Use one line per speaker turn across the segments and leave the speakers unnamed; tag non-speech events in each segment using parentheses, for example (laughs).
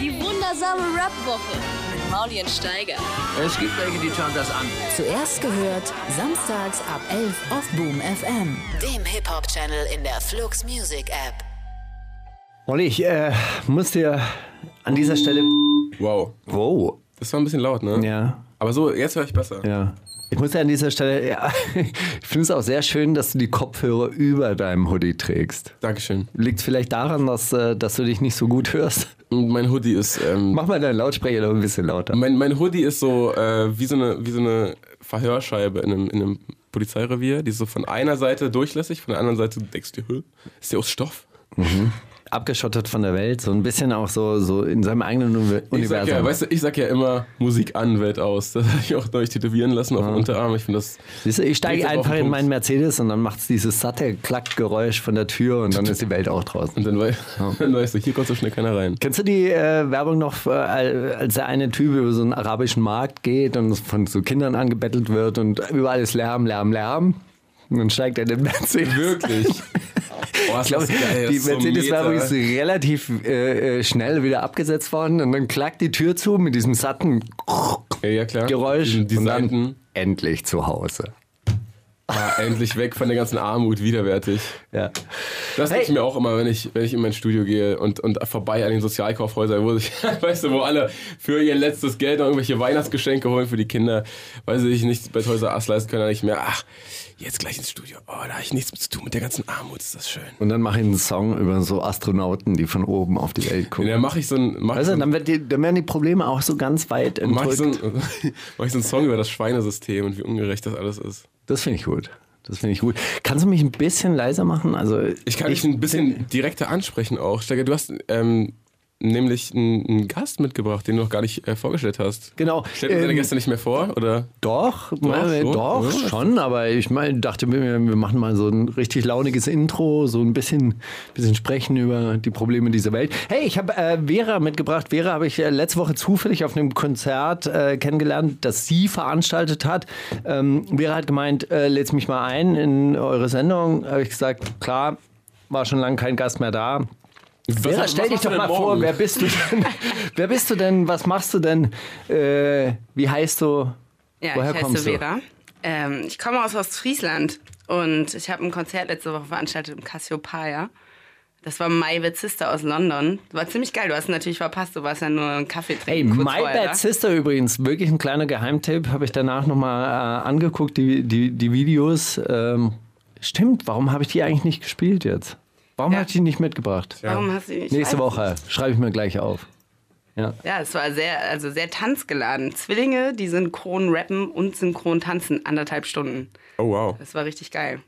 Die wundersame Rap-Woche mit Mauli und Steiger.
Es gibt welche, die schauen das an.
Zuerst gehört, samstags ab 11 auf Boom FM.
dem Hip-Hop-Channel in der Flux Music App.
Molly, ich äh, muss dir an dieser Stelle.
Wow.
Wow.
Das war ein bisschen laut, ne?
Ja,
Aber so, jetzt höre ich besser.
ja. Ich muss dir an dieser Stelle. Ja, (laughs) ich finde es auch sehr schön, dass du die Kopfhörer über deinem Hoodie trägst.
Dankeschön.
Liegt vielleicht daran, dass, äh, dass du dich nicht so gut hörst. (laughs)
Und mein Hoodie ist. Ähm,
Mach mal deinen Lautsprecher noch ein bisschen lauter.
mein, mein Hoodie ist so, äh, wie, so eine, wie so eine Verhörscheibe in einem, in einem Polizeirevier, die ist so von einer Seite durchlässig, von der anderen Seite denkst du, "Hö, ist der aus Stoff?
Abgeschottet von der Welt, so ein bisschen auch so, so in seinem eigenen Uni-
Ich sag,
Universum.
ja, weißt du, ich sag ja immer Musik an, Welt aus. Das (laughs) habe ich auch neulich tätowieren lassen
Ah.
auf dem Unterarm. Ich finde das.
Siehst du, ich steige
Geht's aber auf
einfach in
den Punkt.
meinen Mercedes und dann macht es dieses satte Klackgeräusch von der Tür und dann ist die Welt auch draußen.
Und dann, wei (laughs) dann weißt du, hier kommt so schnell keiner rein.
Kennst du die äh, Werbung noch, äh, als der eine Typ über so einen arabischen Markt geht und von so Kindern angebettelt wird und überall ist Lärm, Lärm, Lärm? Und dann steigt er in den Mercedes.
Wirklich. Oh, das
Ich glaube,
ist geil, das
die
ist so
Mercedes-Werbung
meta.
ist relativ äh, äh, schnell wieder abgesatt worden und dann klackt die Tür zu mit diesem satten
Ja, ja, klar.
Geräusch
Die, die
und
Seiten.
dann endlich zu Hause.
Ah, endlich weg von der ganzen Armut, widerwärtig.
Ja.
Das
Hey.
hey. ich mir auch immer, wenn ich, wenn ich in mein Studio gehe und, und vorbei an den Sozialkaufhäusern, wo sich, (laughs) weißt du, wo alle für ihr letztes Geld noch irgendwelche Weihnachtsgeschenke holen für die Kinder, weil sie sich nicht bei Toys R Us leisten können, dann nicht mehr. Ach, jetzt gleich ins Studio. Oh, da habe ich nichts mit zu tun mit der ganzen Armut, ist das schön.
Und dann mache ich einen Song über so Astronauten, die von oben auf die Welt
Und
gucken.
dann mache ich so ein, mach
Weißt
so
du,
ein
dann, wird die, dann werden die Probleme auch so ganz weit
Mach
entrückt.
ich, so ein, (laughs) mach ich so einen Song über das Schweinesystem und wie ungerecht das alles ist.
das finde ich gut. Das finde ich gut. Kannst du mich ein bisschen leiser machen? Also
Ich kann dich ein bisschen direkter ansprechen auch. Steiger, du hast ähm, nämlich einen, einen Gast mitgebracht, den du noch gar nicht äh, vorgestellt hast.
Genau.
Stellt uns deine
Ähm,
Gäste nicht mehr vor? Oder?
Doch, doch,
so?
doch
Ja.
schon, aber ich meine, dachte mir, wir machen mal so ein richtig launiges Intro, so ein bisschen, bisschen sprechen über die Probleme dieser Welt. Hey, ich habe äh, Vera mitgebracht. Vera habe ich äh, letzte Woche zufällig auf einem Konzert äh, kennengelernt, das sie veranstaltet hat. Ähm, Vera hat gemeint, äh, lädt mich mal ein in eure Sendung. Habe ich gesagt, klar, war schon lange kein Gast mehr da.
Was-
Vera,
was
stell dich
machst du
doch
denn
mal
morgen?
vor, wer bist du (laughs) denn? wer bist du denn? Was machst du denn? Äh, wie heißt du? Woher
Ja, ich heiße
kommst du?
Vera. Ähm, ich komme aus Ostfriesland und ich habe ein Konzert letzte Woche veranstaltet im Cassiopeia. Das war My Bad Sister aus London. War ziemlich geil. Du hast ihn natürlich verpasst. Du warst ja nur einen Kaffee
Ey,
trinken.
My
kurz vorher,
Bad
da.
Sister übrigens, wirklich ein kleiner Geheimtipp, habe ich danach nochmal äh, angeguckt, die, die, die Videos. Ähm, stimmt, warum habe ich die eigentlich nicht gespielt jetzt? Warum
Ja.
habe ich die nicht mitgebracht?
Warum hast du ihn nicht?
Nächste
Ich weiß
Woche schreibe ich mir gleich auf.
Ja, es war sehr, also sehr tanzgeladen. Zwillinge, die synchron rappen und synchron tanzen. Anderthalb Stunden.
Oh wow.
Das war richtig geil.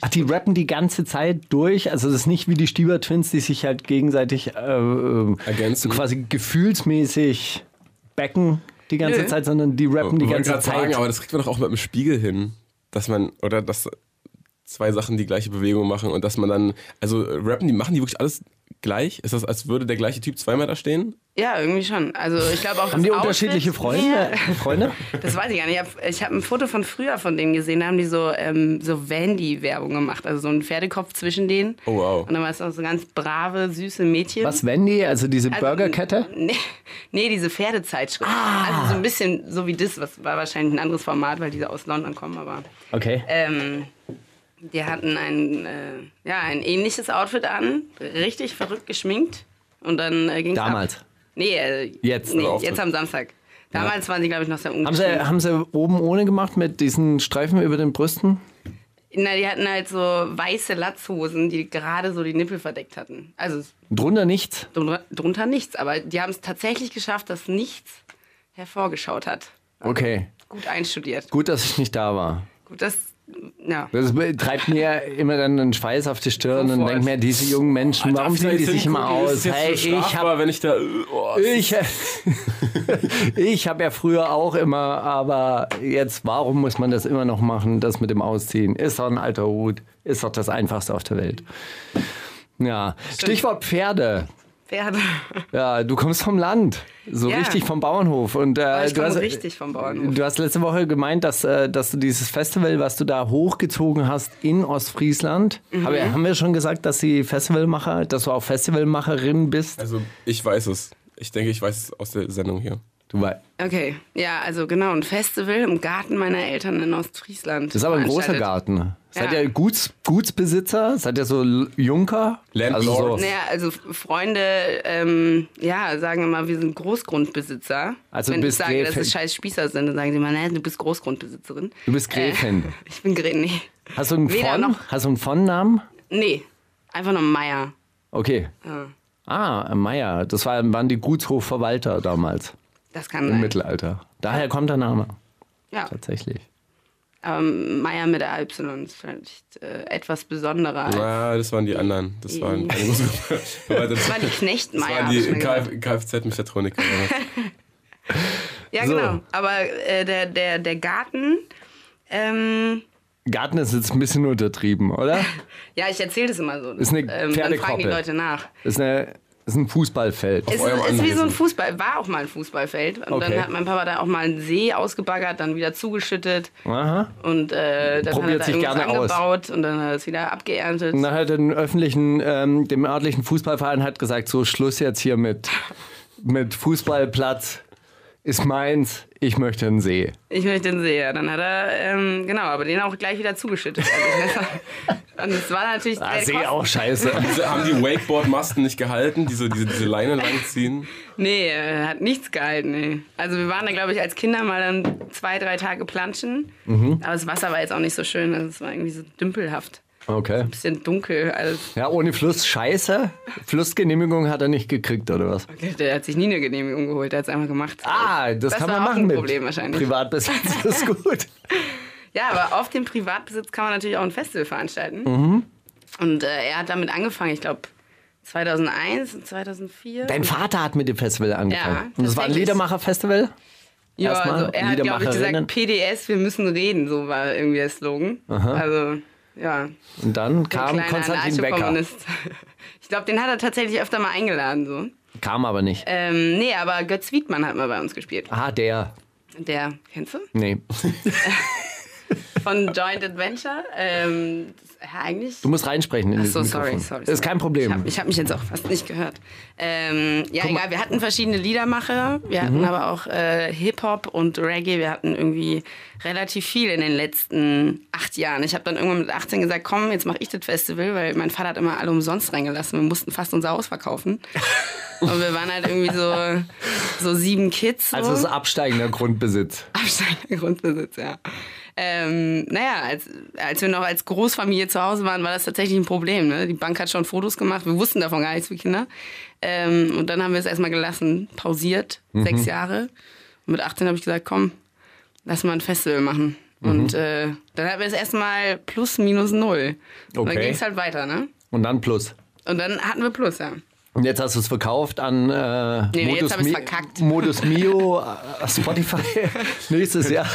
Ach, die rappen die ganze Zeit durch. Also das ist nicht wie die Stieber Twins, die sich halt gegenseitig äh, äh, so
Ergänzen.
quasi gefühlsmäßig backen die ganze
Nö.
Zeit, sondern die rappen die
Ich wollte
ganze
gerade
Zeit.
sagen, aber das kriegt man doch auch mit dem Spiegel hin, dass man, oder dass zwei Sachen die gleiche Bewegung machen und dass man dann, also äh, rappen, die machen die wirklich alles gleich? Ist das, als würde der gleiche Typ zweimal da stehen?
Ja, irgendwie schon. Also ich glaube auch
Haben die
das
unterschiedliche
Outfit-
Freunde?
Ja.
Freunde?
Das weiß ich gar nicht. Ich habe ich hab ein Foto von früher von denen gesehen. Da haben die so, ähm, so Wendy-Werbung gemacht. Also so einen Pferdekopf zwischen denen.
Oh, wow.
Und dann war es auch so ganz brave, süße Mädchen.
Was, Wendy? Also diese
Also,
Burgerkette? Ah.
Nee, nee, diese Pferdezeitschrift. Also so ein bisschen so wie das. Was war wahrscheinlich ein anderes Format, weil die aus London kommen. Aber
Okay.
ähm, die hatten ein, äh, ja, ein ähnliches Outfit an. Richtig verrückt geschminkt. Und dann äh, ging
Damals.
Ab. Nee, äh,
Jetzt,
nee,
der Auftritt.
jetzt am Samstag. Damals waren sie, glaube ich, noch sehr
Haben
ungeschminkt.
sie, haben sie oben ohne gemacht mit diesen Streifen über den Brüsten?
Na, die hatten halt so weiße Latzhosen, die gerade so die Nippel verdeckt hatten. Also
Drunter nichts.
drunter, drunter nichts, aber die haben es tatsächlich geschafft, dass nichts hervorgeschaut hat.
Okay.
Gut einstudiert.
Gut, dass ich nicht da war.
Gut, das, ja.
Das treibt mir immer dann den Schweiß auf die Stirn und
Sofort.
denke mir, diese jungen Menschen, warum
Darf ich da
sehen die
jetzt
sich immer
hingucken?
aus?
Ist das
Hey,
jetzt so
ich
strafbar,
habe
wenn ich da. Oh,
ich, ich hab (laughs) ja früher auch immer, aber jetzt, warum muss man das immer noch machen, das mit dem Ausziehen? Ist doch ein alter Hut, ist doch das Einfachste auf der Welt. Ja, Stichwort Pferde.
Pferde.
Ja, du kommst vom Land, so
Ja.
richtig vom Bauernhof. Und, äh,
ich
du
komme
hast,
richtig vom Bauernhof.
Du hast letzte Woche gemeint, dass, äh, dass du dieses Festival, was du da hochgezogen hast in Ostfriesland,
Mhm.
hab- haben wir schon gesagt, dass sie Festivalmacher, dass du auch Festivalmacherin bist?
Also ich weiß es. Ich denke, ich weiß es aus der Sendung hier.
Du weißt.
(laughs) Okay, ja, also genau, ein Festival im Garten meiner Eltern in Ostfriesland.
Das ist aber ein großer
veranstaltet.
Garten. Seid
Ja.
ihr Guts, Gutsbesitzer? Seid ihr so L- Junker?
Landlord.
Also, so,
Naja, also Freunde, ähm, ja, sagen immer, wir sind Großgrundbesitzer.
Also
Wenn
du
ich
bist
sage, dass
Gräfin.
es scheiß Spießer sind, dann sagen die immer, nein, du bist Großgrundbesitzerin. Äh,
du bist Gräfin.
(laughs) Ich bin Gräfin, nee.
Hast du einen
Weder
Von?
noch.
Hast du einen Von-Namen?
Nee, einfach nur Meier.
Okay. Ah, Meier. Das war- waren die Gutshofverwalter damals
Das kann
im
sein.
Mittelalter. Daher kommt der Name
Ja,
tatsächlich.
aber Meier mit der Y ist vielleicht äh, etwas besonderer. als-
Ah, das waren die anderen. Das waren keine große
(laughs)
Gruppe. Aber das,
Mhm. Das waren die
das
Knechtmeier.
waren
hab ich
die
mir gesagt.
Kf Kfz-Mechatroniker.
Ja,
So.
genau. Aber äh, der, der, der Garten, ähm,
Garten ist jetzt ein bisschen untertrieben,
(laughs)
oder?
ja, ich erzähle das immer so. Ähm,
Ist eine
dann fragen die
Pferdekoppel.
Leute nach.
Ist, eine, ist ein Fußballfeld.
Es
eurem
ist, ist wie so
Anwesen.
ein Fußball, war auch mal ein Fußballfeld. Und
Okay.
dann hat mein Papa da auch mal einen See ausgebaggert, dann wieder zugeschüttet.
Aha.
Und äh, dann
Probiert
hat
sich
er da irgendwas
gerne aus.
angebaut und dann hat er es wieder abgeerntet.
Und dann hat den öffentlichen, ähm, dem örtlichen Fußballverein hat gesagt, so Schluss jetzt hier mit, mit Fußballplatz ist meins, ich möchte einen See.
Ich möchte den See, ja. Dann hat er, ähm, genau, aber den auch gleich wieder zugeschüttet. Also, (laughs) und es war natürlich.
Ah,
der
See
Kosten-
auch scheiße.
(laughs)
Diese, Also, haben die Wakeboard-Masten nicht gehalten? Diese, diese, diese Leine langziehen?
Nee, äh, hat nichts gehalten. Nee. Also wir waren da, glaube ich, als Kinder mal dann zwei, drei Tage planschen.
Mhm.
Aber das Wasser war jetzt auch nicht so schön. Also es war irgendwie so dümpelhaft.
Okay.
Bisschen dunkel. Also
Ja, ohne Fluss scheiße. Flussgenehmigung hat er nicht gekriegt, oder was?
der hat sich nie eine Genehmigung geholt, der hat es einfach gemacht.
Ah, das,
Das
kann
war
man
auch
machen
ein
mit
Problem wahrscheinlich.
Privatbesitz ist gut.
(laughs) Ja, aber auf dem Privatbesitz kann man natürlich auch ein Festival veranstalten.
Mhm.
Und äh, er hat damit angefangen, ich glaube 2001 und 2004. (laughs)
Dein Vater hat mit dem Festival angefangen.
Ja,
Und das war ein
tatsächlich.
Liedermacher-Festival?
ja,
erstmal
also er hat, glaube ich,
Liedermacherinnen.
gesagt, PDS, wir müssen reden, so war irgendwie der Slogan. Also, ja.
Und dann kam
kleiner
Konstantin Becker.
Anarcho-Kommunist. (laughs) Ich glaube, den hat er tatsächlich öfter mal eingeladen. So.
Kam aber nicht.
Ähm, nee, aber Götz Wiedmann hat mal bei uns gespielt.
Ah, der.
Der, kennst du?
Nee.
Von Joint Adventure. Ähm, das, ja, eigentlich.
Du musst reinsprechen in
Ach
dieses
so, sorry,
Mikrofon.
sorry, sorry.
Ist kein Problem.
Ich habe ich hab mich jetzt auch fast nicht gehört. Ähm, ja, egal, wir hatten verschiedene Liedermacher. Wir
Mhm.
hatten aber auch äh, Hip-Hop und Reggae. Wir hatten irgendwie relativ viel in den letzten acht Jahren. Ich habe dann irgendwann mit 18 gesagt, komm, jetzt mache ich das Festival, weil mein Vater hat immer alle umsonst reingelassen. Wir mussten fast unser
(laughs)
Haus verkaufen. und wir waren halt irgendwie so, so sieben Kids. So.
Also es ist absteigender Grundbesitz.
Absteigender Grundbesitz, ja. Ähm, naja, als, als wir noch als Großfamilie zu Hause waren, war das tatsächlich ein Problem. Ne? Die Bank hat schon Fotos gemacht, wir wussten davon gar nichts, wir Kinder. Ähm, und dann haben wir es erstmal gelassen, pausiert,
Mhm.
sechs Jahre. Und mit 18 habe ich gesagt, komm, lass mal ein Festival machen.
Mhm.
Und äh, dann hatten wir es erstmal plus, minus null. Und
Okay.
dann ging es halt weiter, ne?
Und dann plus.
Und dann hatten wir plus, ja.
Und jetzt hast du es verkauft an äh,
nee, jetzt
Modus,
hab ich's
Mi-
verkackt.
Modus
(laughs)
Mio, äh, Spotify. (laughs) Nächstes Jahr.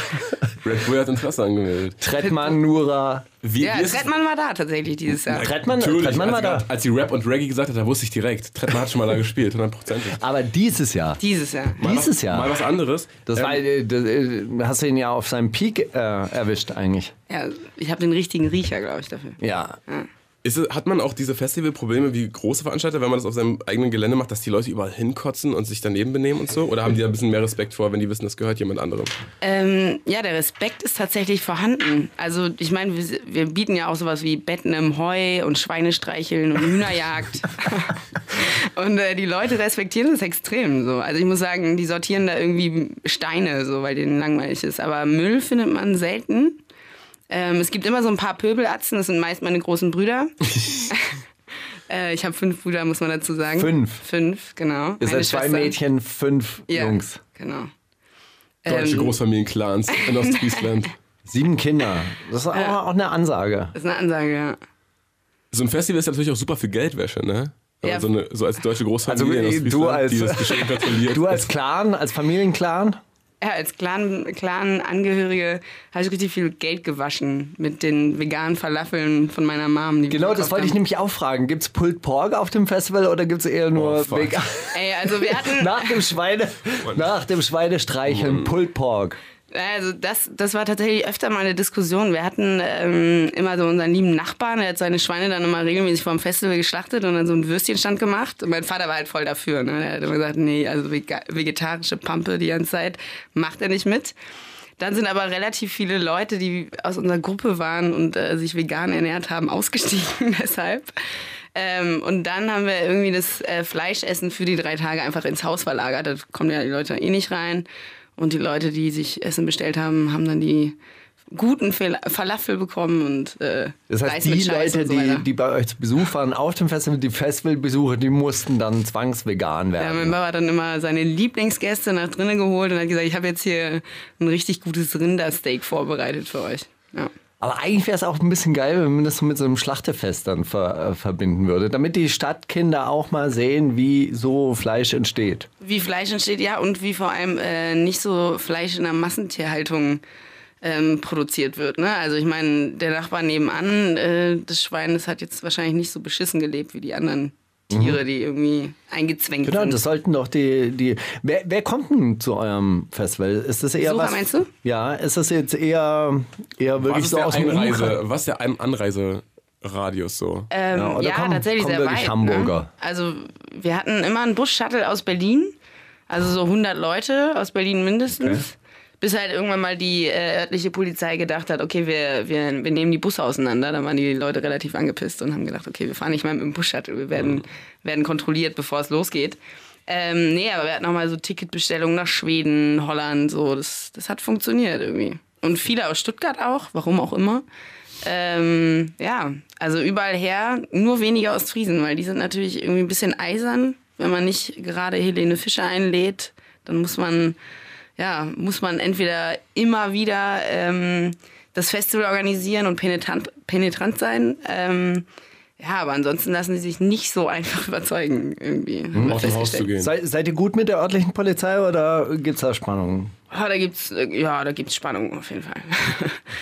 Red Bull hat Interesse angemeldet.
Trettmann, Nura.
Wie,
Ja,
wie ist-
Trettmann war da tatsächlich dieses Jahr.
Trettmann,
Natürlich,
Trettmann war
als,
da.
sie- als sie Rap und Reggae gesagt hat, da wusste ich direkt. Trettmann hat schon mal da gespielt, 100%.
Aber dieses Jahr.
Dieses Jahr.
Mal
Dieses
was,
Jahr.
Mal was anderes.
Das war,
Ähm,
äh, das, äh, hast du ihn ja auf seinem Peak äh, erwischt eigentlich.
Ja, ich habe den richtigen Riecher, glaube ich, dafür.
Ja.
Ah,
Ist es, hat man auch diese Festivalprobleme wie große Veranstalter, wenn man das auf seinem eigenen Gelände macht, dass die Leute überall hinkotzen und sich daneben benehmen und so? Oder haben die da ein bisschen mehr Respekt vor, wenn die wissen, das gehört jemand anderem?
Ähm, ja, der Respekt ist tatsächlich vorhanden. Also ich meine, wir, wir bieten ja auch sowas wie Betten im Heu und Schweinestreicheln
(laughs)
und Hühnerjagd. und äh, die Leute respektieren das extrem. So. Also ich muss sagen, die sortieren da irgendwie Steine, so, weil denen langweilig ist. Aber Müll findet man selten. Ähm, es gibt immer so ein paar Pöbelatzen, das sind meist meine
(laughs)
großen Brüder. äh, ich habe fünf Brüder, muss man dazu sagen.
Fünf.
Fünf, genau.
Ihr
Eine
seid zwei
Schwester.
Mädchen, fünf
Ja,
Jungs.
Genau.
Deutsche
Ähm,
Großfamilienclans
(laughs)
in Ostfriesland.
Sieben Kinder. Das ist auch, auch eine Ansage.
Das ist eine Ansage, ja.
So ein Festival ist natürlich auch super viel Geldwäsche, ne? Wenn
Ja.
man So, eine, so als deutsche Großfamilie
Also,
in
äh, du
Ostfriesland,
als- (laughs)
die das Geschenk kontrolliert.
Du als Clan, als Familienclan,
ja, als Clan, Clan-Angehörige habe ich richtig viel Geld gewaschen mit den veganen Falafeln von meiner Mom. Die wir
Genau, das
gekauft
wollte ich
haben.
nämlich auch fragen. Gibt's Pulled Pork auf dem Festival oder gibt's eher nur
fuck.
Vegan?
Ey, also wir
(laughs)
hatten,
nach dem Schweine, nach dem Schweinestreicheln Pulled Pork.
Also das, das war tatsächlich öfter mal eine Diskussion. Wir hatten ähm, immer so unseren lieben Nachbarn, der hat seine Schweine dann immer regelmäßig vom Festival geschlachtet und dann so einen Würstchenstand gemacht. Und mein Vater war halt voll dafür. Ne? Der hat immer gesagt, nee, also vega- vegetarische Pampe die ganze Zeit, macht er nicht mit. Dann sind aber relativ viele Leute, die aus unserer Gruppe waren und äh, sich vegan ernährt haben, ausgestiegen (laughs) deshalb. Ähm, und dann haben wir irgendwie das äh, Fleischessen für die drei Tage einfach ins Haus verlagert. Da kommen ja die Leute eh nicht rein. Und die Leute, die sich Essen bestellt haben, haben dann die guten Fel- Falafel bekommen und äh,
Das
Reis
heißt,
mit
die
Scheiß
Leute,
und so
die,
weiter.
die bei euch zu Besuch waren auf dem Festival, die Festivalbesucher, die mussten dann zwangsvegan
Ja,
werden.
mein Papa hat dann immer seine Lieblingsgäste nach drinnen geholt und hat gesagt, ich habe jetzt hier ein richtig gutes Rindersteak vorbereitet für euch. Ja.
Aber eigentlich wäre es auch ein bisschen geil, wenn man das so mit so einem Schlachtefest dann ver äh, verbinden würde, damit die Stadtkinder auch mal sehen, wie so Fleisch entsteht.
Wie Fleisch entsteht, ja, und wie vor allem äh, nicht so Fleisch in der Massentierhaltung ähm, produziert wird. Ne? Also ich meine, der Nachbar nebenan äh, des Schweines hat jetzt wahrscheinlich nicht so beschissen gelebt wie die anderen Tiere, die irgendwie eingezwängt
Genau,
sind.
das sollten doch die, die wer, wer kommt denn zu eurem Festival? Ist das eher
Besucher,
was?
meinst du?
Ja, ist das jetzt eher, eher
Was
wirklich
ist,
so
der
aus dem Umkreis?
Anreise, was ist der Ein- Anreiseradius so?
Ähm,
Ja,
ja,
oder komm-
tatsächlich
komm
sehr
wirklich
weit. Ne?
Hamburger.
Also wir hatten immer einen Bus-Shuttle aus Berlin, also so 100 Leute aus Berlin mindestens. Bis halt irgendwann mal die äh, örtliche Polizei gedacht hat, okay, wir, wir, wir nehmen die Busse auseinander. Dann waren die Leute relativ angepisst und haben gedacht, okay, wir fahren nicht mehr mit dem Bus-Shuttle, wir werden, werden kontrolliert, bevor es losgeht. Ähm, nee, aber wir hatten auch mal so Ticketbestellungen nach Schweden, Holland, so. Das, das hat funktioniert irgendwie. Und viele aus Stuttgart auch, warum auch immer. Ähm, ja, also überall her, nur weniger Ostfriesen, weil die sind natürlich irgendwie ein bisschen eisern. Wenn man nicht gerade Helene Fischer einlädt, dann muss man, ja, muss man entweder immer wieder ähm, das Festival organisieren und penetrant, penetrant sein. Ähm, ja, aber ansonsten lassen sie sich nicht so einfach (laughs) überzeugen, irgendwie. haben wir
Hm, Aus dem Haus zu
festgestellt.
gehen.
Sei, seid ihr gut mit der örtlichen Polizei oder gibt es da Spannungen?
Ah, da gibt's, äh, ja, da gibt's Spannung auf jeden Fall.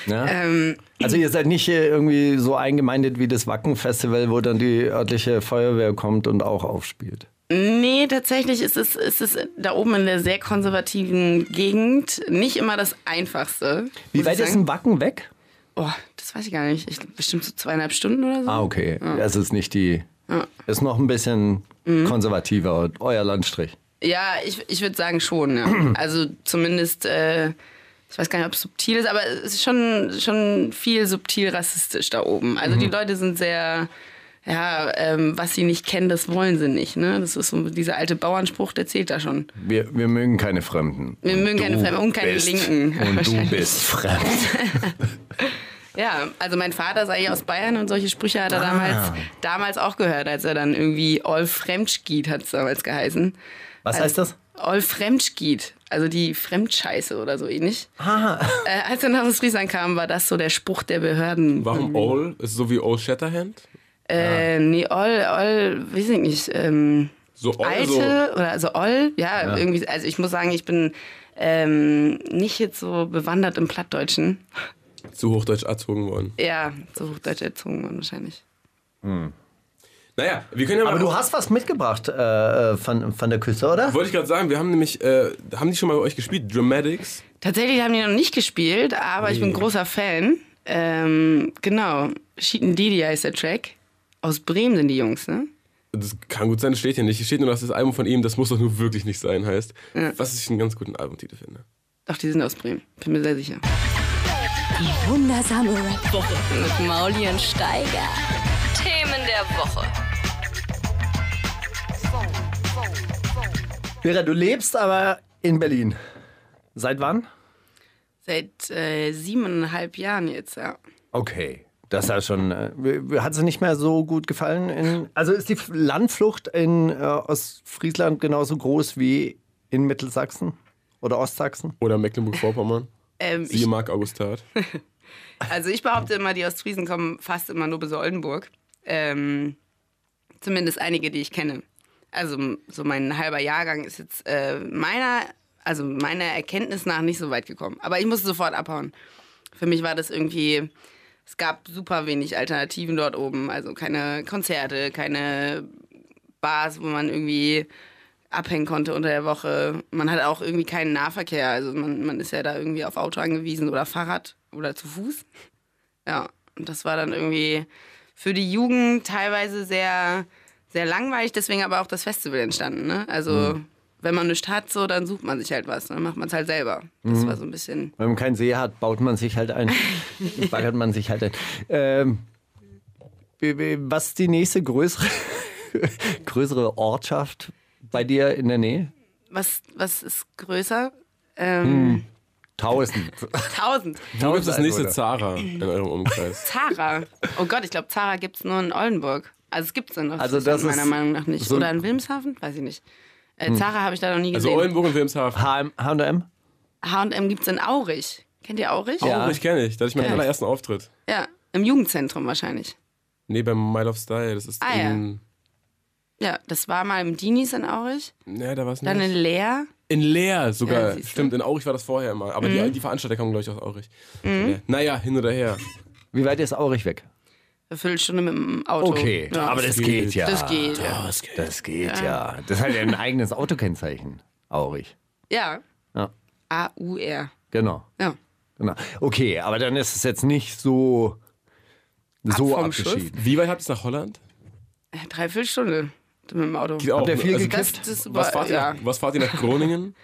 Ja?
(laughs) ähm,
Also ihr seid nicht äh, irgendwie so eingemeindet wie das Wacken-Festival, wo dann die örtliche Feuerwehr kommt und auch aufspielt.
Nee, tatsächlich ist es, ist es da oben in der sehr konservativen Gegend nicht immer das Einfachste.
Wie
muss
weit
ich
ist
sagen.
ein Wacken weg?
Oh, das weiß ich gar nicht. Ich, glaub, bestimmt so zweieinhalb Stunden oder so.
Ah, okay. Es ist nicht die. Ist noch ein bisschen
Mhm.
konservativer, euer Landstrich.
Ja, ich, ich würde sagen schon, ja.
(clears throat)
Also zumindest, äh, ich weiß gar nicht, ob es subtil ist, aber es ist schon, schon viel subtil rassistisch da oben. Also
Mhm.
die Leute sind sehr, ja, ähm, was sie nicht kennen, das wollen sie nicht. Ne? Das ist so dieser alte Bauernspruch, der zählt da schon.
Wir, wir mögen keine Fremden.
Wir mögen keine Fremden und keine Linken,
(laughs) Und du
wahrscheinlich.
bist fremd.
Ja, also mein Vater sei ja aus Bayern und solche Sprüche
Ah.
hat er damals, damals auch gehört, als er dann irgendwie All Fremdschgied hat es damals geheißen. Also
Was heißt das?
All Fremdschgied, also die Fremdscheiße oder so ähnlich. Äh, als er nach Ostfriesland kam, war das so der Spruch der Behörden.
Warum Old? Ist es so wie Old Shatterhand?
Äh, nee, All, All, weiß ich nicht. Ähm,
So Old,
alte
so
oder also Oll, ja, irgendwie, also ich muss sagen, ich bin ähm, nicht jetzt so bewandert im Plattdeutschen.
zu Hochdeutsch erzogen worden.
Ja, so hochdeutsch erzogen worden wahrscheinlich.
Naja, wir können ja mal.
Aber du hast was mitgebracht äh, äh, von, von der Küste, oder?
Wollte ich gerade sagen, wir haben nämlich, äh, haben die schon mal bei euch gespielt? Dramatics?
Tatsächlich haben die noch nicht gespielt, aber ich bin großer Fan. Ähm, genau, Cheaten Didi heißt der Track. Aus Bremen sind die Jungs, ne?
Das kann gut sein, das steht hier nicht. Hier steht nur, dass das Album von ihm, das muss doch nur wirklich nicht sein, heißt. Was ich einen ganz guten Albumtitel finde.
Doch, die sind aus Bremen, bin mir sehr sicher.
Die wundersame Rap
Woche mit Mauli und Steiger. Themen der Woche.
Vera, du lebst aber in Berlin. Seit wann?
Seit äh, siebeneinhalb Jahren jetzt, ja.
Okay. Das hat schon. Äh, hat es nicht mehr so gut gefallen? In, also ist die Landflucht in äh, Ostfriesland genauso groß wie in Mittelsachsen oder Ostsachsen?
Oder Mecklenburg-Vorpommern.
Ähm, ich,
Siehe Marc Augustat.
also ich behaupte immer, die Ostfriesen kommen fast immer nur bis Oldenburg. Ähm, zumindest einige, die ich kenne. Also m- so mein halber Jahrgang ist jetzt äh, meiner also meiner Erkenntnis nach nicht so weit gekommen. Aber ich musste sofort abhauen. Für mich war das irgendwie, es gab super wenig Alternativen dort oben. Also keine Konzerte, keine Bars, wo man irgendwie abhängen konnte unter der Woche. Man hat auch irgendwie keinen Nahverkehr. Also man, man ist ja da irgendwie auf Auto angewiesen oder Fahrrad oder zu Fuß. Ja, und das war dann irgendwie für die Jugend teilweise sehr, sehr langweilig, deswegen aber auch das Festival entstanden. Ne? Also
Mhm.
wenn man nichts hat, so, dann sucht man sich halt was, dann macht man es halt selber. Das
Mhm.
war so ein bisschen...
Wenn man keinen See hat, baut man sich halt
(laughs)
ein. baggert man sich halt ein. Ähm, wie- wie- was ist die nächste größere, (laughs) größere Ortschaft bei dir in der Nähe?
Was, was ist größer?
Mhm.
Ähm,
Tausend.
1000.
Wo gibt es das nächste
Oder?
Zara in eurem
(laughs)
Umkreis?
Zara. Oh Gott, ich glaube, Zara gibt es nur in Oldenburg. Also es gibt es in Ostfriesland
Also das
meiner
ist
Meinung nach nicht.
so-
Oder in Wilmshaven? Weiß ich nicht. Äh, Zara habe ich da noch nie
Also
gesehen.
Oldenburg und Wilmshaven.
HM, H&M?
H&M gibt es in Aurich. Kennt ihr Aurich?
Ja.
Ja. Ich kenne ich. Da hatte ich meinen
Kenn ich.
allerersten Auftritt.
Ja, im Jugendzentrum wahrscheinlich.
Nee, beim Mile of Style. Das ist
Ah, ja.
in.
Ja, das war mal im Dinis in Aurich,
Ja, da war es
dann in
nicht.
Leer.
In Leer
Ja,
sogar.
siehst du.
Stimmt, in Aurich war das vorher immer. Aber die, die Veranstalter kommen, glaube ich, aus Aurich. Mhm. Naja, hin oder her.
Wie weit ist Aurich weg?
Eine Viertelstunde mit dem Auto. ja.
geht ja.
Das geht.
Ja, das geht, das geht ja. Das hat ja ein eigenes Autokennzeichen, Aurich.
Ja.
Ja.
A-U-R.
Genau,
Ja.
genau. Okay, aber dann ist es jetzt nicht so, so
vom
abgeschieden.
Wie weit habt ihr es nach Holland?
Dreiviertel Stunde Äh, mit dem Auto.
Geht auch,
ihr
ne?
viel
Also,
gekifft?
Das, das ist
was,
super,
fahrt ihr
ja.
nach, was fahrt ihr nach Groningen?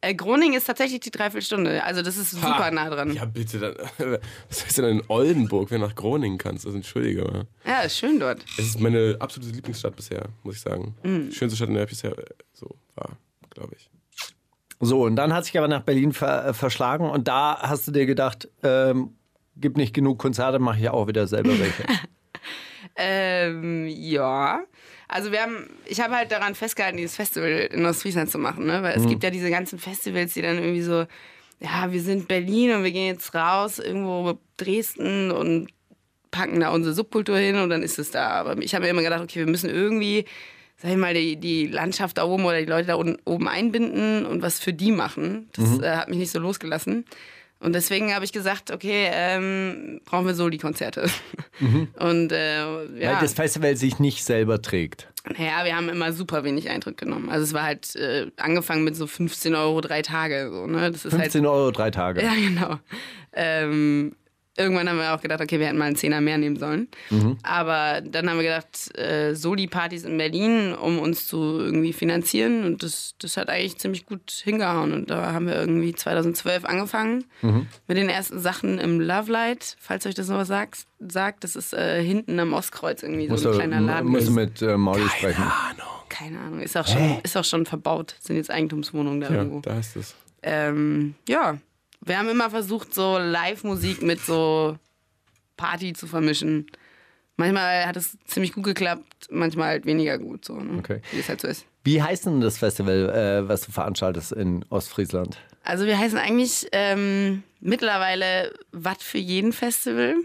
äh, Groningen ist tatsächlich die Dreiviertelstunde. Also das ist super nah dran.
(laughs) Ja,
Ja,
bitte. Dann, (laughs) was heißt denn in Oldenburg, wenn du nach Groningen kannst? Also, entschuldige mal.
ist schön dort.
Es ist meine absolute Lieblingsstadt bisher, muss ich sagen. Schönste Stadt, in der ich bisher äh, so war, glaube ich.
So, und dann hat sich aber nach Berlin ver äh, verschlagen und da hast du dir gedacht, ähm, gibt nicht genug Konzerte, mache ich auch wieder selber
(laughs)
welche.
Ähm, ja. Also wir haben, ich habe halt daran festgehalten, dieses Festival in Ostfriesland zu machen, ne? Weil es gibt ja diese ganzen Festivals, die dann irgendwie so, ja, wir sind Berlin und wir gehen jetzt raus, irgendwo Dresden und packen da unsere Subkultur hin und dann ist es da. Aber ich habe mir immer gedacht, okay, wir müssen irgendwie, sag ich mal, die, die Landschaft da oben oder die Leute da un- oben einbinden und was für die machen. Das
Mhm.
äh, hat mich nicht so losgelassen. Und deswegen habe ich gesagt, okay, ähm, brauchen wir Soli-Konzerte. (laughs) Und äh, ja.
Mhm. Weil das Festival sich nicht selber trägt.
Naja, wir haben immer super wenig Eintritt genommen. Also es war halt äh, angefangen mit so 15 Euro drei Tage. So, ne? Das ist
15 Euro drei Tage.
halt. Ja, genau. Ähm, irgendwann haben wir auch gedacht, okay, wir hätten mal einen Zehner mehr nehmen sollen. Aber dann haben wir gedacht, äh, Soli-Partys in Berlin, um uns zu irgendwie finanzieren. Und das, das hat eigentlich ziemlich gut hingehauen. Und da haben wir irgendwie 2012 angefangen mit den ersten Sachen im Lovelight, falls euch das noch was sagt. sagt das ist äh, hinten am Ostkreuz irgendwie so ein kleiner Laden.
muss mit äh, Mauli sprechen.
Keine Ahnung, ist auch schon, ist auch schon verbaut. Sind jetzt Eigentumswohnungen da
Ja,
irgendwo.
da ist es.
Ähm, ja, wir haben immer versucht, so Live-Musik mit so Party zu vermischen. Manchmal hat es ziemlich gut geklappt, manchmal halt weniger gut. So, ne?
Okay.
Wie es halt so ist.
Wie heißt denn das Festival, äh, was du veranstaltest in Ostfriesland?
Also wir heißen eigentlich ähm, mittlerweile Watt für jeden Festival.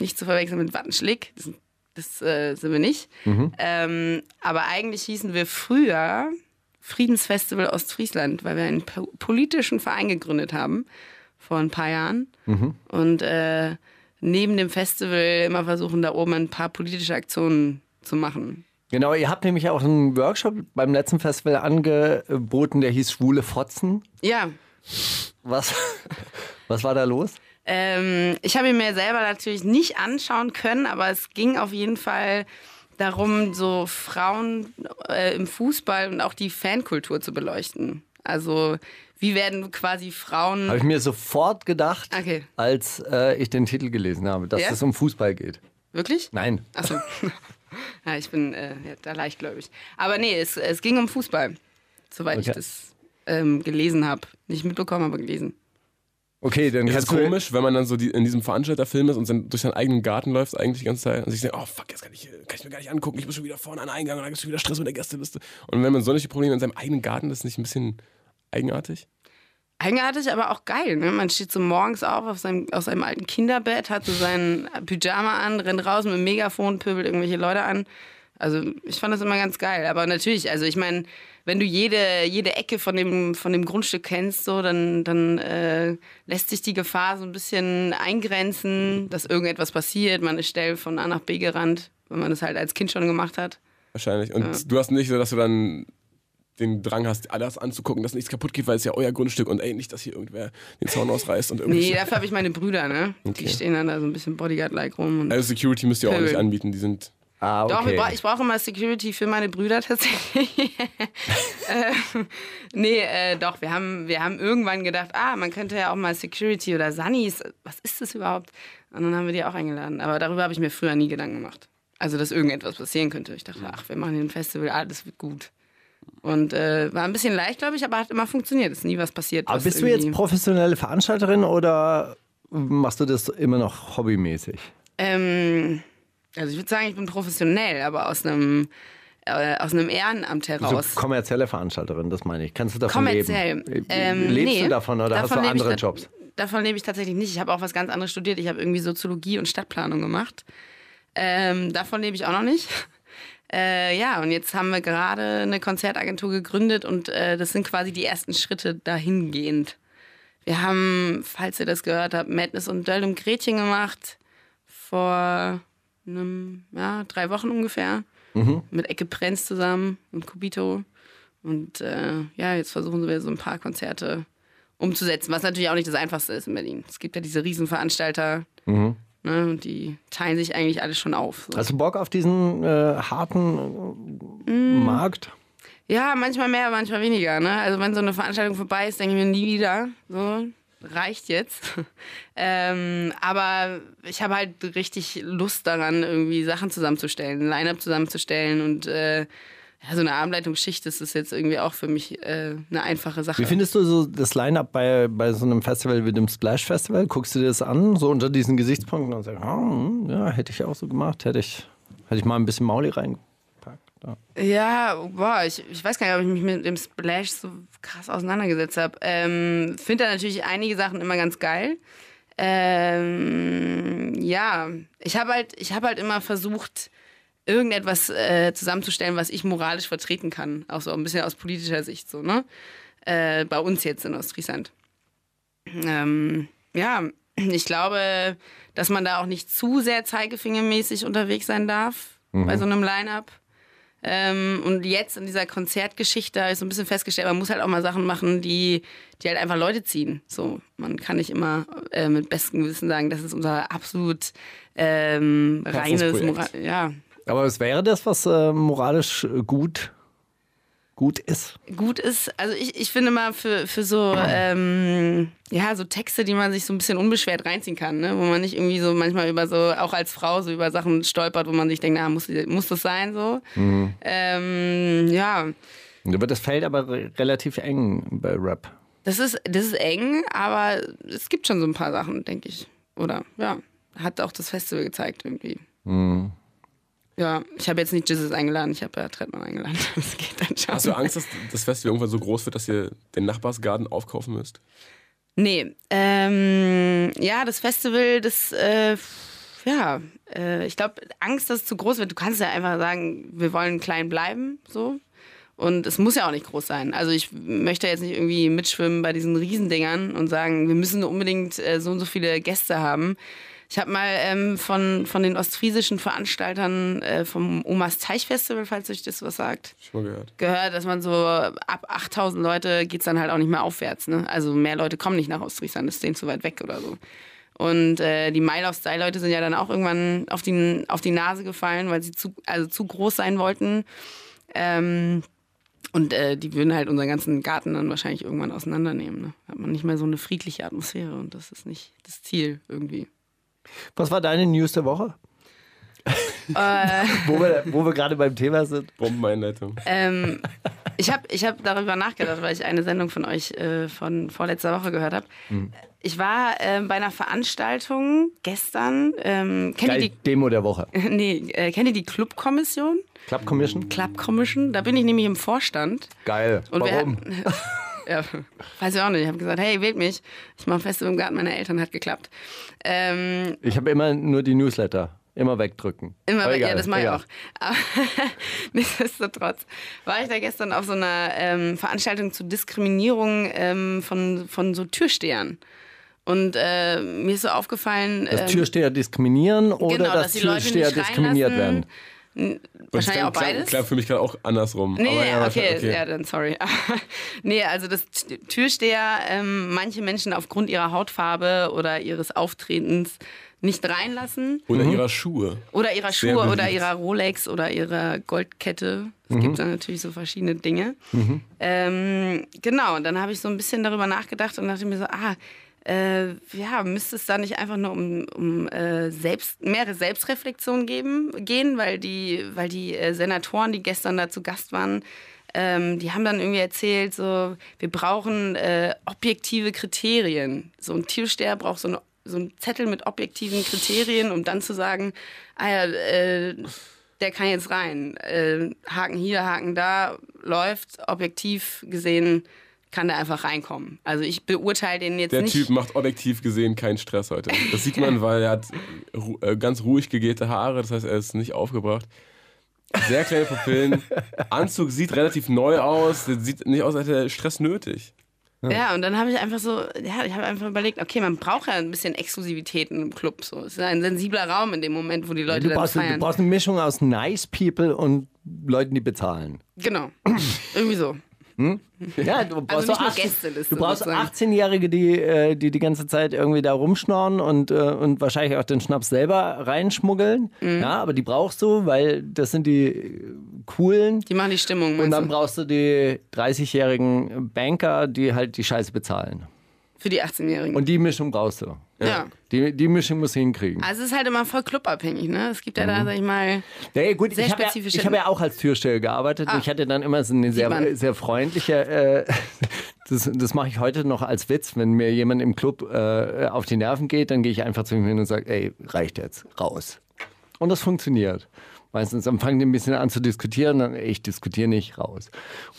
Nicht zu verwechseln mit Wattenschlick. Das, das äh, sind wir nicht. Ähm, aber eigentlich hießen wir früher Friedensfestival Ostfriesland, weil wir einen po politischen Verein gegründet haben vor ein paar Jahren. Und äh, neben dem Festival immer versuchen, da oben ein paar politische Aktionen zu machen.
Genau, ihr habt nämlich auch einen Workshop beim letzten Festival angeboten, der hieß Schwule Fotzen.
Ja,
Was, (laughs) was war da los?
Ähm, ich habe ihn mir selber natürlich nicht anschauen können, aber es ging auf jeden Fall darum, so Frauen äh, im Fußball und auch die Fankultur zu beleuchten. Also wie werden quasi Frauen...
Habe ich mir sofort gedacht,
Okay.
als äh, ich den Titel gelesen habe, dass
Ja?
es um Fußball geht.
Wirklich?
Nein.
Achso. (laughs) ja, ich bin äh, ja, da leichtgläubig. Aber nee, es, es ging um Fußball, soweit ich
Okay.
das ähm, gelesen habe. Nicht mitbekommen, aber gelesen.
Okay, dann
Es ist
kannst du-
komisch, wenn man dann so die, in diesem Veranstalterfilm ist und dann durch seinen eigenen Garten läuft, eigentlich die ganze Zeit. Und sich denkt, oh fuck, jetzt kann ich, kann ich mir gar nicht angucken. Ich muss schon wieder vorne an den Eingang und dann gibt es schon wieder Stress mit der Gästeliste. Und wenn man solche Probleme in seinem eigenen Garten ist, nicht ein bisschen eigenartig?
Eigenartig, aber auch geil. Ne? Man steht so morgens auf, auf seinem, aus seinem alten Kinderbett, hat so seinen Pyjama an, rennt raus mit dem Megafon, pöbelt irgendwelche Leute an. Also ich fand das immer ganz geil. Aber natürlich, also ich meine, wenn du jede, jede Ecke von dem, von dem Grundstück kennst, so, dann, dann äh, lässt sich die Gefahr so ein bisschen eingrenzen, dass irgendetwas passiert. Man ist schnell von A nach B gerannt, wenn man das halt als Kind schon gemacht hat.
Wahrscheinlich. Und du hast nicht so, dass du dann den Drang hast, alles anzugucken, dass nichts kaputt geht, weil es ja euer Grundstück und ey, nicht, dass hier irgendwer den Zaun ausreißt und irgendwie.
Nee, dafür habe ich meine Brüder, ne? Die stehen dann da so ein bisschen Bodyguard-like rum. Und
also Security müsst ihr auch nicht
Pöbel.
anbieten, die sind.
Ah,
Doch, wir bra ich brauche immer Security für meine Brüder tatsächlich. (laughs) Ähm, nee, äh, doch, wir haben, wir haben irgendwann gedacht, ah, man könnte ja auch mal Security oder Sunnies, was ist das überhaupt? Und dann haben wir die auch eingeladen. Aber darüber habe ich mir früher nie Gedanken gemacht. Also, dass irgendetwas passieren könnte. Ich dachte, ach, wir machen hier ein Festival, ah, das wird gut. Und äh, war ein bisschen leicht, glaube ich, aber hat immer funktioniert. Ist nie was passiert.
Aber
was
bist du jetzt
irgendwie-
professionelle Veranstalterin oder machst du das immer noch hobbymäßig?
Ähm, also ich würde sagen, ich bin professionell, aber aus einem äh, aus einem Ehrenamt
Also
heraus.
kommerzielle Veranstalterin, das meine ich. Kannst du davon
kommerziell.
leben?
Ähm,
Lebst
nee.
du davon oder hast du
lebe ich
andere
ta-
Jobs?
Davon lebe ich tatsächlich nicht. Ich habe auch was ganz anderes studiert. Ich habe irgendwie Soziologie und Stadtplanung gemacht. Ähm, davon lebe ich auch noch nicht. (laughs) Äh, ja, und jetzt haben wir gerade eine Konzertagentur gegründet und äh, das sind quasi die ersten Schritte dahingehend. Wir haben, falls ihr das gehört habt, Madness und Döllum Gretchen gemacht vor einem, ja, drei Wochen ungefähr.
Mhm.
Mit Ecke Prenz zusammen und Kubito. Und äh, ja, jetzt versuchen wir so ein paar Konzerte umzusetzen, was natürlich auch nicht das Einfachste ist in Berlin. Es gibt ja diese Riesenveranstalter ne, und die teilen sich eigentlich alles schon auf. So.
Hast du Bock auf diesen äh, harten äh,
Mm.
Markt?
Ja, manchmal mehr, manchmal weniger. Ne? Also wenn so eine Veranstaltung vorbei ist, denke ich mir nie wieder. So reicht jetzt. (laughs) ähm, aber ich habe halt richtig Lust daran, irgendwie Sachen zusammenzustellen, ein Line-up zusammenzustellen und äh, ja, so eine Armleitungsschicht ist das jetzt irgendwie auch für mich äh, eine einfache Sache.
Wie findest du so das Line-Up bei, bei so einem Festival wie dem Splash Festival? Guckst du dir das an, so unter diesen Gesichtspunkten und sagst, ah, hm, ja, hätte ich auch so gemacht, hätte ich, hätte ich mal ein bisschen Mauli reingepackt. Ja.
Ja, boah, ich, ich weiß gar nicht, ob ich mich mit dem Splash so krass auseinandergesetzt habe. Ähm, Finde da natürlich einige Sachen immer ganz geil. Ähm, ja, ich habe halt, ich hab halt immer versucht, irgendetwas äh, zusammenzustellen, was ich moralisch vertreten kann. Auch so ein bisschen aus politischer Sicht, so, ne? Äh, bei uns jetzt in Ostfriesland. Ähm, ja, ich glaube, dass man da auch nicht zu sehr zeigefingermäßig unterwegs sein darf bei so einem Line-Up. Ähm, und jetzt in dieser Konzertgeschichte habe ich so ein bisschen festgestellt, man muss halt auch mal Sachen machen, die, die halt einfach Leute ziehen. So, man kann nicht immer äh, mit bestem Gewissen sagen, das ist unser absolut ähm, reines Moral.
Herzensprojekt.
Ja,
Aber es wäre das, was äh, moralisch äh, gut, gut ist.
gut ist, also ich, ich finde mal für, für so, ähm, ja, so Texte, die man sich so ein bisschen unbeschwert reinziehen kann, ne? wo man nicht irgendwie so manchmal über so, auch als Frau so über Sachen stolpert, wo man sich denkt, na, muss, muss das sein so? Ähm, ja,
Da wird das Feld aber re relativ eng bei Rap.
das ist, das ist eng, aber es gibt schon so ein paar Sachen, denke ich. Oder ja, hat auch das Festival gezeigt irgendwie. Ja, ich habe jetzt nicht Jesus eingeladen, ich habe ja Trettmann eingeladen. (laughs) Das geht dann schon. (laughs)
Hast du Angst, dass das Festival irgendwann so groß wird, dass ihr den Nachbarsgarten aufkaufen müsst?
Nee, ähm, ja, das Festival, das, äh, ja, äh, ich glaube, Angst, dass es zu groß wird. Du kannst ja einfach sagen, wir wollen klein bleiben, so. Und es muss ja auch nicht groß sein. Also ich möchte jetzt nicht irgendwie mitschwimmen bei diesen Riesendingern und sagen, wir müssen unbedingt äh, so und so viele Gäste haben. Ich habe mal ähm, von, von den ostfriesischen Veranstaltern äh, vom Omas Teich Festival, falls euch das was sagt,
Schon mal gehört.
gehört, dass man so ab 8000 Leute geht es dann halt auch nicht mehr aufwärts. Ne? Also mehr Leute kommen nicht nach Ostfriesland, das ist denen zu weit weg oder so. Und äh, die Mile of Style Leute sind ja dann auch irgendwann auf die, auf die Nase gefallen, weil sie zu, also zu groß sein wollten. Ähm, und äh, die würden halt unseren ganzen Garten dann wahrscheinlich irgendwann auseinandernehmen. Ne? Hat man nicht mehr so eine friedliche Atmosphäre und das ist nicht das Ziel irgendwie.
Was war deine News der Woche?
Äh.
(laughs) wo wir, wo wir gerade beim Thema sind.
Bombeneinleitung.
ähm, ich habe ich hab darüber nachgedacht, weil ich eine Sendung von euch äh, von vorletzter Woche gehört habe. Ich war ähm, bei einer Veranstaltung gestern. Ähm, kennt, ihr
Geil, Demo der Woche.
die, (laughs) nee, äh, kennt ihr die Clubkommission?
Club Commission?
Club Commission? Da bin ich nämlich im Vorstand.
Geil.
Und wir
Warum?
Ja, weiß ich auch nicht. Ich habe gesagt, hey, wählt mich. Ich mache Festival im Garten meiner Eltern, hat geklappt. Ähm,
Ich habe immer nur die Newsletter. Immer wegdrücken.
Immer,
Aber
ja,
egal,
das mache ich
egal.
auch. Aber (laughs) nichtsdestotrotz war ich da gestern auf so einer ähm, Veranstaltung zur Diskriminierung ähm, von, von so Türstehern. Und äh, mir ist so aufgefallen, ähm,
Dass Türsteher diskriminieren oder
genau,
dass,
dass die Leute
Türsteher
nicht
diskriminiert
reinlassen.
werden?
wahrscheinlich auch
klar,
beides.
klar, für mich gerade auch andersrum.
Nee,
aber ja,
okay,
okay.
ja, dann sorry. (laughs) nee, also das T- Türsteher ähm, manche Menschen aufgrund ihrer Hautfarbe oder ihres Auftretens nicht reinlassen.
Oder ihrer Schuhe.
Oder ihrer
Sehr
Schuhe
beliebt.
oder ihrer Rolex oder ihrer Goldkette. Es
Mhm.
gibt da natürlich so verschiedene Dinge. Ähm, genau, und dann habe ich so ein bisschen darüber nachgedacht und dachte mir so, ah, äh, ja, müsste es da nicht einfach nur um, um äh, selbst, mehrere Selbstreflexionen geben, gehen, weil die, weil die äh, Senatoren, die gestern da zu Gast waren, ähm, die haben dann irgendwie erzählt, so, wir brauchen äh, objektive Kriterien. So ein Türsteher braucht so, eine, so einen Zettel mit objektiven Kriterien, um dann zu sagen, ah ja, äh, der kann jetzt rein. Äh, Haken hier, Haken da, läuft, objektiv gesehen kann der einfach reinkommen. Also ich beurteile den jetzt
Der
nicht.
Typ macht objektiv gesehen keinen Stress heute. Das sieht man, weil er hat ru äh, ganz ruhig gegehte Haare, das heißt, er ist nicht aufgebracht. Sehr kleine Pupillen. Anzug sieht relativ neu aus, sieht nicht aus, als hätte er Stress nötig. ne?
Ja, und dann habe ich einfach so, ja, ich habe einfach überlegt, okay, man braucht ja ein bisschen Exklusivität in einem Club. So. Es ist ein sensibler Raum in dem Moment, wo die Leute
Du
dann
brauchst,
feiern.
du brauchst eine Mischung aus nice people und Leuten, die
(laughs)
bezahlen.
Genau. Irgendwie so.
Ja, du brauchst,
Also
so
nicht nur
18
Gästeliste
du brauchst
sozusagen.
18-Jährige, die, äh, die die ganze Zeit irgendwie da rumschnorren und, äh, und wahrscheinlich auch den Schnaps selber reinschmuggeln.
Mhm.
Ja, aber die brauchst du, weil das sind die äh, coolen.
Die machen die Stimmung.
Und
meinst
dann
du?
brauchst du die 30-jährigen Banker, die halt die Scheiße bezahlen.
Für die 18-Jährigen.
Und die Mischung brauchst du.
Ja.
Die, die Mischung musst du hinkriegen.
Also es ist halt immer voll clubabhängig, ne? Es gibt ja
Mhm.
da, sag ich mal,
Ja, ja, gut,
Sehr
ich habe ja,
spezifische- Ah.
ich hab ja auch als Türsteher gearbeitet. Ich hatte dann immer so eine sehr,
man.
sehr freundliche. Äh, (laughs) das das mache ich heute noch als Witz. Wenn mir jemand im Club äh, auf die Nerven geht, dann gehe ich einfach zu ihm hin und sage: Ey, reicht jetzt, raus. Und das funktioniert. Meistens dann fangen die ein bisschen an zu diskutieren, dann, ich diskutiere nicht, raus.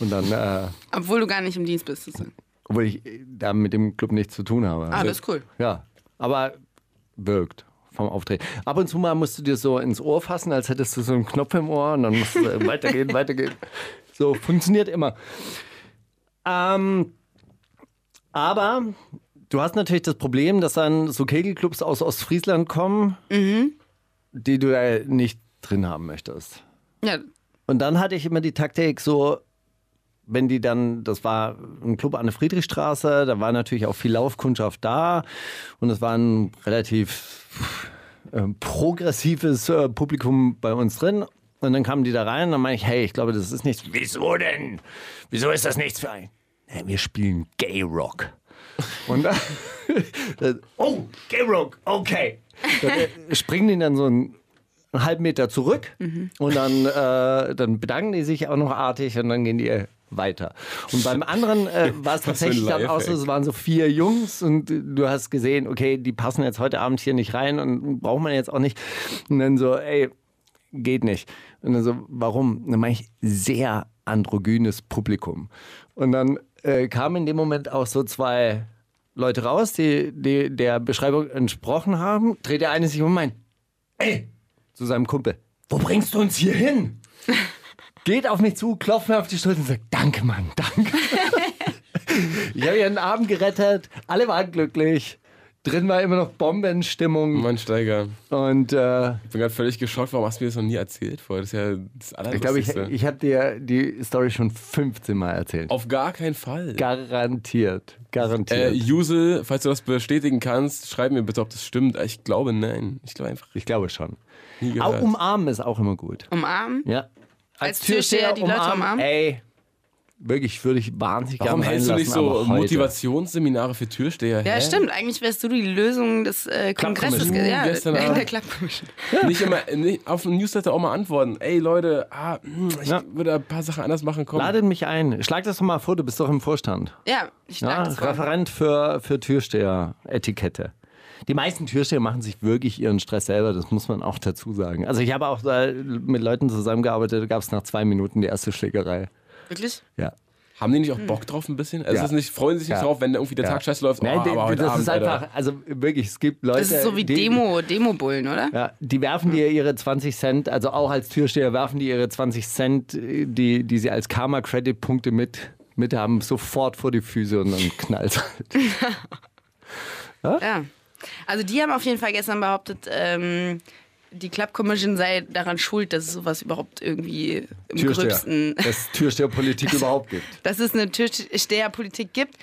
Und dann, äh,
obwohl du gar nicht im Dienst bist. sozusagen.
obwohl ich äh, da mit dem Club nichts zu tun habe.
Ah, das ist cool.
Ja, aber wirkt vom Auftreten. Ab und zu mal musst du dir so ins Ohr fassen, als hättest du so einen Knopf im Ohr und dann musst du so weitergehen, weitergehen. So funktioniert immer. Ähm, aber du hast natürlich das Problem, dass dann so Kegelclubs aus Ostfriesland kommen, die du da nicht drin haben möchtest.
Ja,
Und dann hatte ich immer die Taktik so, wenn die dann, das war ein Club an der Friedrichstraße, da war natürlich auch viel Laufkundschaft da und es war ein relativ äh, progressives äh, Publikum bei uns drin. Und dann kamen die da rein und dann meine ich, hey, ich glaube, das ist nichts. Wieso denn? Wieso ist das nichts für einen? Hey, wir spielen Gay Rock. Und dann,
(laughs)
oh, Gay Rock, okay. Dann äh, springen die dann so ein einen halben Meter zurück
Mhm.
und dann, äh, dann bedanken die sich auch noch artig und dann gehen die äh, weiter. Und beim anderen
(laughs)
äh, war es
Was für ein
tatsächlich dann auch so,
Lifehack.
es waren so vier Jungs und äh, du hast gesehen, okay, die passen jetzt heute Abend hier nicht rein und braucht man jetzt auch nicht. Und dann so, ey, geht nicht. Und dann so, warum? Und dann meine ich, sehr androgynes Publikum. Und dann äh, kamen in dem Moment auch so zwei Leute raus, die, die der Beschreibung entsprochen haben. Dreht der eine sich um und meint, zu seinem Kumpel. Wo bringst du uns hier hin? Geht auf mich zu, klopft mir auf die Schulter und sagt, danke Mann, danke. ich habe ihren Abend gerettet, alle waren glücklich. Drin war immer noch Bombenstimmung
Mann, Steiger.
und äh,
Ich bin gerade völlig geschockt, warum hast du mir das noch nie erzählt vorher? Das ist ja das
ich glaube, ich,
Allerlustigste.
ich habe dir die Story schon 15 Mal erzählt.
Auf gar keinen Fall.
Garantiert,
Oh. Äh,
garantiert.
Jusel, falls du das bestätigen kannst, schreib mir bitte, ob das stimmt. Äh, Ich glaube, nein. Ich glaube einfach
ich glaube schon.
nie gehört.
Auch umarmen ist auch immer gut.
umarmen.
Ja.
Als Türsteher die Leute umarmen?
Ey, wirklich, würde ich wahnsinnig
Warum
gerne
hältst du nicht
reinlassen,
so
aber heute-
Motivationsseminare für Türsteher?
Ja,
Hä?
stimmt. Eigentlich wärst du die Lösung des äh, Kongresses.
Klappkommission.
ge- Ja,
Gestern
der, der
Abend.
Klappkommission.
Nicht immer nicht, auf dem Newsletter auch mal antworten. Ey Leute, ah, hm, ich
Ja.
würde ein paar Sachen anders machen. Komm.
Ladet mich ein. Schlag das doch mal vor, du bist doch im Vorstand.
Ja, ich
Ja,
dachte, das war-
Referent für, für Türsteher-Etikette. Die meisten Türsteher machen sich wirklich ihren Stress selber, das muss man auch dazu sagen. Also ich habe auch äh, mit Leuten zusammengearbeitet, da gab es nach zwei Minuten die erste Schlägerei.
wirklich?
Ja.
Haben die nicht auch Bock drauf ein bisschen? Also
Ja.
es ist nicht, freuen sie sich nicht
Ja.
drauf, wenn da irgendwie der
Ja.
Tag scheiße läuft.
Nein,
oh,
de-
aber heute
das
Abend,
ist
Alter.
einfach, also wirklich, es gibt Leute.
Das ist so wie
die-
Demo, Demo-Bullen, oder?
Ja, die werfen dir ihre 20 Cent, also auch als Türsteher werfen die ihre 20 Cent, äh, die, die sie als Karma-Credit-Punkte mit, mit haben, sofort vor die Füße und dann knallt halt.
Ja. Also die haben auf jeden Fall gestern behauptet, ähm, die Club Commission sei daran schuld, dass es sowas überhaupt irgendwie im gröbsten, (laughs)
Dass Türsteherpolitik überhaupt gibt.
dass es eine Türsteherpolitik gibt.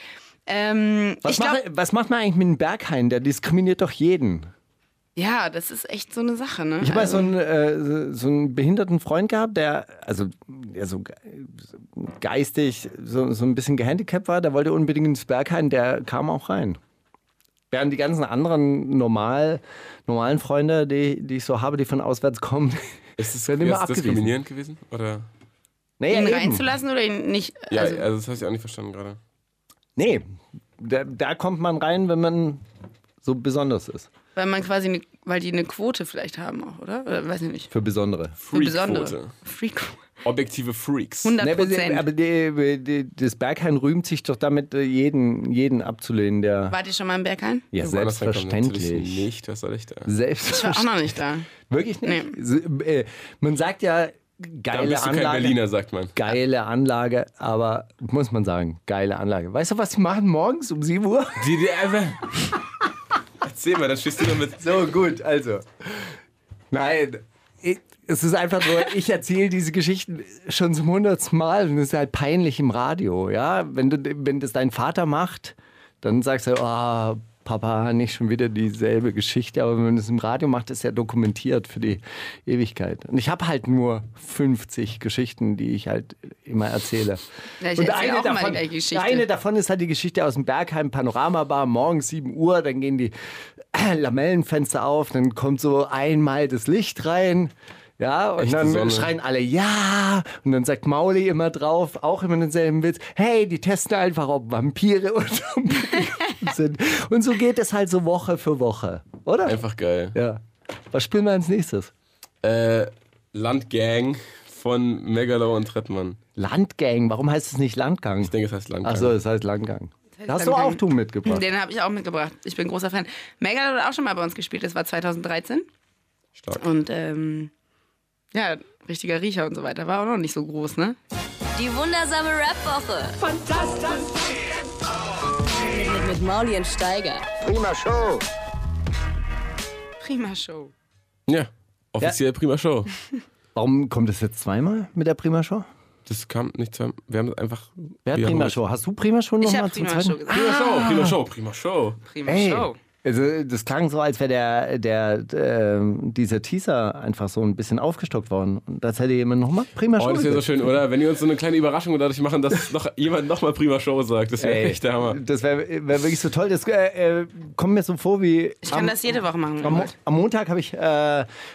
Ähm,
Was,
ich glaube,
macht, was macht man eigentlich mit dem Berghain? Der diskriminiert doch jeden.
ja, das ist echt so eine Sache. Ne?
Ich habe mal so
Also-
einen, äh, so einen behinderten Freund gehabt, der also der so ge- geistig so, so ein bisschen gehandicapt war. Der wollte unbedingt ins Berghain, der kam auch rein. Während die ganzen anderen normal, normalen Freunde, die, die ich so habe, die von auswärts kommen, (laughs)
Ist das
werden immer
jetzt
abgewiesen.
diskriminierend gewesen? Oder?
Naja,
ihn
eben.
reinzulassen oder ihn nicht?
Ja,
also,
also, das habe ich auch nicht verstanden gerade.
Nee, da, da kommt man rein, wenn man so besonders ist.
Weil man quasi, eine, weil die eine Quote vielleicht haben auch, oder? oder weiß ich nicht.
Für Besondere.
Eine
Freak-Quote.
besondere. Freak.
Objektive Freaks.
100
Nee, aber die-
Prozent.
aber die, die, das Berghain rühmt sich doch damit, äh, jeden, jeden abzulehnen, der.
Wart ihr schon mal im Berghain?
Ja,
Woanders reinkommen Natürlich
selbstverständlich.
nicht, was soll ich da?
Ich war auch
Selbstverständlich.
noch nicht da.
Wirklich nicht? So, äh, Man sagt ja,
Da
geile
bist du kein
Anlage.
Berliner, sagt man.
Geile Anlage, aber muss man sagen, geile Anlage. Weißt du, was die machen morgens um 7 Uhr?
Die, die, äh, erzähl mal, dann stehst du damit.
So, gut, also. Nein, ich, es ist einfach so, ich erzähle diese Geschichten schon zum hundertsten Mal und es ist halt peinlich im Radio, ja? Wenn, du, wenn das dein Vater macht, dann sagst du, oh, Papa, nicht schon wieder dieselbe Geschichte, aber wenn du es im Radio macht, ist ja dokumentiert für die Ewigkeit. Und ich habe halt nur 50 Geschichten, die ich halt immer erzähle.
Ja, ich
und
erzähl auch mal die gleiche Geschichte.
eine davon ist halt die Geschichte aus dem Bergheim Panoramabar, morgens 7 Uhr, dann gehen die Lamellenfenster auf, dann kommt so einmal das Licht rein. Ja, und
Echte
dann
Sonne.
schreien alle ja. Und dann sagt Mauli immer drauf, auch immer denselben Witz, hey, die testen einfach, ob Vampire (laughs) und Vampire sind. Und so geht es halt so Woche für Woche, oder?
Einfach geil.
Ja. Was spielen wir als nächstes?
Äh, Landgang von Megalow und Trettmann.
Landgang. Warum heißt es nicht Landgang?
Ich denke, es heißt Landgang.
Achso, es heißt Landgang.
heißt
Hast du
Landgang.
auch du mitgebracht?
Den habe ich auch mitgebracht. Ich bin großer Fan. Megalod hat auch schon mal bei uns gespielt. Das war 2013.
Stark.
Und ähm, ja, richtiger Riecher und so weiter. War auch noch nicht so groß, ne?
Die wundersame Rap-Woche. Fantastisch. Mit, mit Maulien Steiger.
Prima Show.
Ja, offiziell prima Show.
Warum kommt es jetzt zweimal mit der Prima Show?
Das kam nicht zweimal. Wir haben es einfach. Ah.
Wer hat
wir haben
Prima
es-
Show? Hast du Prima Show
Ich
nochmal
habe
zum
Prima
zweiten
Show gesagt.
Prima Show, prima Show, prima Show.
Prima
Ey,
Show.
also das klang so, als wäre der, der ähm, dieser Teaser einfach so ein bisschen aufgestockt worden. Und das hätte jemand nochmal Prima Show
Oh, das wäre so
gesagt.
schön, oder? Wenn ihr uns so eine kleine Überraschung dadurch machen, dass noch jemand nochmal prima Show sagt. Das wäre
Ey,
echt der Hammer.
Das wäre wär wirklich so toll. Das äh, äh, kommt mir so vor wie.
Ich kann das jede Woche machen. wenn
Am,
ihr
Mo-
wollt.
am Montag habe ich, äh,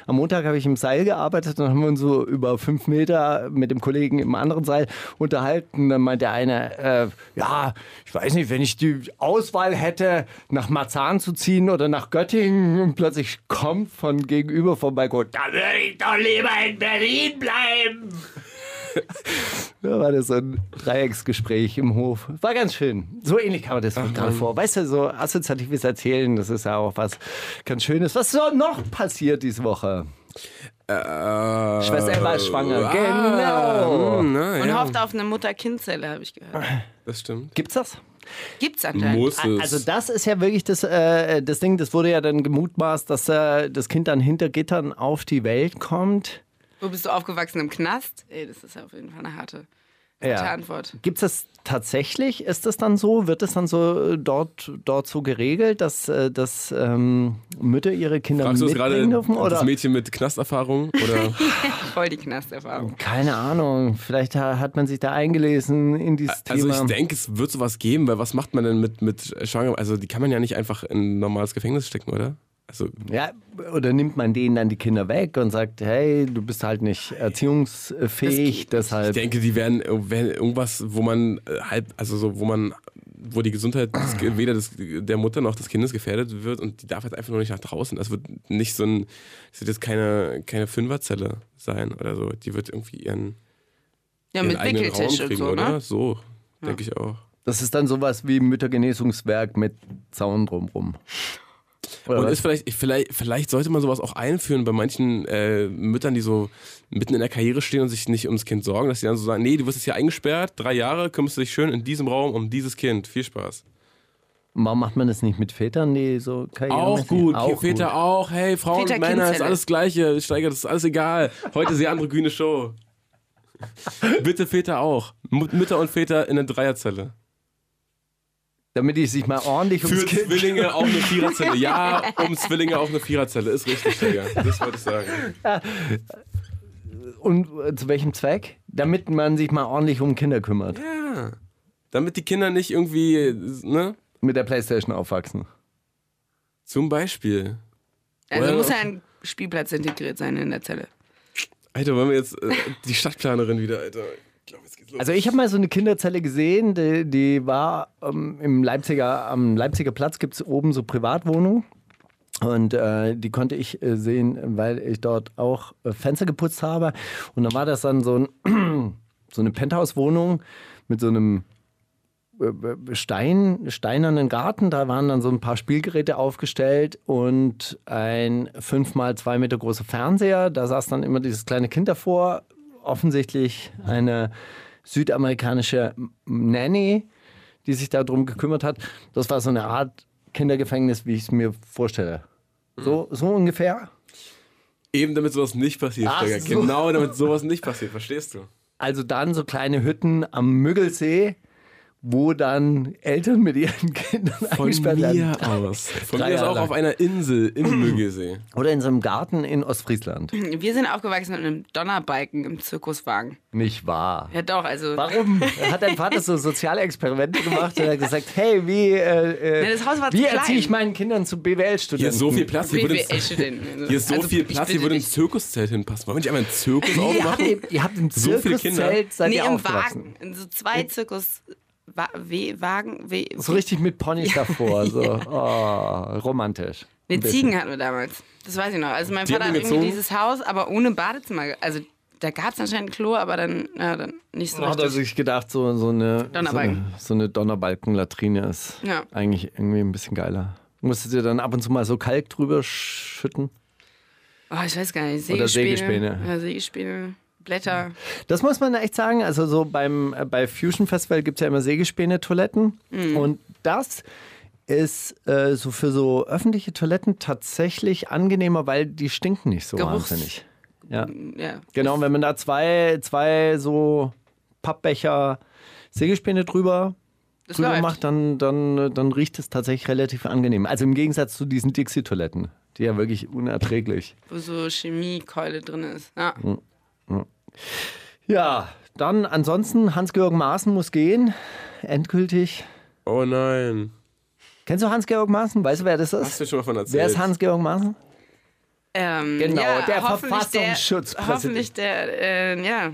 am Montag habe ich im Seil gearbeitet und dann haben wir uns so über fünf Meter mit dem Kollegen im anderen Seil unterhalten. Dann meint der eine, äh, ja, ich weiß nicht, wenn ich die Auswahl hätte, nach Marzahn zu ziehen oder nach Göttingen und plötzlich kommt von gegenüber vom Balkon, da würde ich doch lieber in Berlin bleiben. Da war das so ein Dreiecksgespräch im Hof. War ganz schön. So ähnlich kam mir das gerade vor. Weißt du, so assoziatives Erzählen, das ist ja auch was ganz Schönes. Was ist so noch passiert diese Woche?
Äh,
Schwester Emma ist schwanger. genau.
Na,
Und hofft auf eine Mutter-Kind-Zelle, habe ich gehört.
das stimmt.
Gibt's das?
Gibt's anscheinend.
Muss es.
Also das ist ja wirklich das, äh, das Ding, das wurde ja dann gemutmaßt, dass äh, das Kind dann hinter Gittern auf die Welt kommt.
Wo bist du aufgewachsen? Im Knast? Ey, das ist ja auf jeden Fall eine harte, harte Antwort.
Gibt es das tatsächlich? Ist das dann so? Wird das dann so äh, dort, dort so geregelt, dass, äh, dass ähm, Mütter ihre Kinder
Fragst du es gerade
mitbringen dürfen?
das
Oder?
Mädchen mit Knasterfahrung?
(laughs)
Oder?
Voll die Knasterfahrung.
Keine Ahnung. Vielleicht ha- hat man sich da eingelesen in dieses
also
Thema.
ich denke, es wird sowas geben, weil was macht man denn mit, mit Schwanger? Also die kann man ja nicht einfach in ein normales Gefängnis stecken, oder? Also
ja, oder nimmt man denen dann die Kinder weg und sagt, hey, du bist halt nicht erziehungsfähig,
ich
deshalb.
denke, die werden, werden irgendwas, wo man äh, halb, also so, wo man, wo die Gesundheit des, weder des, der Mutter noch des Kindes gefährdet wird und die darf halt einfach nur nicht nach draußen. Das wird nicht so ein, das wird jetzt keine, keine Fünferzelle sein oder so. Die wird irgendwie ihren,
Ja,
ihren
mit
eigenen Raum
Wickeltisch und
kriegen,
so,
oder?
ne?
So, denke ich auch.
Das ist dann sowas wie Müttergenesungswerk mit Zaun drumrum. Oder
Und
was?
ist vielleicht, vielleicht, vielleicht sollte man sowas auch einführen bei manchen äh, Müttern, die so mitten in der Karriere stehen und sich nicht ums Kind sorgen, dass die dann so sagen, nee, du wirst jetzt hier eingesperrt, drei Jahre, kümmerst du dich schön in diesem Raum um dieses Kind. Viel Spaß.
Warum macht man das nicht mit Vätern, die so Karriere
Auch gut,
auch
Väter
gut.
auch, hey, Frauen
Väter,
und Männer, ist
Kindzelle.
alles Gleiche, Steiger, das ist alles egal. Heute sehr andere
(laughs)
grüne Show. Bitte Väter auch. Mut- Mütter und Väter in eine Dreierzelle.
Damit die sich mal ordentlich ums
Für
Kind
Zwillinge auch eine
(laughs)
Viererzelle. Ja, um Zwillinge auch eine Viererzelle. Ist richtig, Steiger. Das wollte ich sagen.
Und äh, zu welchem Zweck? Damit man sich mal ordentlich um Kinder kümmert.
Ja. Damit die Kinder nicht irgendwie, ne?
Mit der Playstation aufwachsen.
Zum Beispiel.
Also
Well.
muss ja ein Spielplatz integriert sein in der Zelle.
Alter, wollen wir jetzt äh, die Stadtplanerin wieder, Alter. Ich glaube, jetzt geht's los.
Also ich habe mal so eine Kinderzelle gesehen, die, die war ähm, im Leipziger, am Leipziger Platz gibt es oben so Privatwohnungen. Und äh, die konnte ich äh, sehen, weil ich dort auch äh, Fenster geputzt habe. Und dann war das dann so, ein, (clears throat) so eine Penthouse-Wohnung mit so einem äh, Stein, steinernen Garten. Da waren dann so ein paar Spielgeräte aufgestellt und ein fünfmal zwei Meter großer Fernseher. Da saß dann immer dieses kleine Kind davor. Offensichtlich eine südamerikanische Nanny, die sich darum gekümmert hat. Das war so eine Art Kindergefängnis, wie ich es mir vorstelle. So, so ungefähr.
Eben damit sowas nicht passiert,
Ach
Steiger.
so.
Genau, damit sowas nicht passiert, verstehst du?
Also dann so kleine Hütten am Müggelsee, wo dann Eltern mit ihren Kindern eingesperrt werden.
aus. Von
Drei
mir ist
Jahre
auch
lang.
auf einer Insel im Müggelsee.
Oder in so einem Garten in Ostfriesland.
Wir sind aufgewachsen mit einem Donnerbalken im Zirkuswagen.
Nicht wahr.
Ja doch, also
Warum hat dein Vater so soziale Experimente gemacht und hat gesagt, hey, wie, äh,
Ja,
äh,
das Haus war zu
wie
klein.
erziehe ich meinen Kindern zu BWL-Studenten?
Hier ist so viel Platz, hier würde, ein-
BWL-Studenten. Also-
hier ist so
also,
viel
ich
Platz, hier
bitte
würde ein
dich.
Zirkuszelt hinpassen. Wollen wir nicht einmal
(laughs)
einen Zirkus
Ihr habt,
aufmachen?
im- ihr habt im
So viele Kinder.
Zirkuszelt seid
Nee,
ihr
im
aufgewachsen.
Wagen. In so zwei Zirkus... Wa We Wagen? We
So richtig mit Ponys davor,
(laughs)
so oh, romantisch.
Nee,
Ein bisschen.
Ziegen hatten wir damals. Das weiß ich noch. Also mein
Die
Vater
habt
hat
ihr
irgendwie
gezogen?
dieses Haus, aber ohne Badezimmer. ge- Also da gab es anscheinend ein Klo, aber dann, ja, dann nicht so
Dann hat er
richtig.
sich gedacht, so, so eine
Donnerbalken.
So eine, so eine Donnerbalkenlatrine ist
Ja.
eigentlich irgendwie ein bisschen geiler. Musstet ihr dann ab und zu mal so Kalk drüber schütten?
Oh, ich weiß gar nicht.
Oder
Sägespäne.
Sägespäne.
Ja, Sägespäne. Blätter.
Das muss man echt sagen. Also so beim äh, bei Fusion Festival gibt es ja immer Sägespäne-Toiletten.
Mhm.
Und das ist äh, so für so öffentliche Toiletten tatsächlich angenehmer, weil die stinken nicht so
Geruchs-
wahnsinnig. Ja.
Ja.
Genau, wenn man da zwei, zwei so Pappbecher Sägespäne drüber,
Das halt,
drüber
läuft.
macht, dann, dann, dann riecht es tatsächlich relativ angenehm. Also im Gegensatz zu diesen Dixie-Toiletten, die ja wirklich unerträglich.
Wo so Chemiekeule drin ist. Ja.
Ja, dann ansonsten Hans-Georg Maaßen muss gehen. Endgültig.
Oh nein.
Kennst du Hans-Georg Maaßen? Weißt du, wer das
Hast
ist?
du schon mal von erzählt?
Wer ist Hans-Georg Maaßen?
Ähm,
Genau,
ja,
der
hoffentlich Der,
Verfassungsschutzpräsident.
hoffentlich der, äh, ja.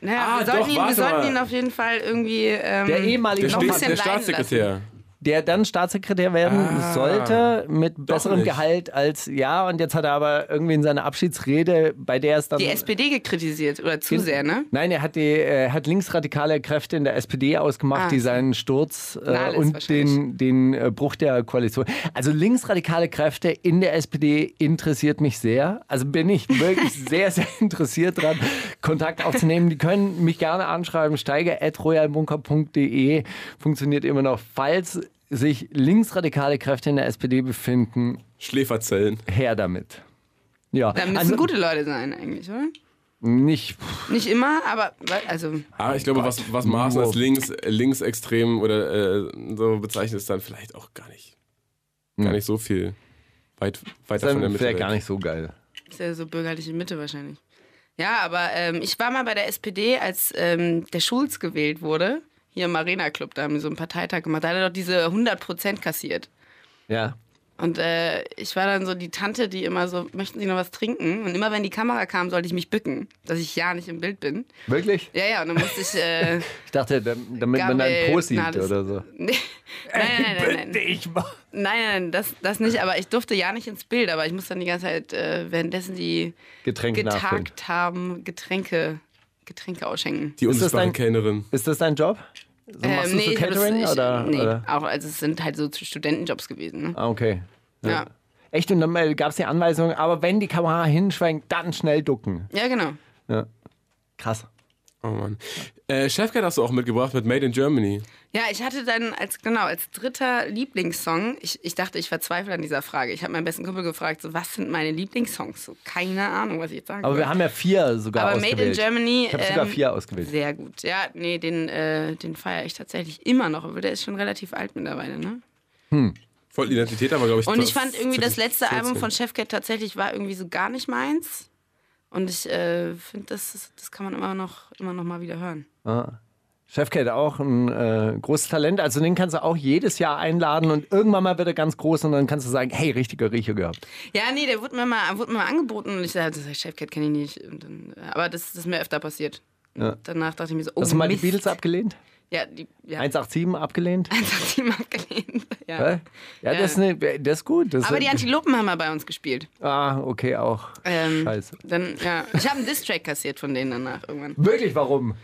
Naja,
Ah,
wir sollten,
doch,
ihn,
warte
wir sollten
mal.
ihn auf jeden Fall irgendwie. Ähm,
Der ehemalige
Der,
Noch ein
Staats-
bisschen
der
leiden
Staatssekretär.
der dann Staatssekretär werden
Ah,
sollte, mit besserem
nicht.
Gehalt als ja. Und jetzt hat er aber irgendwie in seiner Abschiedsrede, bei der es dann.
die SPD gekritisiert oder zu sehr, ne?
Nein, er hat, die, äh, hat linksradikale Kräfte in der SPD ausgemacht,
Ah.
die seinen Sturz äh,
Nahles
und
wahrscheinlich.
den, den äh, Bruch der Koalition. Also linksradikale Kräfte in der SPD interessiert mich sehr. Also bin ich
(laughs)
wirklich sehr, sehr interessiert dran, Kontakt aufzunehmen. Die können mich gerne anschreiben. Steiger.royalbunker.de funktioniert immer noch. Falls sich linksradikale Kräfte in der SPD befinden,
Schläferzellen.
her damit. Ja,
Da müssen
also
gute Leute sein eigentlich, oder?
nicht
Nicht immer, aber also
Ah, ich glaube, was, was Maaßen als links, äh, linksextrem oder äh, so bezeichnet, ist dann vielleicht auch gar nicht, gar nicht so viel weit, weiter von der
Hm. dann
Mitte.
vielleicht gar
weg.
nicht so geil.
ist ja so bürgerliche Mitte wahrscheinlich. Ja, aber ähm, ich war mal bei der SPD, als ähm, der Schulz gewählt wurde, hier im Arena Club, da haben wir so einen Parteitag gemacht, da hat er doch diese 100% kassiert.
Ja.
Und äh, ich war dann so die Tante, die immer so, möchten Sie noch was trinken? Und immer wenn die Kamera kam, sollte ich mich bücken, dass ich ja nicht im Bild bin.
Wirklich?
Ja, ja, und dann musste
(laughs)
ich... Äh,
Ich dachte, dam- damit man
Gabriel
einen Po sieht
Nahles.
oder so.
(laughs) nee, nein, nein, nein, nein.
Ich war.
Nein, nein, das, das nicht, aber ich durfte ja nicht ins Bild, aber ich muss dann die ganze Zeit, äh, währenddessen die
Getränke nachfüllen.
getagt haben, Getränke, Getränke ausschenken.
Die
Ist das
unsichtbare
dein-
Kellnerin.
Ist das dein Job? So, Also machst du so
Ähm, ich hab das-
Catering
ich-
oder,
nee,
oder?
auch also es sind halt so Studentenjobs gewesen. Ne?
Ah, okay.
Ja.
Echt, und dann gab es die Anweisung, aber wenn die Kamera hinschwenkt, dann schnell ducken.
ja, genau.
Krass.
Oh Mann. Äh, Chefcat hast du auch mitgebracht mit Made in Germany.
Ja, ich hatte dann als genau als dritter Lieblingssong, ich, ich dachte, ich verzweifle an dieser Frage. Ich habe meinen besten Kumpel gefragt, so, was sind meine Lieblingssongs? So, keine Ahnung, was ich jetzt sagen
Aber
soll.
wir haben ja vier sogar
Aber
ausgewählt.
Made in Germany.
Ich habe sogar
ähm,
vier ausgewählt.
Sehr gut. Ja, nee, den, äh, den feiere ich tatsächlich immer noch. Aber der ist schon relativ alt mittlerweile, ne?
Voll Identität, aber glaube ich.
Und ich fand irgendwie das letzte
14.
Album von Chefcat tatsächlich war irgendwie so gar nicht meins. Und ich äh, finde, das, ist- das kann man immer noch, immer noch mal wieder hören.
Chefcat auch ein äh, großes Talent. Also den kannst du auch jedes Jahr einladen und irgendwann mal wird er ganz groß und dann kannst du sagen, hey, richtiger Riecher gehabt.
Ja, nee, der wurde mir mal, wurde mir mal angeboten und ich dachte, Chefcat kenne ich nicht. Und dann, äh, aber das, das ist mir öfter passiert. Und Danach dachte ich mir so, oh,
Hast du mal
Mist.
die Beatles abgelehnt?
Ja, die ja, (laughs)
187 abgelehnt?
hat die mal abgelehnt. Ja.
Hä? Ja, das ist, ne, das ist gut. Das
Aber die
ist,
Antilopen haben mal bei uns gespielt.
ah, okay, auch.
Ähm,
Scheiße.
Dann, ja. Ich habe einen Distrack kassiert von denen danach irgendwann.
Wirklich, warum?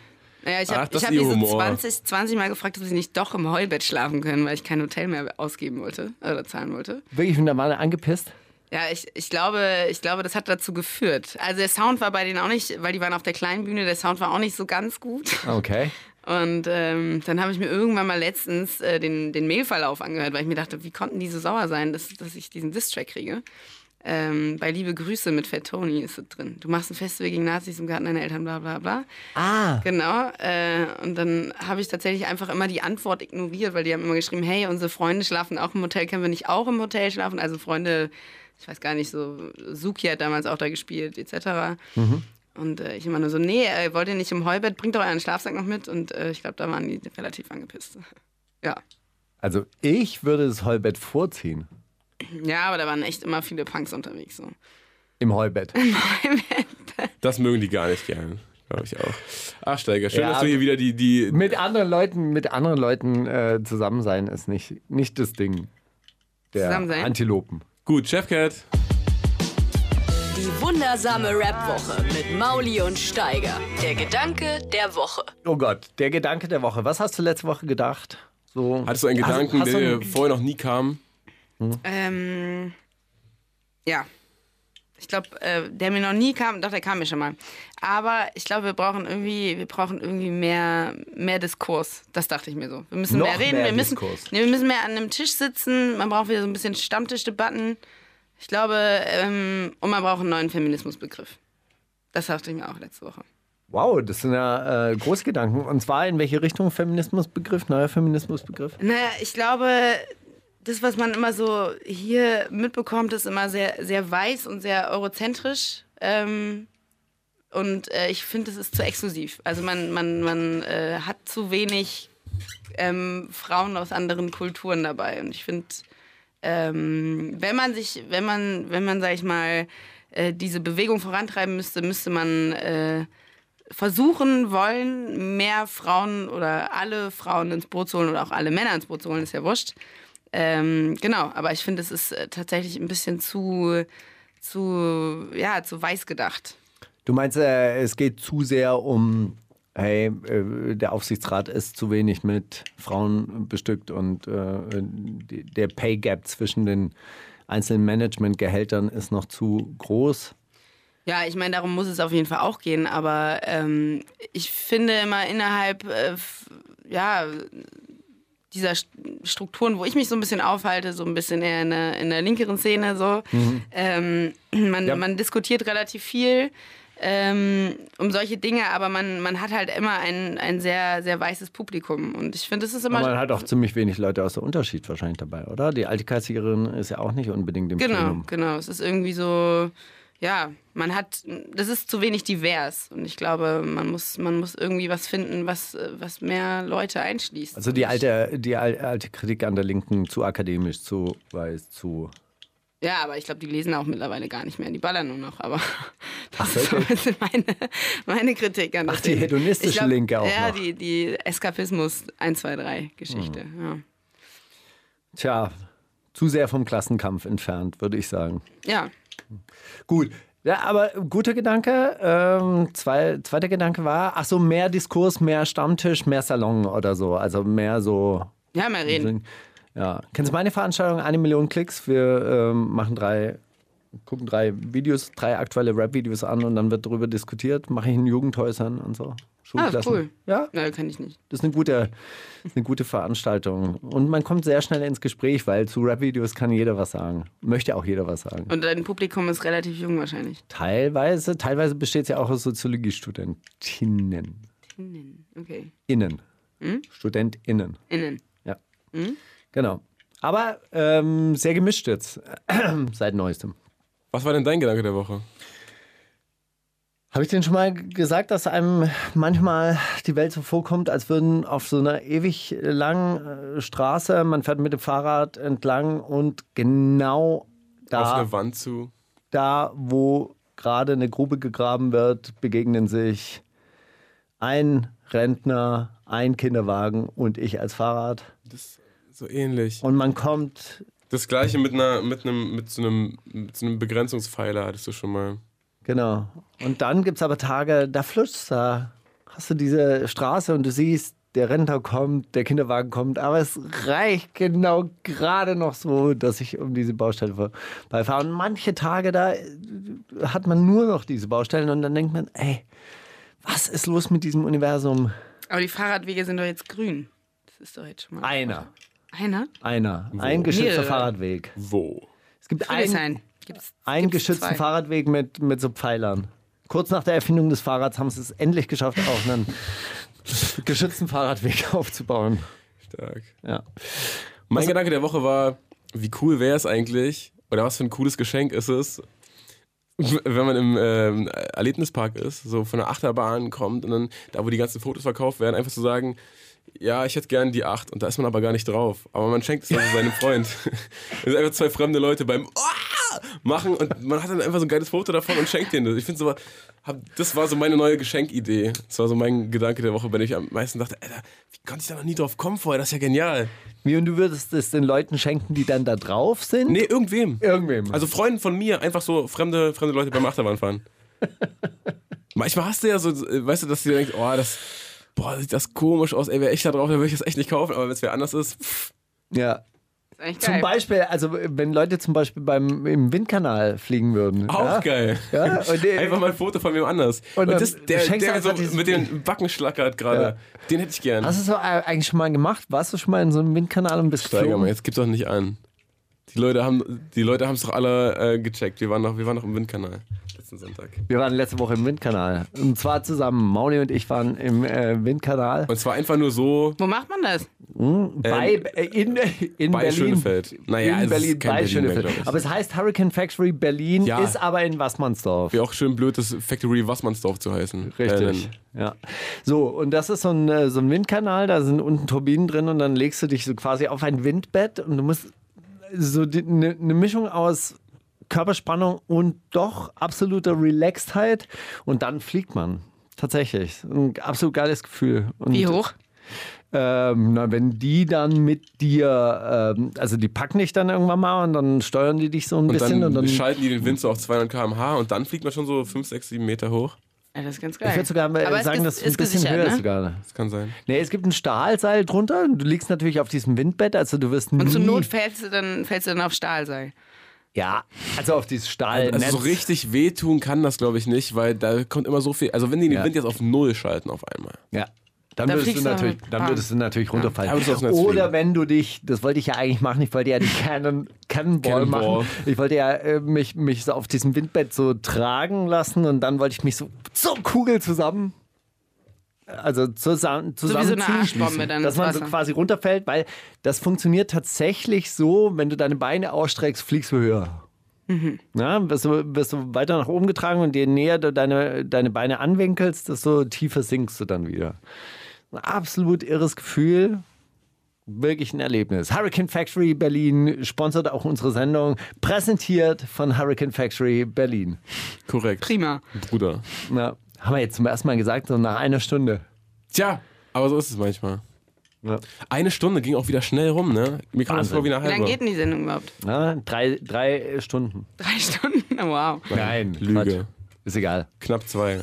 Naja, ich
Ach,
habe
das
hab
ist
die
ihr
so
Humor.
20, 20 Mal gefragt, ob sie nicht doch im Heulbett schlafen können, weil ich kein Hotel mehr ausgeben wollte oder zahlen wollte.
Wirklich, und da war er angepisst?
Ja, ich, ich, glaube, ich glaube, das hat dazu geführt. Also der Sound war bei denen auch nicht, weil die waren auf der kleinen Bühne, der Sound war auch nicht so ganz gut.
Okay.
Und ähm, dann habe ich mir irgendwann mal letztens äh, den, den Mailverlauf angehört, weil ich mir dachte, wie konnten die so sauer sein, dass, dass ich diesen Distrack kriege. Ähm, bei Liebe Grüße mit Fat Tony ist es drin. Du machst ein Festival gegen Nazis im Garten deiner Eltern, bla bla bla.
Ah,
Genau. Äh, und dann habe ich tatsächlich einfach immer die Antwort ignoriert, weil die haben immer geschrieben, hey, unsere Freunde schlafen auch im Hotel, können wir nicht auch im Hotel schlafen? Also Freunde, ich weiß gar nicht, so Suki hat damals auch da gespielt, etc. Und äh, ich immer nur so, nee, äh, wollt ihr nicht im Heubett, bringt doch euren Schlafsack noch mit. Und äh, ich glaube, da waren die relativ angepisst. (laughs) Ja.
also ich würde das Heubett vorziehen.
Ja, aber da waren echt immer viele Punks unterwegs. So.
Im Heubett. (laughs)
Das mögen die gar nicht gern. Glaube ich auch. Ach, Steiger, schön,
Ja, also-
dass du hier wieder die. die
Mit anderen Leuten, mit anderen Leuten äh, zusammen sein ist nicht, nicht das Ding der
Zusammen sein?
Antilopen.
gut, Chefcat.
Die wundersame Rap-Woche mit Mauli und Steiger. Der Gedanke der Woche.
Oh Gott, der Gedanke der Woche. Was hast du letzte Woche gedacht? So,
Hattest du einen Gedanken,
hast, hast
der
du,
dir vorher noch nie kam?
Ähm, ja. Ich glaube, äh, der mir noch nie kam, doch, der kam mir schon mal. Aber ich glaube, wir brauchen irgendwie, wir brauchen irgendwie mehr, mehr Diskurs. Das dachte ich mir so. Wir müssen
Noch
mehr reden,
mehr
wir, müssen,
Diskurs.
nee, wir müssen mehr an einem Tisch sitzen, man braucht wieder so ein bisschen Stammtischdebatten. Ich glaube, ähm, und man braucht einen neuen Feminismusbegriff. Das dachte ich mir auch letzte Woche.
wow, das sind ja äh, große Gedanken. Und zwar in welche Richtung Feminismusbegriff, neuer Feminismusbegriff?
Naja, ich glaube, das, was man immer so hier mitbekommt, ist immer sehr, sehr weiß und sehr eurozentrisch. Ähm, und äh, ich finde, es ist zu exklusiv. Also man, man, man äh, hat zu wenig ähm, Frauen aus anderen Kulturen dabei. Und ich finde, ähm, wenn man sich, wenn man, wenn man, sag ich mal, äh, diese Bewegung vorantreiben müsste, müsste man äh, versuchen wollen, mehr Frauen oder alle Frauen ins Boot zu holen oder auch alle Männer ins Boot zu holen, ist ja wurscht. Ähm, genau, aber ich finde, es ist äh, tatsächlich ein bisschen zu, zu, ja, zu weiß gedacht.
Du meinst, äh, es geht zu sehr um, hey, äh, der Aufsichtsrat ist zu wenig mit Frauen bestückt und äh, die, der Pay Gap zwischen den einzelnen Managementgehältern ist noch zu groß.
Ja, ich meine, darum muss es auf jeden Fall auch gehen, aber ähm, ich finde immer innerhalb äh, f- ja, dieser St- Strukturen, wo ich mich so ein bisschen aufhalte, so ein bisschen eher in der, in der linkeren Szene, so, ähm, (clears throat) man, man diskutiert relativ viel ähm, um solche Dinge, aber man, man hat halt immer ein, ein sehr, sehr weißes Publikum und ich finde, das ist immer.
Aber man hat auch ziemlich wenig Leute aus der Unterschied wahrscheinlich dabei, oder? Die Altkassiererin ist ja auch nicht unbedingt im
Genau,
Plenum.
genau. Es ist irgendwie so, ja, man hat, das ist zu wenig divers. Und ich glaube, man muss, man muss irgendwie was finden, was, äh, was mehr Leute einschließt.
Also die alte, die al- alte Kritik an der Linken zu akademisch, zu weiß, zu.
ja, aber ich glaube, die lesen auch mittlerweile gar nicht mehr. Die ballern nur noch. Aber (laughs) das ist so ein bisschen meine, meine Kritik an das
Ach, die
Ding.
hedonistische
Ich glaub,
Linke auch
Ja,
noch.
die, die Eskapismus 1, 2, 3 Geschichte.
Mhm. Tja, zu sehr vom Klassenkampf entfernt, würde ich sagen.
Ja. ja.
Gut. Ja, aber guter Gedanke. Ähm, zwei, zweiter Gedanke war, ach so, mehr Diskurs, mehr Stammtisch, mehr Salon oder so. Also mehr so.
Ja, mal reden.
Ja. Kennst du meine Veranstaltung? Eine Million Klicks. Wir ähm, machen drei, gucken drei Videos, drei aktuelle Rap-Videos an und dann wird darüber diskutiert. Mache ich in Jugendhäusern und so. Schulklassen.
Ah, cool.
Ja,
Nein, kann ich nicht.
das ist eine gute, das ist eine gute Veranstaltung. Und man kommt sehr schnell ins Gespräch, weil zu Rap-Videos kann jeder was sagen. Möchte auch jeder was sagen.
Und dein Publikum ist relativ jung wahrscheinlich.
Teilweise, teilweise besteht es ja auch aus Soziologiestudentinnen.
Innen. Okay.
Innen. StudentInnen.
Innen.
Ja. Genau. Aber ähm, sehr gemischt jetzt. (clears throat) Seit neuestem.
Was war denn dein Gedanke der Woche?
Habe ich denn schon mal gesagt, dass einem manchmal die Welt so vorkommt, als würden auf so einer ewig langen äh, Straße, man fährt mit dem Fahrrad entlang und genau
Auf
da,
eine Wand zu.
da wo gerade eine Grube gegraben wird, begegnen sich ein Rentner, ein Kinderwagen und ich als Fahrrad.
Das so ähnlich.
Und man kommt,
Das gleiche mit einer, mit einem, mit so einem, mit so einem Begrenzungspfeiler hattest du schon mal.
genau. Und dann gibt es aber Tage, da flutscht da. Hast du diese Straße und du siehst, der Rentner kommt, der Kinderwagen kommt, aber es reicht genau gerade noch so, dass ich um diese Baustelle vorbeifahre. Und manche Tage, da äh, hat man nur noch diese Baustellen und dann denkt man, ey, was ist los mit diesem Universum?
Aber die Fahrradwege sind doch jetzt grün. Das ist doch jetzt schon mal. ne?
Einer.
Einer?
Einer. Ein geschützter
Mehrere.
Fahrradweg.
Wo?
Es gibt
Könnte
einen,
sein. Gibt's,
einen
gibt's
geschützten
zwei.
Fahrradweg mit, mit so Pfeilern. Kurz nach der Erfindung des Fahrrads haben sie es endlich geschafft, auch einen (laughs) geschützten Fahrradweg (laughs) aufzubauen.
Stark.
Ja.
Mein Gedanke der Woche war, wie cool wäre es eigentlich, oder was für ein cooles Geschenk ist es, wenn man im ähm, Erlebnispark ist, so von der Achterbahn kommt und dann, da wo die ganzen Fotos verkauft werden, einfach zu sagen, ja, ich hätte gern die 8 und da ist man aber gar nicht drauf. Aber man schenkt es also seinem Freund. Das sind einfach zwei fremde Leute beim "Ah!" machen und man hat dann einfach so ein geiles Foto davon und schenkt denen das. Ich finde so, hab- das war so meine neue Geschenkidee. Das war so mein Gedanke der Woche, wenn ich am meisten dachte, Alter, wie konnte ich da noch nie drauf kommen vorher? Das ist ja genial.
Wie und du würdest es den Leuten schenken, die dann da drauf sind?
Nee, irgendwem.
Irgendwem.
Also Freunden von mir, einfach so fremde, fremde Leute beim Achterbahn fahren.
(laughs)
Manchmal hast du ja so, äh, weißt du, dass du dir denkst, oh, das, boah, sieht das komisch aus, ey, wäre ich da drauf, dann würde ich das echt nicht kaufen, aber wenn es wer anders ist, pff,
ja.
Ist eigentlich
Zum
geil.
Beispiel, also wenn Leute zum Beispiel beim, im Windkanal fliegen würden.
auch
ja?
geil.
Ja, und die-
Einfach mal ein Foto von wem anders.
Und
Und,
dann
das, der,
schenkst du
der so
einfach dieses-
mit den Backen schlackert gerade,
Ja.
den hätte ich gern.
Hast du es so eigentlich schon mal gemacht? Warst du schon mal in so einem Windkanal und bist
Steiger mal,
geflogen?
jetzt gib's doch nicht an. Die Leute haben die Leute es doch alle äh, gecheckt. Wir waren, noch, wir waren noch im Windkanal letzten Sonntag.
Wir waren letzte Woche im Windkanal. Und zwar zusammen. Mauli und ich waren im äh, Windkanal.
Und zwar einfach nur so,
Wo macht man das?
Bei, äh, in, in
Ähm, bei
Berlin.
Schönefeld. Naja,
in
es
Berlin,
ist kein
bei
Berlin mehr,
Schönefeld.
glaub ich.
aber es heißt Hurricane Factory Berlin,
Ja.
ist aber in Wassmannsdorf.
Wäre auch schön blöd, das Factory Wassmannsdorf zu heißen. Äh,
Richtig. Ja. So, und das ist so ein, äh, so ein Windkanal, da sind unten Turbinen drin und dann legst du dich so quasi auf ein Windbett und du musst so eine ne Mischung aus Körperspannung und doch absoluter Relaxedheit und dann fliegt man. Tatsächlich. Ein absolut geiles Gefühl. Und,
Wie hoch?
Ähm, na, wenn die dann mit dir, ähm, also die packen dich dann irgendwann mal und dann steuern die dich so ein
und,
bisschen
dann
und dann
schalten die den Wind so auf 200 km/h und dann fliegt man schon so 5, 6, 7 Meter hoch.
Ja, das ist ganz geil.
ich würde sogar
Aber
äh,
es
sagen,
ist-
dass es ein
ist
bisschen
gesichert,
höher
ne?
ist sogar.
Das kann sein.
Nee, es gibt ein Stahlseil drunter und du liegst natürlich auf diesem Windbett, also du wirst nie...
Und zur Not fällst du dann, fällst du dann auf Stahlseil.
Ja, also auf dieses Stahlnetz.
Also so richtig wehtun kann das, glaube ich, nicht, weil da kommt immer so viel. Also wenn die den
Ja.
Wind jetzt auf Null schalten auf einmal.
Ja. Dann
Da
würdest, du
fliegst du halt
natürlich,
aber-
dann würdest du natürlich runterfallen.
Da würdest du aufs Netz
Oder
fliegen.
wenn du dich, das wollte ich ja eigentlich machen, ich wollte ja die Cannon, Cannonball,
Cannonball.
machen. Ich wollte ja äh, mich, mich so auf diesem Windbett so tragen lassen und dann wollte ich mich so zur Kugel zusammen. Also zusammen,
so
zusammen
eine Arschbombe dann
dass
ins
man so
Wasser.
quasi runterfällt, weil das funktioniert tatsächlich so, wenn du deine Beine ausstreckst, fliegst du höher.
Mhm.
Na, wirst, du, wirst du weiter nach oben getragen und je näher du deine, deine Beine anwinkelst, desto tiefer sinkst du dann wieder. Ein absolut irres Gefühl. Wirklich ein Erlebnis. Hurricane Factory Berlin sponsert auch unsere Sendung, präsentiert von Hurricane Factory Berlin.
Korrekt.
Prima.
Bruder.
Na, haben wir jetzt zum ersten Mal gesagt, so nach einer Stunde.
Tja, aber so ist es manchmal. Eine Stunde ging auch wieder schnell rum, ne? Mir kam das
Wahnsinn.
vor wie eine
Wie lange
halbe.
geht denn die Sendung überhaupt? (laughs)
Ja, drei, drei äh, Stunden.
Drei Stunden? (laughs) Wow.
Nein,
Lüge.
Quatsch. Ist egal.
Knapp zwei.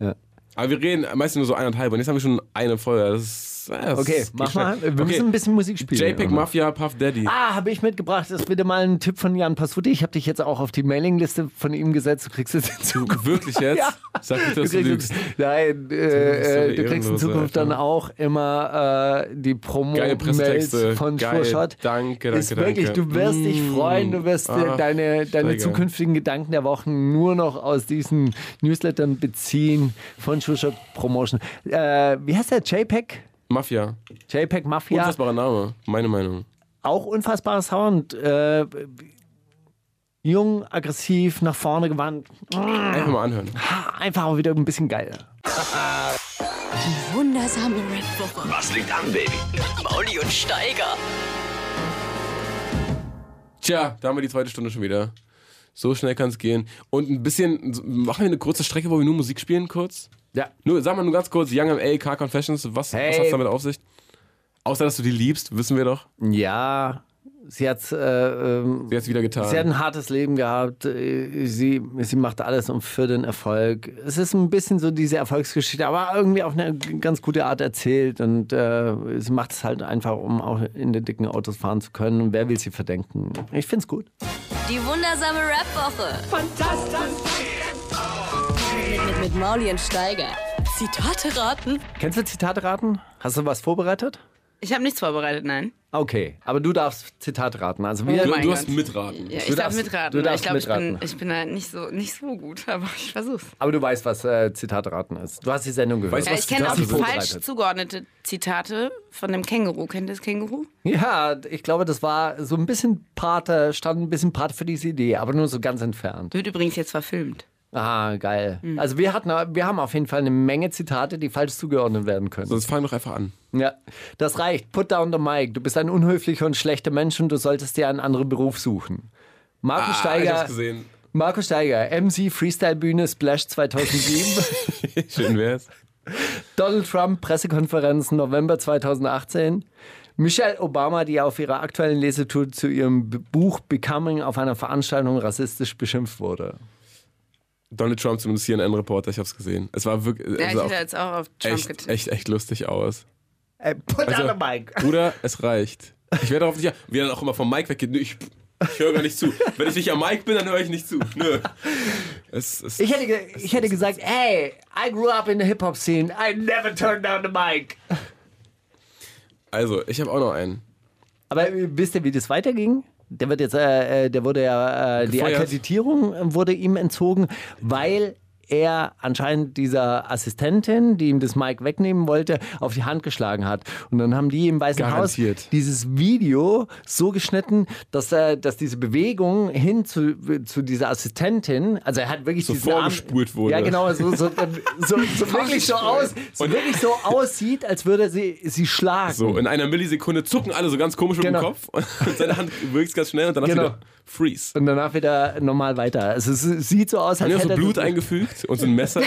Ja.
Aber wir reden meistens nur so eineinhalb und jetzt haben wir schon eine Folge. Das ist, ja, das
Okay,
geht
mach
schnell.
mal. Wir
Okay.
müssen ein bisschen Musik spielen.
JPEG
Oder?
Mafia Puff Daddy.
also. Ah, habe ich mitgebracht. Das ist wieder mal ein Tipp von Jan Passuti. Ich habe dich jetzt auch auf die Mailingliste von ihm gesetzt. Du kriegst es (laughs) in Zukunft.
Wirklich jetzt?
Ja.
Sag nicht, dass du
kriegst,
lügst.
nein,
bist so
äh, äh, du
eine
kriegst in
Ehrenlose,
Zukunft dann
Alter.
auch immer äh, die
Geile Pressetexte.
Promo-Mails von
Geil.
Schwurschott.
Danke, danke,
Ist wirklich,
danke.
du wirst dich freuen. Du wirst
Ah,
äh, deine, deine
Steiger.
zukünftigen Gedanken der Wochen nur noch aus diesen Newslettern beziehen von Schwurschott Promotion. Äh, wie heißt der? JPEG?
Mafia.
JPEG Mafia.
Unfassbarer Name, meine Meinung.
auch unfassbarer Sound. Äh, jung, aggressiv, nach vorne gewandt.
Einfach mal anhören.
Ah, Einfach auch wieder ein bisschen geil.
Wundersame Red Booker.
Was liegt an, Baby? Mit Mauli und Steiger.
Tja, da haben wir die zweite Stunde schon wieder. So schnell kann es gehen. Und ein bisschen, machen wir eine kurze Strecke, wo wir nur Musik spielen, kurz?
Ja.
Nur, sag mal nur ganz kurz, Young M.A., Car Confessions, was,
Hey.
was hat's damit auf sich? Außer, dass du die liebst, wissen wir doch.
Ja, sie hat, äh, ähm,
Sie hat's wieder getan.
sie hat ein hartes Leben gehabt. Äh, Sie, sie macht alles um für den Erfolg. Es ist ein bisschen so diese Erfolgsgeschichte, aber irgendwie auf eine ganz gute Art erzählt. Und äh, sie macht es halt einfach, um auch in den dicken Autos fahren zu können. Und wer will sie verdenken? Ich find's gut.
Die wundersame Rap-Woche. Fantastisch. Mit, mit Mauli und Steiger. Zitate raten.
Kennst du Zitate raten? Hast du was vorbereitet?
Ich habe nichts vorbereitet, nein.
Okay, aber du darfst Zitat raten. Also wir,
Oh
du
mein
du hast
Gott.
mitraten.
Ja, ich
Du
darf
darfst-
mitraten.
du darfst
ich glaube, ich bin,
mitraten.
ich bin halt nicht so, nicht so gut, (laughs) aber ich versuch's.
aber du weißt, was äh, Zitat raten ist. Du hast die Sendung gehört.
Weißt du,
Ja,
was
ich kenne auch
Zitate
die
sind?
falsch zugeordnete Zitate von dem Känguru. Kennt ihr das Känguru?
ja, ich glaube, das war so ein bisschen Pate, stand ein bisschen Pate für diese Idee, aber nur so ganz entfernt.
Wird übrigens jetzt verfilmt.
Ah, geil.
Mhm.
Also wir hatten, wir haben auf jeden Fall eine Menge Zitate, die falsch zugeordnet werden können.
Sonst fang doch einfach an.
Ja, das reicht. Put down the mic. Du bist ein unhöflicher und schlechter Mensch und du solltest dir einen anderen Beruf suchen. Marco
Ah, ich
Steiger.
hab's gesehen.
Marco Steiger, MC Freestyle Bühne Splash
(laughs)
2007.
Schön wär's.
Donald Trump, Pressekonferenz November 2018. Michelle Obama, die auf ihrer aktuellen Lesetour zu ihrem B- Buch Becoming auf einer Veranstaltung rassistisch beschimpft wurde.
Donald Trump zumindest hier ein Reporter, ich hab's gesehen. Es war wirklich also
Ja,
Also
ich
es sah
hätte jetzt auch auf Trump
echt,
getippt.
echt, echt lustig aus.
Ey, put
Also,
down the mic.
Bruder, es reicht. Ich werde darauf nicht. Wie er dann auch immer vom Mike weggeht. Nö, Ich, ich höre gar nicht zu. Wenn ich nicht am Mike bin, dann höre ich nicht zu. Nö. Es, es,
Ich hätte, ge- ich hätte gesagt, hey, I grew up in the Hip-Hop-Scene. I never turned down the mic.
also, ich habe auch noch einen.
Aber äh, wisst ihr, wie das weiterging? Der wird jetzt, äh, äh, der wurde ja, äh, die
Gefeuert.
Akkreditierung äh, wurde ihm entzogen, weil er anscheinend dieser Assistentin, die ihm das Mic wegnehmen wollte, auf die Hand geschlagen hat. Und dann haben die im Weißen Haus
Garantiert.
dieses Video so geschnitten, dass, äh, dass diese Bewegung hin zu, zu dieser Assistentin, also er hat wirklich
So
diesen Arm-
vorgespult wurde.
Ja, genau, so, so,
(laughs)
so, so wirklich so aus, so wirklich so aussieht, als würde sie sie schlagen.
So, in einer Millisekunde zucken alle so ganz komisch
Genau.
mit dem Kopf. Und (laughs) seine Hand wirkt ganz schnell und danach
Genau.
wieder Freeze.
Und danach wieder normal weiter. Also es sieht so aus, als
Hat er
hätte
so
er
Blut
das-
eingefügt und so ein Messer.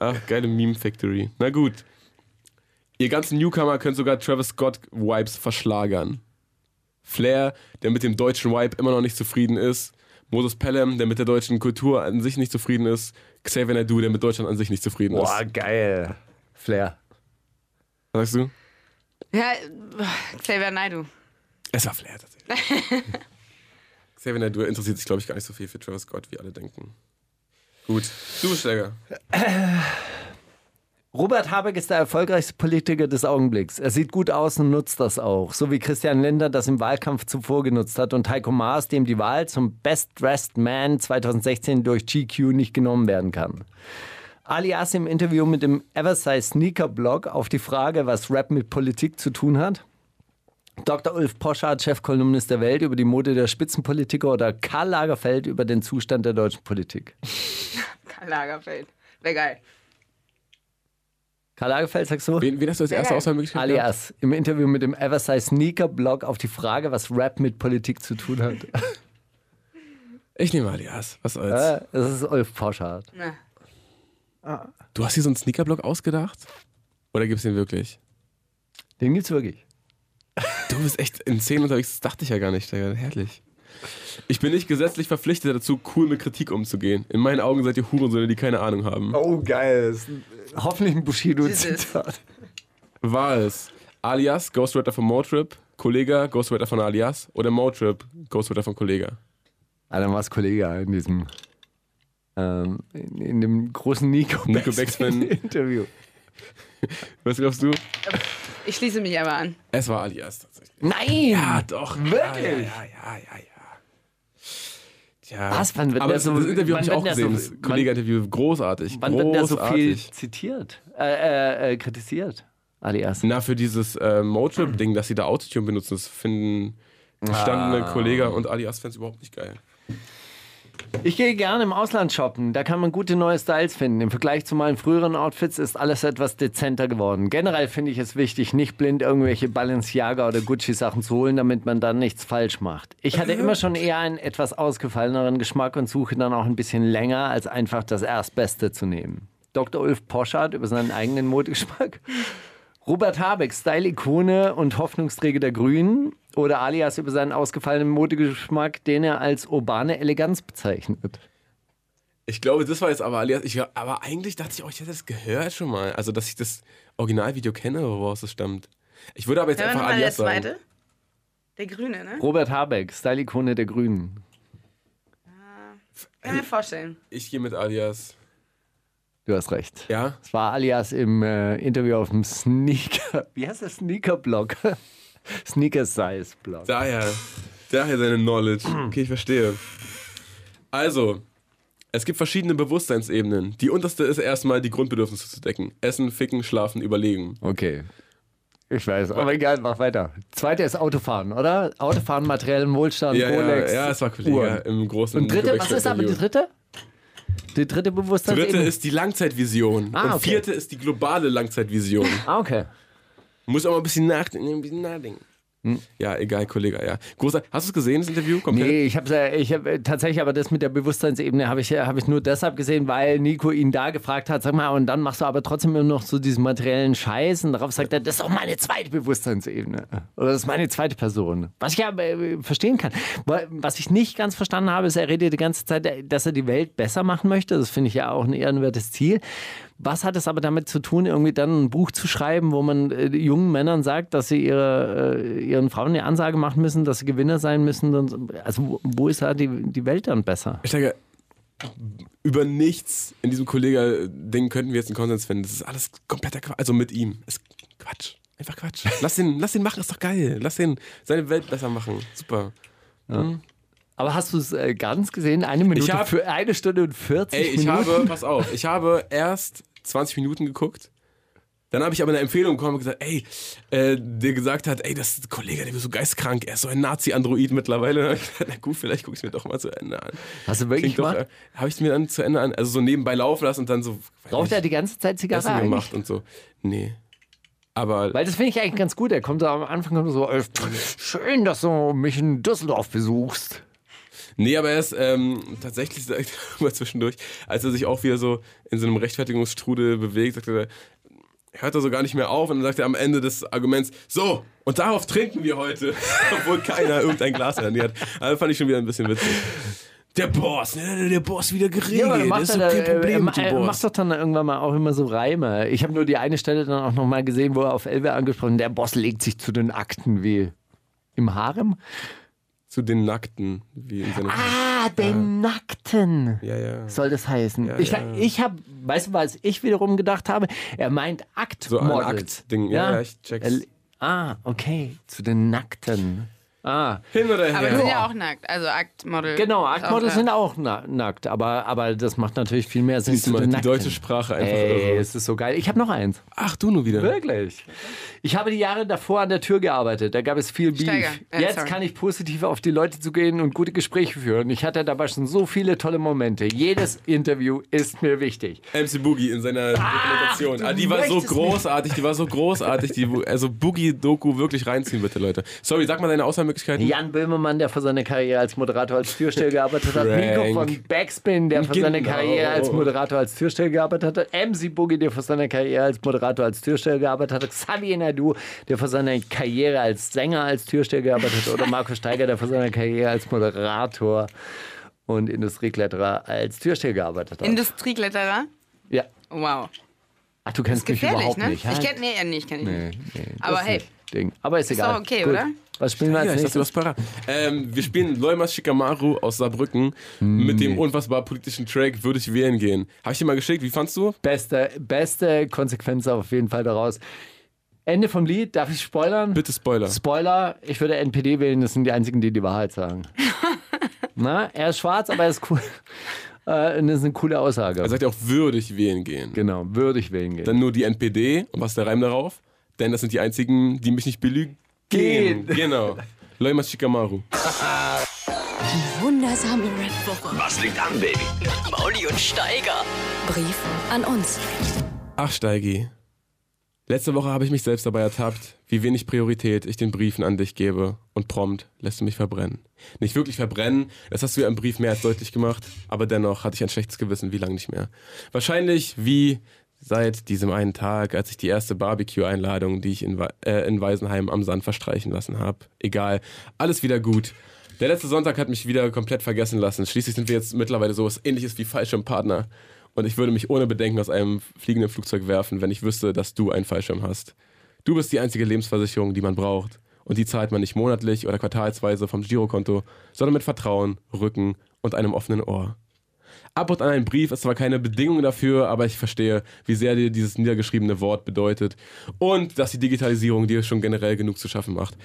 Ach, geile Meme Factory. Na gut. Ihr ganzen Newcomer könnt sogar Travis Scott Vibes verschlagern. Flair, der mit dem deutschen Vibe immer noch nicht zufrieden ist. Moses Pelham, der mit der deutschen Kultur an sich nicht zufrieden ist. Xavier Naidoo, der mit Deutschland an sich nicht zufrieden ist.
Boah,
Was
geil. Flair.
sagst du?
Ja, äh, Xavier Naidoo.
Es war Flair tatsächlich. Xavier Naidoo interessiert sich, glaube ich, gar nicht so viel für Travis Scott, wie alle denken. Gut. Du, Schläger.
Robert Habeck ist der erfolgreichste Politiker des Augenblicks. Er sieht gut aus und nutzt das auch. So wie Christian Lindner das im Wahlkampf zuvor genutzt hat und Heiko Maas, dem die Wahl zum Best Dressed Man 2016 durch GQ nicht genommen werden kann. Alias im Interview mit dem Eversize Sneaker Blog auf die Frage, was Rap mit Politik zu tun hat. Dr. Ulf Poschardt, Chefkolumnist der Welt, über die Mode der Spitzenpolitiker oder Karl Lagerfeld über den Zustand der deutschen Politik.
Karl Lagerfeld. Wäre geil.
Karl Lagerfeld, sagst du?
Wen, wen hast du als erste Auswahlmöglichkeit? gehabt?
Alias, im Interview mit dem Eversize Sneaker Blog auf die Frage, was Rap mit Politik zu tun (laughs) hat.
Ich nehme Alias. Was soll's?
Äh, das ist Ulf Poschardt.
Na,
Du hast dir so einen Sneakerblock ausgedacht? Oder gibt es den wirklich?
Den gibt's wirklich.
Du bist echt in Szenen unterwegs, das dachte ich ja gar nicht, Digga. Herrlich. Ich bin nicht gesetzlich verpflichtet dazu, cool mit Kritik umzugehen. In meinen Augen seid ihr Hurensöhne, die keine Ahnung haben.
Oh, geil. Das ist ein- äh, Hoffentlich ein Bushido-Zitat.
War es Alias, Ghostwriter von Motrip, Kollega, Ghostwriter von Alias oder Motrip, Ghostwriter von Kollega?
Ah, dann war es Kollege in diesem, ähm, in, in dem großen Nico,
Nico Beckspin.
Interview.
Was glaubst du?
Ich schließe mich aber an.
Es war Alias tatsächlich.
Nein!
Ah, doch.
Wirklich?
Ja, ja, ja, ja. ja. Tja.
Was? Wann wird
Aber
der so-
das Interview
wann
habe ich
wird
auch
der
gesehen.
so-
das Kollega-Interview, großartig.
Wann wird da
großartig.
so viel zitiert? Äh, äh, äh, kritisiert? Alias.
Na, für dieses äh, Motrip-Ding, dass sie da Autotune benutzen, das finden
Ah.
gestandene Kollega und Alias-Fans überhaupt nicht geil.
Ich gehe gerne im Ausland shoppen. Da kann man gute neue Styles finden. Im Vergleich zu meinen früheren Outfits ist alles etwas dezenter geworden. Generell finde ich es wichtig, nicht blind irgendwelche Balenciaga oder Gucci-Sachen zu holen, damit man dann nichts falsch macht. Ich hatte immer schon eher einen etwas ausgefalleneren Geschmack und suche dann auch ein bisschen länger, als einfach das Erstbeste zu nehmen. Dr. Ulf Poschardt über seinen eigenen Modegeschmack. (laughs) Robert Habeck, Style-Ikone und Hoffnungsträger der Grünen oder alias über seinen ausgefallenen Modegeschmack, den er als urbane Eleganz bezeichnet.
Ich glaube, das war jetzt aber Alias. Ich, aber eigentlich dachte ich auch, ich hätte das gehört schon mal. Also, dass ich das Originalvideo kenne, woraus es stammt. Ich würde aber jetzt
Hören wir
einfach
mal der
Alias sagen.
zweite. Der Grüne, ne?
Robert Habeck, Style-Ikone der Grünen.
Kann mir vorstellen.
Ich gehe mit Alias.
Du hast recht.
Ja?
Es war alias im äh, Interview auf dem Sneaker. (laughs) Wie heißt der Sneaker-Blog? (laughs) Sneaker-Size-Blog.
Daher. Daher seine Knowledge. Okay, ich verstehe. Also, es gibt verschiedene Bewusstseinsebenen. Die unterste ist erstmal, die Grundbedürfnisse zu decken: Essen, Ficken, Schlafen, Überlegen.
Okay. Ich weiß, aber egal, mach weiter. Zweite ist Autofahren, oder? Autofahren, materiellen Wohlstand,
Ja,
Rolex.
ja, ja, es war Kollege
Uhren.
im großen
Und dritte, was
Gewächs-
ist aber die
Interview.
dritte? Die dritte Bewusstseinsebene?
Dritte ist die Langzeitvision.
Ah,
Und
okay.
vierte ist die globale Langzeitvision.
Ah, okay.
Muss auch mal ein bisschen nachdenken. Ein bisschen nachdenken. Ja, egal, Kollege, ja. Großer, hast du es gesehen, das Interview? Komplett?
Hm. Nee, ich habe ich hab, äh, tatsächlich, aber das mit der Bewusstseinsebene habe ich, äh, hab ich nur deshalb gesehen, weil Nico ihn da gefragt hat, sag mal, und dann machst du aber trotzdem immer noch so diesen materiellen Scheiß und darauf sagt er, das ist auch meine zweite Bewusstseinsebene. Oder das ist meine zweite Person. Was ich ja äh, verstehen kann. Wa- Was ich nicht ganz verstanden habe, ist, er redet die ganze Zeit, äh, dass er die Welt besser machen möchte. Das finde ich ja auch ein ehrenwertes Ziel. Was hat es aber damit zu tun, irgendwie dann ein Buch zu schreiben, wo man äh, jungen Männern sagt, dass sie ihre, äh, ihren Frauen eine Ansage machen müssen, dass sie Gewinner sein müssen? Und, also wo, wo ist da die, die Welt dann besser?
Ich denke, über nichts in diesem Kollege-Ding könnten wir jetzt einen Konsens finden. Das ist alles kompletter Quatsch. Also mit ihm. Ist Quatsch. Einfach Quatsch. Lass ihn, lass ihn machen, ist doch geil. Lass ihn seine Welt besser machen. Super.
Aber hast du es äh, ganz gesehen? Eine Minute,
hab-
für eine Stunde und 40
Ey, ich
Minuten?
habe, pass auf, ich habe erst 20 Minuten geguckt. Dann habe ich aber eine Empfehlung bekommen und gesagt, ey, äh, der gesagt hat, ey, das ist ein Kollege, der ist so geistkrank, er ist so ein Nazi-Android mittlerweile. (laughs) Dann hab ich gesagt, na gut, vielleicht gucke ich mir doch mal zu Ende an.
Hast du wirklich
Klingt doch,
gemacht?
äh, habe ich mir dann zu Ende an, also so nebenbei laufen lassen und dann so. weiß
Raucht
äh, nicht.
er die ganze Zeit Zigarre
Essen
eigentlich?
gemacht und so. Nee. Aber
Weil das finde ich eigentlich ganz gut. Er kommt so am Anfang kommt so, äh, schön, dass du mich in Düsseldorf besuchst.
nee, aber er ist ähm, tatsächlich (laughs) sagt er mal zwischendurch, als er sich auch wieder so in so einem Rechtfertigungsstrudel bewegt, sagt er, hört er so gar nicht mehr auf und dann sagt er am Ende des Arguments, so, und darauf trinken wir heute, (laughs) obwohl keiner irgendein Glas in der Hand hat. Also fand ich schon wieder ein bisschen witzig. Der Boss, ne, der Boss wieder geregelt,
aber
das
macht
ist
er
doch
da-
kein Problem
äh,
mit
ma-
dem
äh,
Boss.
macht doch dann irgendwann mal auch immer so Reime. Ich habe nur die eine Stelle dann auch nochmal gesehen, wo er auf Elbe angesprochen der Boss legt sich zu den Akten wie im Harem.
Zu den Nackten, wie in seinem...
Ah, den Nackten.
Ja, ja.
Soll das heißen? ich
ja.
ich habe, weißt du, was ich wiederum gedacht habe? Er meint Akt.
So ein Akt-Ding, ja, ja, ich check's.
Er- ah, okay. Zu den Nackten. Ah,
Hin oder her.
Aber die sind ja auch nackt. Also Aktmodel.
genau.
Ist auch äh,
Aktmodels
nackt.
sind auch na nackt, aber, aber das macht natürlich viel mehr Sinn. zu
Diesmal
den
die
Nackten.
deutsche Sprache einfach
Ey,
irre.
es ist so geil. Ich habe noch eins.
Ach, du nur wieder.
Wirklich? Ich habe die Jahre davor an der Tür gearbeitet. Da gab es viel Beef.
Steiger. Äh,
Jetzt
sorry.
kann ich positiv auf die Leute zugehen und gute Gespräche führen. Ich hatte dabei schon so viele tolle Momente. Jedes Interview ist mir wichtig.
MC Boogie in seiner Dokumentation. Ah, die war so
möchtest
großartig, die war so großartig. Die, also Boogie-Doku wirklich reinziehen, bitte, Leute. Sorry, sag mal deine Möglichkeiten.
Jan Böhmermann, der für seine Karriere als Moderator als Türsteher gearbeitet hat.
Frank.
Nico von Backspin, der für seine
Genau.
Karriere als Moderator als Türsteher gearbeitet hat. MC Boogie, der für seine Karriere als Moderator als Türsteher gearbeitet hat. Xavier Nadu, der für seine Karriere als Sänger als Türsteher gearbeitet hat. Oder Marco Steiger, der für seine Karriere als Moderator und Industriekletterer als Türsteher gearbeitet hat.
Industriekletterer?
ja.
Wow.
Ach, du kennst mich
Gefährlich,
überhaupt
ne?
nicht.
Ich
halt.
kenn, nee, äh, nee, ich kenn ihn nicht.
Nee, das
Aber
ist
hey.
nicht Ding. Aber ist egal.
doch okay,
Gut.
oder?
Was spielen wir als
Ja, ich dachte,
nächstes?
das parat. Ähm, wir spielen Leumas Shikamaru aus Saarbrücken mit dem unfassbar politischen Track Würde ich wählen gehen. Habe ich dir mal geschickt, wie fandst du?
Beste, beste Konsequenz auf jeden Fall daraus. Ende vom Lied, darf ich spoilern?
Bitte Spoiler.
Spoiler, ich würde NPD wählen, das sind die einzigen, die die Wahrheit
(laughs)
sagen. Na, er ist schwarz, aber er ist cool. Äh, und das ist eine coole Aussage.
Er sagt ja auch, würde ich wählen gehen.
genau, würde ich wählen gehen.
Also- Dann nur die NPD und was ist der Reim darauf? Denn das sind die einzigen, die mich nicht belügen.
Gehen.
Genau. Leumas Shikamaru.
Wundersame Red Woche.
Was liegt an, Baby?
Mit Mauli und Steiger.
Brief an uns.
Ach, Steigi. Letzte Woche habe ich mich selbst dabei ertappt, wie wenig Priorität ich den Briefen an dich gebe. Und prompt lässt du mich verbrennen. Nicht wirklich verbrennen, das hast du ja im Brief mehr als deutlich gemacht. Aber dennoch hatte ich ein schlechtes Gewissen, wie lange nicht mehr. Wahrscheinlich wie seit diesem einen Tag, als ich die erste Barbecue-Einladung, die ich in, Wa- äh, in Waisenheim am Sand verstreichen lassen habe. Egal, alles wieder gut. Der letzte Sonntag hat mich wieder komplett vergessen lassen. Schließlich sind wir jetzt mittlerweile sowas ähnliches wie Fallschirmpartner. Und ich würde mich ohne Bedenken aus einem fliegenden Flugzeug werfen, wenn ich wüsste, dass du einen Fallschirm hast. Du bist die einzige Lebensversicherung, die man braucht. Und die zahlt man nicht monatlich oder quartalsweise vom Girokonto, sondern mit Vertrauen, Rücken und einem offenen Ohr. Ab und an ein Brief ist zwar keine Bedingung dafür, aber ich verstehe, wie sehr dir dieses niedergeschriebene Wort bedeutet und dass die Digitalisierung dir schon generell genug zu schaffen macht,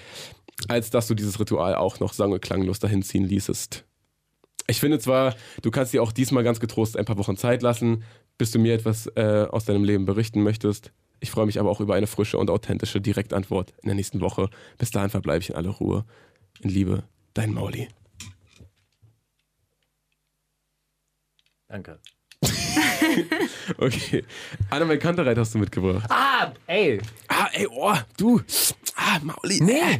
als dass du dieses Ritual auch noch sang- und klanglos dahinziehen ließest. Ich finde zwar, du kannst dir auch diesmal ganz getrost ein paar Wochen Zeit lassen, bis du mir etwas äh, aus deinem Leben berichten möchtest. Ich freue mich aber auch über eine frische und authentische Direktantwort in der nächsten Woche. Bis dahin verbleibe ich in aller Ruhe. In Liebe, dein Mauli.
Danke.
Okay. Annabel Kantereit hast du mitgebracht.
Ah, ey,
Ah, ey, oh, du. Ah, Mauli. Nee.
Äh,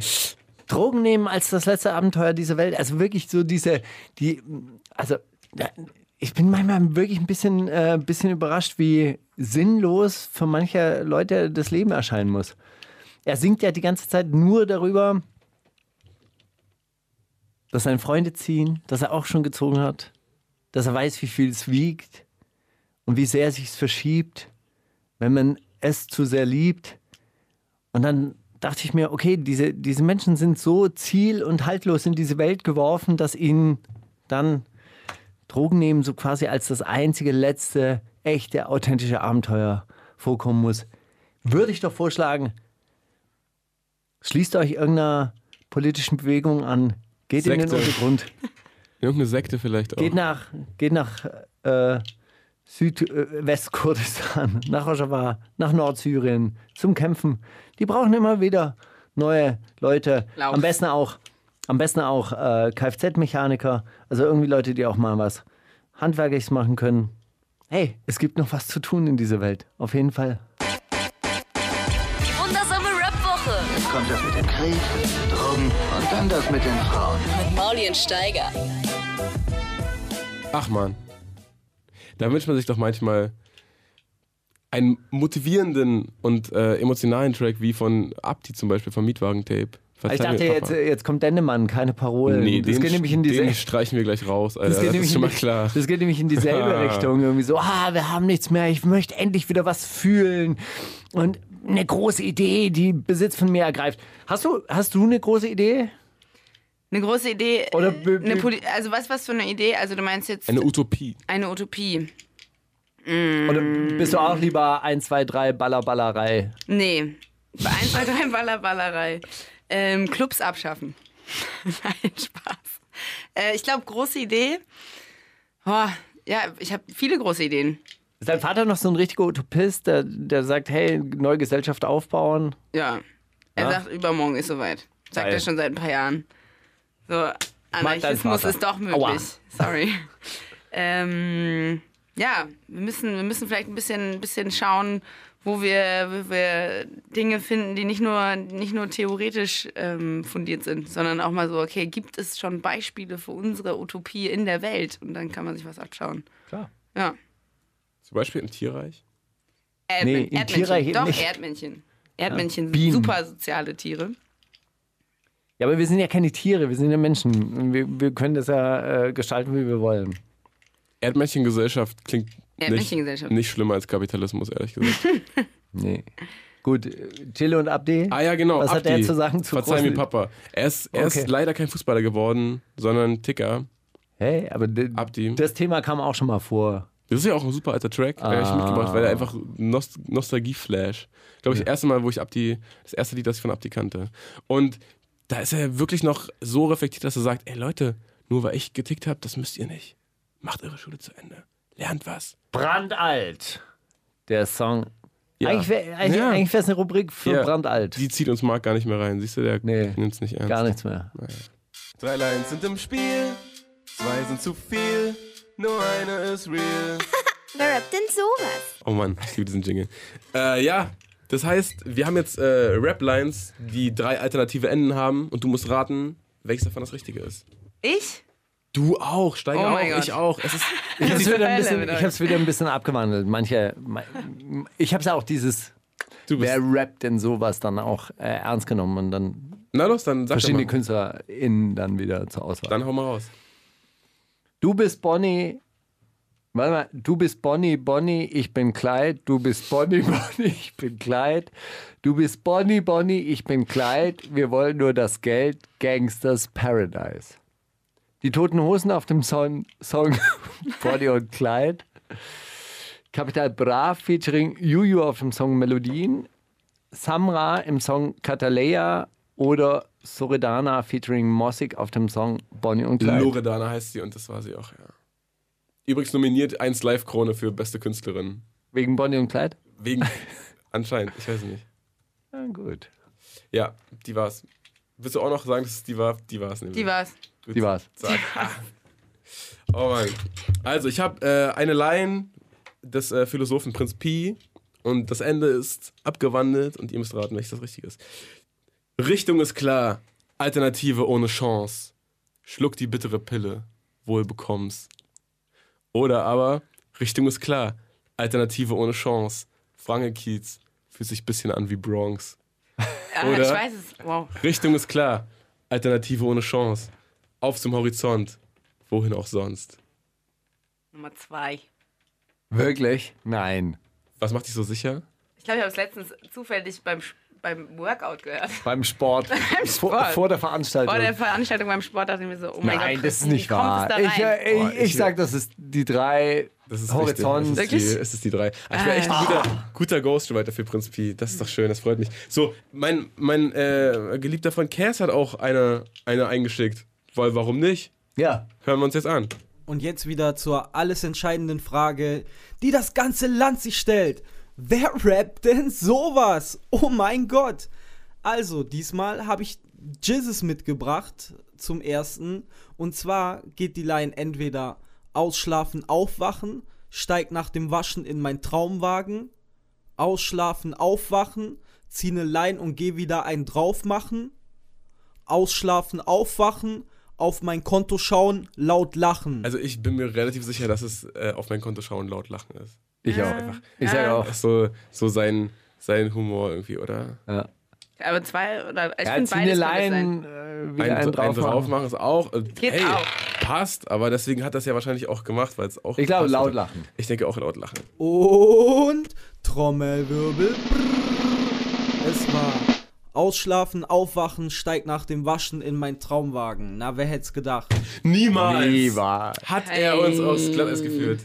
Drogen nehmen als das letzte Abenteuer dieser Welt. Also wirklich so diese, die, also ja, ich bin manchmal wirklich ein bisschen, äh, bisschen überrascht, wie sinnlos für manche Leute das Leben erscheinen muss. Er singt ja die ganze Zeit nur darüber, dass seine Freunde ziehen, dass er auch schon gezogen hat, dass er weiß, wie viel es wiegt und wie sehr sich es verschiebt, wenn man es zu sehr liebt. Und dann dachte ich mir, okay, diese, diese Menschen sind so ziel- und haltlos in diese Welt geworfen, dass ihnen dann Drogen nehmen so quasi als das einzige, letzte, echte, authentische Abenteuer vorkommen muss. Würde ich doch vorschlagen, schließt euch irgendeiner politischen Bewegung an, geht in
Sekte.
den Untergrund.
Irgendeine Sekte vielleicht auch.
Geht nach, geht nach äh, Südwestkurdistan, (laughs) nach Rojava, nach Nordsyrien zum Kämpfen. Die brauchen immer wieder neue Leute.
Lauch.
Am besten auch, am besten auch äh, Kfz-Mechaniker, also irgendwie Leute, die auch mal was Handwerkliches machen können. Hey, es gibt noch was zu tun in dieser Welt. Auf jeden Fall.
Die wundersame Rap-Woche.
Kommt das mit dem Krieg, Drogen und dann das mit den Frauen.
Mit Mauli und Steiger.
Ach man. Da wünscht man sich doch manchmal einen motivierenden und äh, emotionalen Track wie von Abdi zum Beispiel, von Mietwagentape.
Ich
Verzeih mir,
dachte, jetzt,
Papa.
jetzt kommt Dendemann, keine Parolen.
Nee,
das
den,
geht nämlich in diese
den streichen wir gleich raus, Alter.
Das
Das,
geht, nämlich
ist schon mal
in die-
klar.
das geht nämlich in dieselbe Richtung. Irgendwie so, ah, wir haben nichts mehr, ich möchte endlich wieder was fühlen. Und eine große Idee, die Besitz von mir ergreift. Hast du, hast du eine große Idee?
Eine große Idee.
Oder
äh,
be-
eine
be-
Poli also was, was für eine Idee? Also du meinst jetzt
Eine Utopie.
eine Utopie.
Oder bist du auch lieber 1, 2, 3 Ballerballerei?
Nee. Bei 1, 2, 3 Ballerballerei. Ähm, Clubs abschaffen. (laughs) Nein, Spaß. Äh, ich glaube, große Idee. Oh, ja, ich habe viele große Ideen.
Ist dein Vater noch so ein richtiger Utopist, der, der sagt, hey, neue Gesellschaft aufbauen?
Ja. Er sagt, übermorgen ist soweit. Sagt
Geil.
er schon seit ein paar Jahren. So,
mag deinen
Anarchismus
Vater.
ist doch möglich.
Aua.
Sorry. (laughs) ähm, ja, wir müssen, wir müssen vielleicht ein bisschen, ein bisschen schauen, wo wir, wo wir Dinge finden, die nicht nur, nicht nur theoretisch ähm, fundiert sind, sondern auch mal so, okay, gibt es schon Beispiele für unsere Utopie in der Welt? Und dann kann man sich was abschauen.
Klar.
Ja.
Zum Beispiel im Tierreich.
Erdmän-
Nee, im Tierreich
Erdmännchen.
eben
Doch,
nicht.
Erdmännchen. Erdmännchen
Bienen.
sind super soziale Tiere.
Ja, aber wir sind ja keine Tiere, wir sind ja Menschen. Wir, wir können das ja äh, gestalten, wie wir wollen.
Erdmännchengesellschaft klingt nicht,
Erdmännchengesellschaft.
nicht schlimmer als Kapitalismus,
(laughs)
ehrlich gesagt.
Nee. Gut, äh, Chille und Abdi.
Ah ja, genau.
Was hat der
Abdi.
zu sagen zu
Verzeih mir,
großen-
Papa. Er ist, er
Okay.
ist leider kein Fußballer geworden, sondern Ticker.
Hey, aber d-
Abdi.
das Thema kam auch schon mal vor.
Das ist ja auch ein super alter Track, den hab ich mitgebracht,
Ah.
weil er einfach Nost Nostalgie-Flash. Glaube ich, das erste Mal, wo ich Abdi, das erste Lied, das ich von Abdi kannte. Und da ist er wirklich noch so reflektiert, dass er sagt: Ey Leute, nur weil ich getickt habe, das müsst ihr nicht. Macht eure Schule zu Ende. Lernt was.
Brandalt. Der Song.
Ja.
Eigentlich wäre eigentlich,
Ja.
eigentlich wär's eine Rubrik für
Ja.
Brandalt.
Die zieht uns Marc gar nicht mehr rein. Siehst du, der
Nee.
nimmt's nicht ernst.
Gar nichts mehr.
Drei Lines sind im Spiel, zwei sind zu viel, nur eine ist real.
Wer rappt denn sowas?
Oh Mann, ich liebe diesen Jingle. Äh, ja, das heißt, wir haben jetzt äh, Rap-Lines, die drei alternative Enden haben und du musst raten, welches davon das Richtige ist.
Ich?
Du auch, Steiger
Oh mein
auch,
Gott.
ich auch.
(laughs)
Es ist,
Ich habe es wieder, ein
Hölle
bisschen-
mit
ich
euch.
hab's wieder ein bisschen abgewandelt. Manche, mein- ich habe ja auch dieses,
du bist,
wer rappt denn sowas dann auch äh, ernst genommen und dann
na los, dann sag doch
verschiedene
mal.
KünstlerInnen dann wieder zur Auswahl.
Dann hau mal raus.
Du bist Bonnie. Warte mal, du bist Bonnie, Bonnie, ich bin Clyde. Du bist Bonnie, (laughs) Bonnie, ich bin Clyde. Du bist Bonnie, Bonnie, ich bin Clyde. Wir wollen nur das Geld. Gangsters Paradise. Die toten Hosen auf dem Son Song (laughs) Bonnie und Clyde. Kapital Bra featuring Juju auf dem Song Melodien. Samra im Song Catalea oder Loredana featuring Mossig auf dem Song Bonnie und Clyde.
Loredana heißt sie und das war sie auch, ja. Übrigens nominiert 1 Live-Krone für beste Künstlerin.
Wegen Bonnie und Clyde?
Wegen, anscheinend, ich weiß es nicht.
Na gut.
Ja, die war's. Willst du auch noch sagen, dass es die war? Die war's nämlich.
Hm.
Die war's.
Gut.
Die war's.
Zack. Oh Mann. Also, ich habe äh, eine Line des äh, Philosophen Prinz Pi und das Ende ist abgewandelt und ihr müsst raten, welches das Richtige ist. Richtung ist klar, Alternative ohne Chance. Schluck die bittere Pille, wohl bekommst. Oder aber, Richtung ist klar, Alternative ohne Chance. Frangekiez fühlt sich bisschen an wie Bronx.
Ah,
Oder?
Ich weiß es. Wow.
Richtung ist klar. Alternative ohne Chance. Auf zum Horizont. Wohin auch sonst.
Nummer zwei.
Wirklich? Nein.
Was macht dich so sicher?
Ich glaube, ich habe es letztens zufällig beim, Sch- beim Workout gehört.
Beim
(laughs)
Sport. Vor,
Sport.
vor der Veranstaltung.
Vor der Veranstaltung beim Sport dachte ich mir so, oh mein
Nein,
Gott,
das ist
Christine,
nicht
wie kommt
wahr.
es da
ich
rein?
äh, ich, ich sag, das ist die drei
Das ist
Horizont.
Richtig. Es, ist die, es ist die drei. Ah, ich wäre echt ein guter, guter Ghostwriter für Prinz Pi. Das ist doch schön, das freut mich. So, mein, mein äh, geliebter Freund Cass hat auch eine, eine eingeschickt. Weil, warum nicht?
Ja.
Hören wir uns jetzt an.
Und jetzt wieder zur alles entscheidenden Frage, die das ganze Land sich stellt. Wer rappt denn sowas? Oh mein Gott! Also, diesmal habe ich Jizzes mitgebracht zum ersten. Und zwar geht die Line entweder ausschlafen, aufwachen, steig nach dem Waschen in mein Traumwagen, ausschlafen, aufwachen, zieh ne Line und geh wieder einen drauf machen, ausschlafen, aufwachen, auf mein Konto schauen, laut lachen.
Also, ich bin mir relativ sicher, dass es äh, auf mein Konto schauen laut lachen ist.
Ich auch. Ich sag auch.
Ach, so, so sein, sein Humor irgendwie, oder?
Aber zwei oder ich
äh, Ja,
finde
zieh eine
beides kann es sein.
Line, äh, wieder
Ein-
einen drauf.
einen
machen.
machen ist auch. äh,
Geht
hey,
auch.
Passt, aber deswegen hat das ja wahrscheinlich auch gemacht, weil es auch.
Ich glaube,
gepasst
laut
hat.
lachen.
Ich denke auch laut lachen.
Und Trommelwirbel. Es war Ausschlafen, Aufwachen, steig nach dem Waschen in mein Traumwagen. Na, wer hätt's gedacht?
Niemals!
Wie war?
Hat er uns aufs Glatteis geführt.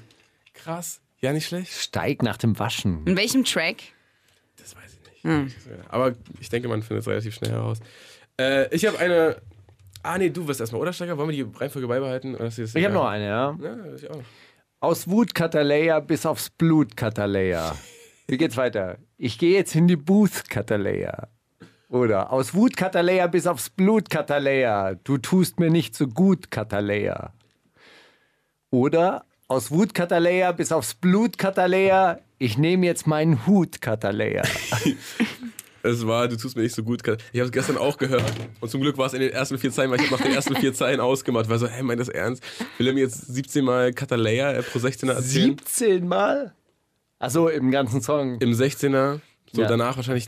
Krass. Ja, nicht schlecht.
Steig nach dem Waschen.
In welchem Track?
Das weiß ich nicht. Aber ich denke, man findet es relativ schnell heraus. Äh, ich habe eine. Ah, nee, du wirst erstmal, oder Steiger? Wollen wir die Reihenfolge beibehalten? Oder ist dir das
Ich habe
egal? Ne,
noch eine, ja.
Ja, ich auch.
Aus Wut Kataleya bis aufs Blut Kataleya. Wie geht's weiter? Ich gehe jetzt in die Booth Kataleya. Oder aus Wut Kataleya bis aufs Blut Kataleya. Du tust mir nicht so gut Kataleya. Oder Aus Wut Katalea bis aufs Blut Katalea. Ich nehme jetzt meinen Hut Katalea.
Es war, du tust mir nicht so gut. Kat- Ich habe es gestern auch gehört. Und zum Glück war es in den ersten vier Zeilen, weil ich hab nach den ersten vier Zeilen ausgemacht. War so, hey, mein das ernst? Will er mir jetzt 17 Mal Katalea äh, pro 16er erzählen?
17 Mal? Also im ganzen Song.
Im 16er. So
Ja.
danach wahrscheinlich.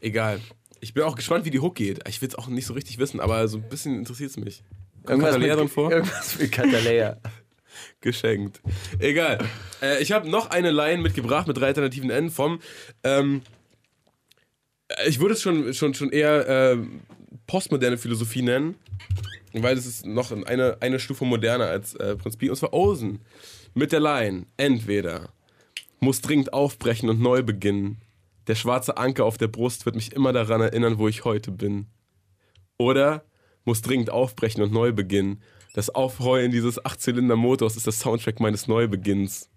Egal. Ich bin auch gespannt, wie die Hook geht. Ich will es auch nicht so richtig wissen, aber so ein bisschen interessiert es mich. Kommt Katalea drin vor?
irgendwas mit Katalea.
Geschenkt. Egal. Äh, ich habe noch eine Line mitgebracht mit drei alternativen Enden vom. Ähm, äh, ich würde es schon, schon, schon eher äh, postmoderne Philosophie nennen, weil es ist noch eine, eine Stufe moderner als äh, Prinz Pi. Und zwar Osen mit der Line. Entweder muss dringend aufbrechen und neu beginnen. Der schwarze Anker auf der Brust wird mich immer daran erinnern, wo ich heute bin. Oder muss dringend aufbrechen und neu beginnen. Das Aufheulen dieses Achtzylinder-Motors ist das Soundtrack meines Neubeginns.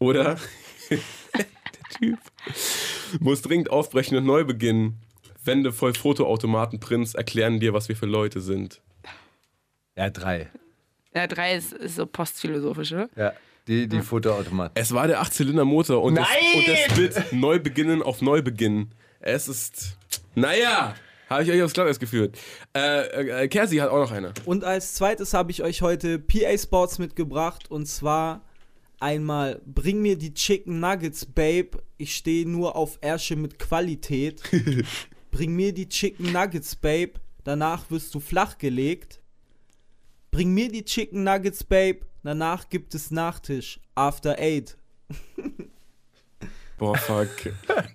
Oder (laughs) der Typ muss dringend aufbrechen und neu beginnen. Wände voll Fotoautomatenprints erklären dir, was wir für Leute sind.
Ja, drei.
Ja, drei ist, ist so postphilosophisch, oder?
Ja, die, die Fotoautomaten.
Es war der Achtzylinder-Motor und, das,
Nein!
und der Split Neubeginnen auf Neubeginn. Es ist. Naja, habe ich euch aufs Glatteis geführt. Äh, äh, Kersi hat auch noch eine.
Und als zweites habe ich euch heute PA Sports mitgebracht und zwar einmal Bring mir die Chicken Nuggets, Babe. Ich stehe nur auf Ärsche mit Qualität. Bring mir die Chicken Nuggets, Babe. Danach wirst du flachgelegt. Bring mir die Chicken Nuggets, Babe. Danach gibt es Nachtisch. After Eight.
Boah, fuck.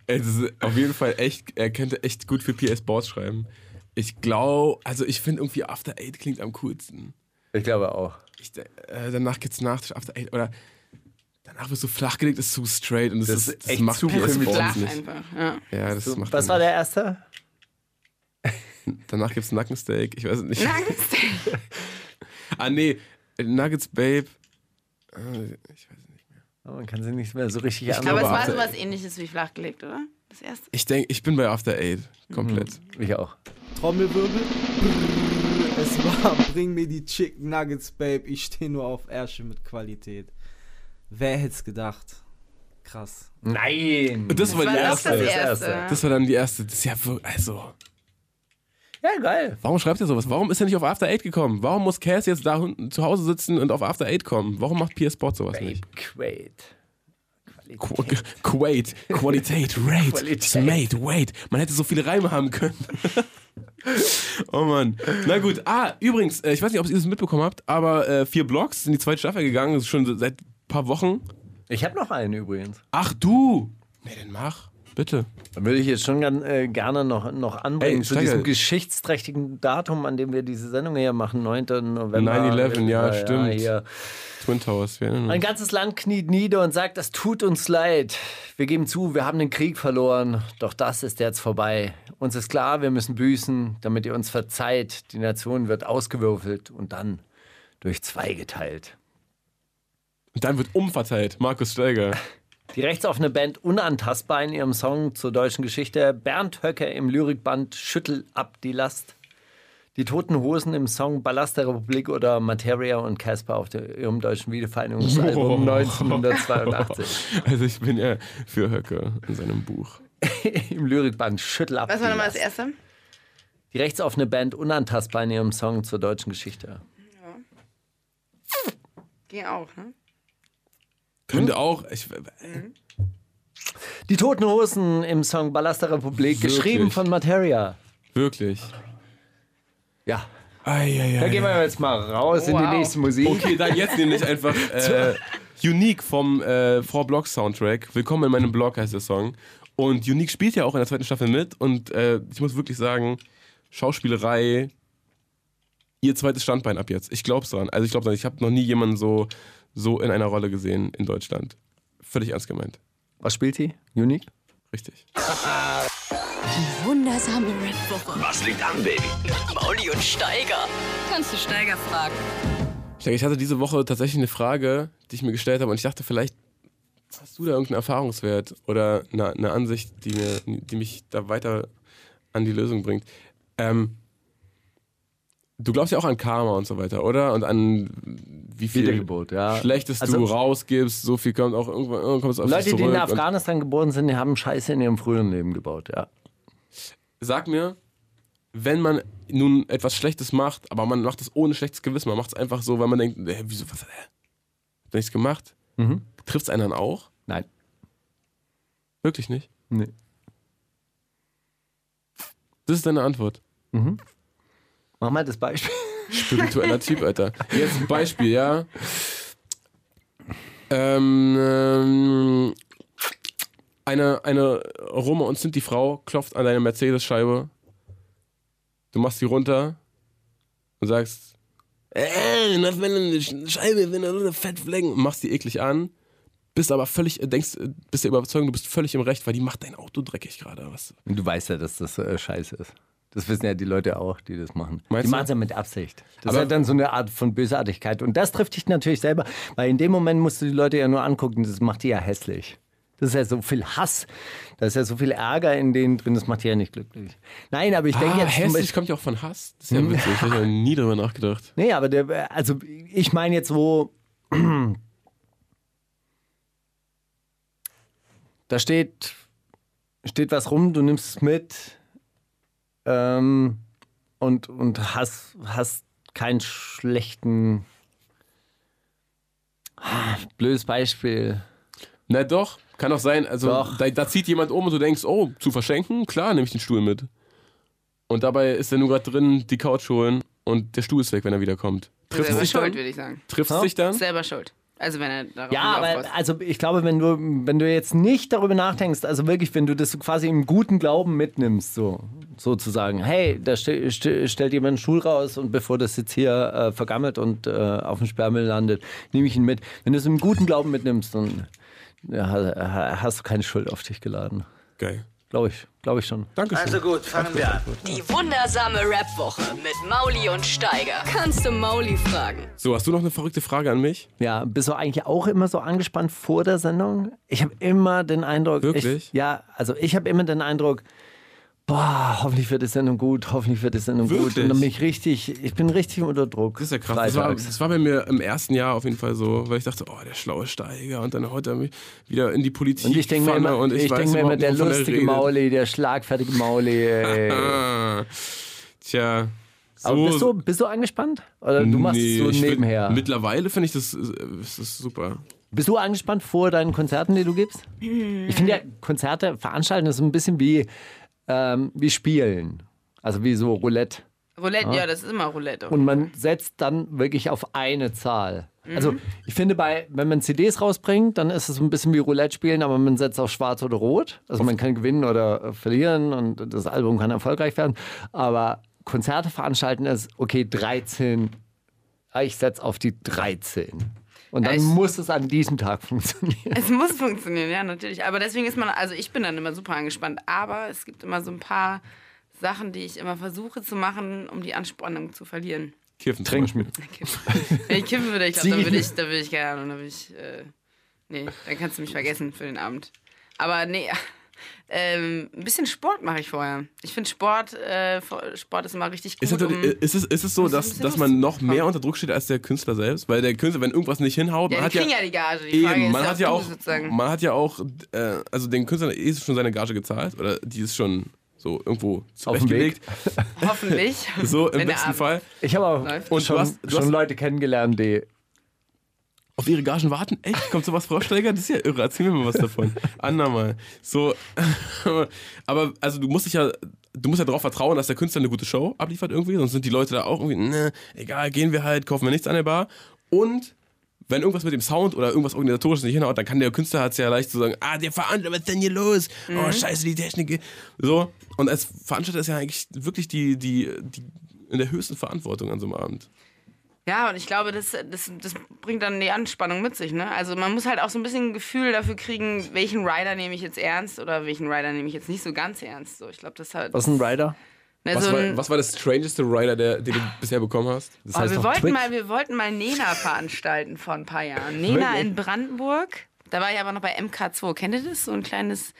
es ist auf jeden Fall echt, er könnte echt gut für PS Boards schreiben. Ich glaube, also ich finde irgendwie After Eight klingt am coolsten.
Ich glaube auch.
Ich, de- äh, danach geht's Nachtisch, After Eight oder danach wirst du flachgelegt, ist zu straight und das,
Das
ist,
ist
das
echt
macht
zu
PS
primitiv.
Boards
Flach
nicht.
einfach.
(laughs)
Ja.
Ja, das macht
Was war
der?
der erste?
Danach gibt's Nackensteak, ich weiß es nicht.
Nackensteak.
(laughs) ah, nee, Nuggets Babe. Äh, Ich, weiß nicht.
Oh, Man kann sie nicht mehr so richtig
Aber
anmachen.
es war
Warte.
sowas ähnliches wie flachgelegt, oder? Das erste.
ich denke, ich bin bei After Eight. Komplett.
Mhm.
Ich auch.
Trommelwirbel. Brrr. Es war (laughs) Bring mir die Chicken Nuggets, Babe. Ich stehe nur auf Ärsche mit Qualität. Wer hätte es gedacht? Krass.
(laughs) Nein!
Das war,
War
die
das das
erste.
erste?
Das war dann die erste. Das ist ja wirklich, also.
Ja, geil.
Warum schreibt er sowas? Warum ist er nicht auf After Eight gekommen? Warum muss Cass jetzt da unten zu Hause sitzen und auf After Eight kommen? Warum macht PS Sport sowas nicht?
Quaid.
Qu (laughs) Qu- Quait, Qualität, Rate,
Qualität.
Smate, Wait. Man hätte so viele Reime haben können. (laughs) oh Mann. Na gut. Ah, übrigens, äh, ich weiß nicht, ob ihr das mitbekommen habt, aber äh, vier Blogs sind in die zweite Staffel gegangen. Das ist schon seit ein paar Wochen.
Ich habe noch einen übrigens.
Ach du. Nee, dann mach. Bitte.
Dann würde ich jetzt schon gern, äh, gerne noch, noch anbringen
Ey,
zu
Steiger.
diesem geschichtsträchtigen Datum, an dem wir diese Sendung hier machen, 9. November.
9/11, ja, stimmt.
hier.
Twin Towers. Wir erinnern
Ein
uns.
ganzes Land kniet nieder und sagt, das tut uns leid. Wir geben zu, wir haben den Krieg verloren, doch das ist jetzt vorbei. Uns ist klar, wir müssen büßen, damit ihr uns verzeiht. Die Nation wird ausgewürfelt und dann durch zwei geteilt.
Und dann wird umverteilt. Markus Steiger.
Die rechtsoffene Band Unantastbar in ihrem Song zur deutschen Geschichte, Bernd Höcke im Lyrikband Schüttel ab die Last, die Toten Hosen im Song Ballast der Republik oder Materia und Casper auf der, ihrem deutschen
(laughs)
Wiedervereinigungsalbum 1982
Oh. Also ich bin ja für Höcke in seinem Buch.
im Lyrikband Schüttel ab
Was
die
war nochmal
Last.
das erste?
Die rechtsoffene Band Unantastbar in ihrem Song zur deutschen Geschichte.
Ging auch, ne?
Könnte auch. Ich,
Die Toten Hosen im Song Ballast der Republik,
Wirklich?
geschrieben von Materia.
wirklich.
Ja, da
Eieiei.
gehen wir jetzt mal raus in
Wow.
die nächste Musik.
Okay, dann jetzt nämlich
(laughs)
einfach äh, Unique vom äh, Four Block Soundtrack. Willkommen in meinem Blog heißt der Song. Und Unique spielt ja auch in der zweiten Staffel mit. Und äh, ich muss wirklich sagen, Schauspielerei, ihr zweites Standbein ab jetzt. Ich glaub's dran. Also ich glaub's dran. Ich habe noch nie jemanden so, so in einer Rolle gesehen in Deutschland. Völlig ernst gemeint.
Was spielt die? Unique?
Richtig.
Wundersame Rap-Woche. Was liegt an, Baby? Mauli und Steiger. Kannst du Steiger fragen?
Steiger, Ich hatte diese Woche tatsächlich eine Frage, die ich mir gestellt habe und ich dachte, vielleicht hast du da irgendeinen Erfahrungswert oder eine, eine Ansicht, die, mir, die mich da weiter an die Lösung bringt. Ähm, du glaubst ja auch an Karma und so weiter, oder? Und an wie viel
Wiedergeburt, ja.
Schlechtes
Also-
du rausgibst, so viel kommt auch irgendwann, irgendwann kommt es auf dich
Leute, die
zurück.
in
und-
Afghanistan geboren sind, die haben Scheiße in ihrem früheren Leben gebaut, ja.
sag mir, wenn man nun etwas Schlechtes macht, aber man macht es ohne schlechtes Gewissen, man macht es einfach so, weil man denkt, hä, wieso, was, hä? Hab nichts gemacht? Trifft es einen dann auch?
Nein.
Wirklich nicht?
Nee.
Das ist deine Antwort.
Mach mal das Beispiel.
Spiritueller Typ, Alter. Jetzt ein Beispiel, ja. Ähm, ähm, eine, eine Roma und Sinti Frau klopft an deine Mercedes-Scheibe. Du machst sie runter und sagst, ey, das wäre eine Sch- Scheibe, wenn da so eine Fettflecken. Machst die eklig an, bist aber völlig, äh, denkst, bist der Überzeugung, du bist völlig im Recht, weil die macht dein Auto dreckig gerade. Was,
Du weißt ja, dass das äh, scheiße ist. Das wissen ja die Leute auch, die das machen.
Meinst
die
du?
machen es ja mit Absicht. Das ist
Aber-
ja dann so eine Art von Bösartigkeit. Und das trifft dich natürlich selber, weil in dem Moment musst du die Leute ja nur angucken, das macht die ja hässlich. Das ist ja so viel Hass, da ist ja so viel Ärger in denen drin, das macht die ja nicht glücklich. Nein, aber ich denke
ah,
jetzt zum
hässlich
Beispiel, Mhm.
kommt ja auch von Hass. Das ist ja witzig, ich habe nie drüber nachgedacht.
Nee, aber der, also ich meine jetzt so, (clears throat) da steht, steht was rum, du nimmst es mit ähm, und, und hast, hast keinen schlechten, Ah, blödes Beispiel.
Na doch, kann auch sein. Also
Doch.
Da, da zieht jemand um und du denkst, oh, zu verschenken, klar, nehme ich den Stuhl mit. Und dabei ist er nur gerade drin, die Couch holen und der Stuhl ist weg, wenn er wiederkommt. Trifft
Selber
sich
schuld,
dann?
würde ich sagen.
Trifft
Ja.
sich dann?
Selber schuld. Also wenn er darauf
Ja,
nicht
aber
aufpasst.
also ich glaube, wenn du, wenn du jetzt nicht darüber nachdenkst, also wirklich, wenn du das quasi im guten Glauben mitnimmst, so sozusagen, hey, da ste ste stellt jemand einen Schuh raus und bevor das jetzt hier äh, vergammelt und äh, auf dem Sperrmüll landet, nehme ich ihn mit. Wenn du es im guten Glauben mitnimmst, dann ja, ha- hast du keine Schuld auf dich geladen.
Geil.
Glaube ich, glaube ich schon.
Dankeschön.
Also gut, fangen wir an.
Die wundersame Rap-Woche mit Mauli und Steiger. Kannst du Mauli fragen?
So, hast du noch eine verrückte Frage an mich?
Ja, bist du eigentlich auch immer so angespannt vor der Sendung? Ich habe immer den Eindruck.
Wirklich?
Ich, ja, also ich habe immer den Eindruck, boah, hoffentlich wird die Sendung gut, hoffentlich wird die Sendung gut.
Wirklich?
Und dann bin ich richtig, ich bin richtig unter Druck.
Das ist ja krass. Das war,
Freitags.
das war bei mir im ersten Jahr auf jeden Fall so, weil ich dachte, oh, der schlaue Steiger und dann heute mich wieder in die Politik.
und ich denke mir
Pfanne
immer,
und
ich
weiß
denk mir immer
überhaupt
der
nicht, wovon er
lustige
redet.
Mauli, der schlagfertige Mauli.
(laughs)
Ey.
Ah, tja. So,
Aber bist du, bist du angespannt? Oder du machst es
Nee, ich
so
find-
nebenher?
mittlerweile finde ich das, äh, das ist super.
Bist du angespannt vor deinen Konzerten, die du gibst? Ich finde ja, Konzerte veranstalten ist so ein bisschen wie, ähm, wie Spielen. Also wie so Roulette. Ah.
Roulette, ja, das ist immer Roulette.
Und man setzt dann wirklich auf eine Zahl. Also ich finde, bei, wenn man CDs rausbringt, dann ist es so ein bisschen wie Roulette spielen, aber man setzt auf schwarz oder rot. Also man kann gewinnen oder äh, verlieren und das Album kann erfolgreich werden. Aber Konzerte veranstalten ist, okay, 13, Ah, ich setze auf die 13. Und dann
Ja, ich-
muss es an diesem Tag (laughs) funktionieren.
Es muss funktionieren, ja, natürlich. Aber deswegen ist man, also ich bin dann immer super angespannt. Aber es gibt immer so ein paar Sachen, die ich immer versuche zu machen, um die Anspannung zu verlieren. (laughs)
Kiffen. zum
Trinken.
Beispiel.
Wenn ich kippen würde, ich glaube, dann
Sie-
würde ich, da würde ich, keine Ahnung, dann würde ich, äh, nee, dann kannst du mich vergessen für den Abend. Aber nee, (laughs) ähm, ein bisschen Sport mache ich vorher. Ich finde Sport, äh, vor- Sport ist immer richtig gut.
Ist, das,
um,
ist, es, ist es so, äh,
Muss ein
dass,
bisschen
dass
Lust
man noch
haben.
mehr unter Druck steht als der Künstler selbst? Weil der Künstler, wenn irgendwas nicht hinhaut,
ja,
man
die
hat
kriegen ja,
ja
die Gage. Die Frage
eben,
ist
man hat ja
du
auch, (laughs)
sozusagen-
man hat ja auch, äh, also den Künstler ist schon seine Gage gezahlt oder die ist schon so irgendwo
Auf dem Weg.
zurechtgelegt.
hoffentlich.
So im
Wenn der
besten
Abend-
Fall.
Ich habe auch
Läuft.
Und du
schon,
hast- du
schon
hast-
Leute kennengelernt, die.
Auf ihre Gagen warten? Echt? Kommt sowas Vorsteiger? Das ist ja irre. Erzähl mir mal was davon. Andermal. So, (laughs) aber also du musst dich ja, du musst ja darauf vertrauen, dass der Künstler eine gute Show abliefert irgendwie, sonst sind die Leute da auch irgendwie, ne, egal, gehen wir halt, kaufen wir nichts an der Bar. Und wenn irgendwas mit dem Sound oder irgendwas organisatorisches nicht hinhaut, dann kann der Künstler halt ja leicht zu so sagen, ah, der Veranstalter, was ist denn hier los? Oh, scheiße, die Technik. So. Und als Veranstalter ist ja eigentlich wirklich die, die, die in der höchsten Verantwortung an so einem Abend.
Ja, und ich glaube, das, das, das bringt dann die Anspannung mit sich. Ne? Also man muss halt auch so ein bisschen ein Gefühl dafür kriegen, welchen Rider nehme ich jetzt ernst oder welchen Rider nehme ich jetzt nicht so ganz ernst. So, ich glaube, das hat.
Was ist ein Rider?
ne,
Was,
so ein-
war, was war das strangeste Rider, der, den du bisher bekommen hast?
Das
oh, wir,
doch
wollten
Twitch.
mal, wir wollten mal Nena veranstalten vor ein paar Jahren. Nena in Brandenburg. Da war ich aber noch bei MK2. Kennt ihr das? So ein kleines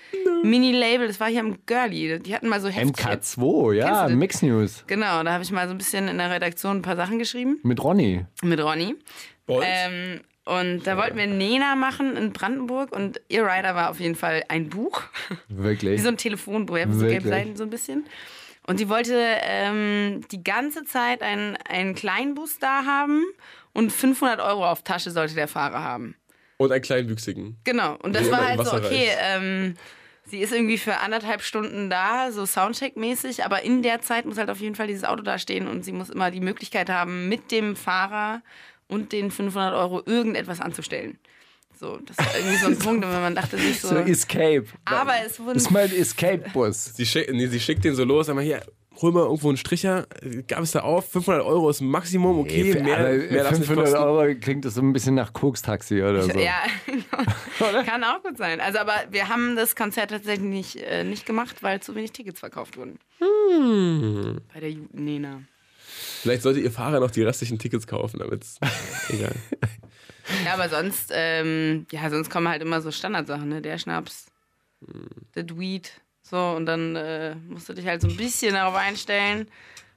Mini-Label. Das war hier am Girlie. Die hatten mal so Heftchen.
MK2, ja,
Kennst du-
Mix News.
Genau, da habe ich mal so ein bisschen in der Redaktion ein paar Sachen geschrieben
Mit Ronny.
mit Ronny.
Und?
Ähm, und da wollten wir Nena machen in Brandenburg und ihr Rider war auf jeden Fall ein Buch. Wie
Wirklich.
so ein Telefonbuch, ja, so
Wirklich?
gelbe Seiten so ein bisschen. Und die wollte ähm, die ganze Zeit einen, einen Kleinbus da haben und 500 Euro auf Tasche sollte der Fahrer haben.
Und einen kleinen Wüchsigen.
Genau, und das
Der
war
immer im
halt so,
Wasser
okay,
reißt.
ähm, sie ist irgendwie für anderthalb Stunden da, so Soundcheck-mäßig, aber in der Zeit muss halt auf jeden Fall dieses Auto da stehen und sie muss immer die Möglichkeit haben, mit dem Fahrer und den 500 Euro irgendetwas anzustellen. So, das war irgendwie so ein Punkt, wenn man dachte sich so...
So Escape.
aber es wurden
ist mein Escape-Bus.
Sie, schick, nee, sie schickt den so los, sag mal hier, hol mal irgendwo einen Stricher, gab es da auf, 500 Euro ist Maximum, okay,
Ey,
mehr,
aber
mehr darf's nicht
500
kosten.
Euro klingt das so ein bisschen nach Koks-Taxi oder so.
Ja, (laughs) genau. kann auch gut sein. Also, aber wir haben das Konzert tatsächlich nicht, äh, nicht gemacht, weil zu wenig Tickets verkauft wurden. Bei der Juden Nena.
Vielleicht sollte ihr Fahrer noch die restlichen Tickets kaufen,
(laughs)
damit es egal.
Ja, aber sonst, ähm, ja, sonst kommen halt immer so Standardsachen, ne? Der Schnaps,
Hm.
das Weed, so. Und dann äh, musst du dich halt so ein bisschen darauf einstellen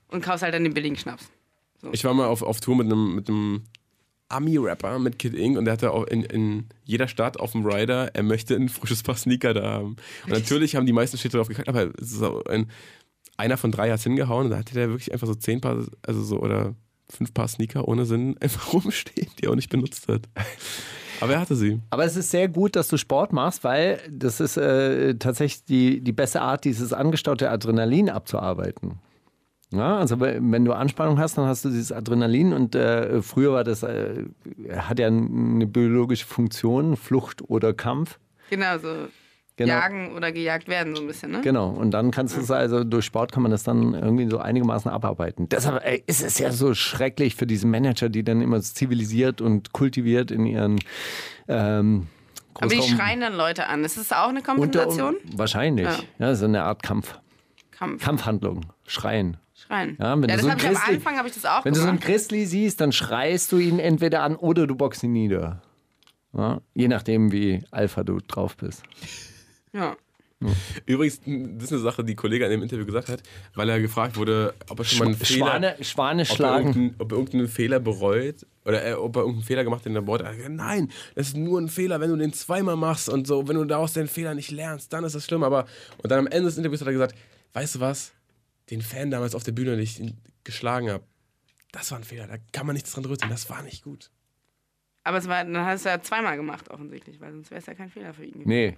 und kaufst halt dann den billigen Schnaps.
Ich war mal auf, auf Tour mit einem, mit einem Ami-Rapper, mit Kid Ink, und der hatte auch in, in jeder Stadt auf dem Rider, er möchte ein frisches Paar Sneaker da haben. Und natürlich haben die meisten Städte drauf gekackt, aber es ist auch ein, einer von drei hat's hingehauen und da hatte der wirklich einfach so zehn Paar, also so oder fünf Paar Sneaker ohne Sinn (laughs) einfach rumstehen, die er auch nicht benutzt hat. Aber er hatte sie.
Aber es ist sehr gut, dass du Sport machst, weil das ist äh, tatsächlich die, die beste Art, dieses angestaute Adrenalin abzuarbeiten. Ja, also we- wenn du Anspannung hast, dann hast du dieses Adrenalin und äh, früher war das, äh, hat ja eine biologische Funktion, Flucht oder Kampf.
Genau, so
Genau.
jagen oder gejagt werden, so ein bisschen, ne?
Genau, und dann kannst du es also durch Sport kann man das dann irgendwie so einigermaßen abarbeiten. Deshalb ey, ist es ja so schrecklich für diese Manager, die dann immer so zivilisiert und kultiviert in ihren ähm,
Aber die
Großraum-
schreien dann Leute an. Ist das auch eine
Unter-
Kompensation?
Wahrscheinlich. Ja.
Ja.
so eine Art Kampf.
Kampf.
Kampfhandlung. Schreien.
Schreien.
Ja,
Ja,
wenn du
das
so
habe ich
einen
am
Christi-
Anfang habe ich das auch
Wenn du so einen
gemacht.
Grizzly siehst, dann schreist du ihn entweder an oder du boxst ihn nieder. Ja, je nachdem, wie Alpha du drauf bist.
ja.
Übrigens, das ist eine Sache, die ein Kollege in dem Interview gesagt hat, weil er gefragt wurde, ob er schon mal einen
Sch-
Fehler...
Schwane, Schwane
ob er,
schlagen.
irgendeinen, ob er irgendeinen Fehler bereut oder äh, ob er irgendeinen Fehler gemacht hat in der Bord. Nein, das ist nur ein Fehler, wenn du den zweimal machst und so, wenn du daraus den Fehler nicht lernst, dann ist das schlimm. Aber und dann am Ende des Interviews hat er gesagt, weißt du was, den Fan damals auf der Bühne, den ich geschlagen habe, das war ein Fehler, da kann man nichts dran rütteln, das war nicht gut.
Aber es war, dann hast du ja zweimal gemacht offensichtlich, weil sonst wäre es ja kein Fehler für ihn gewesen.
Nee.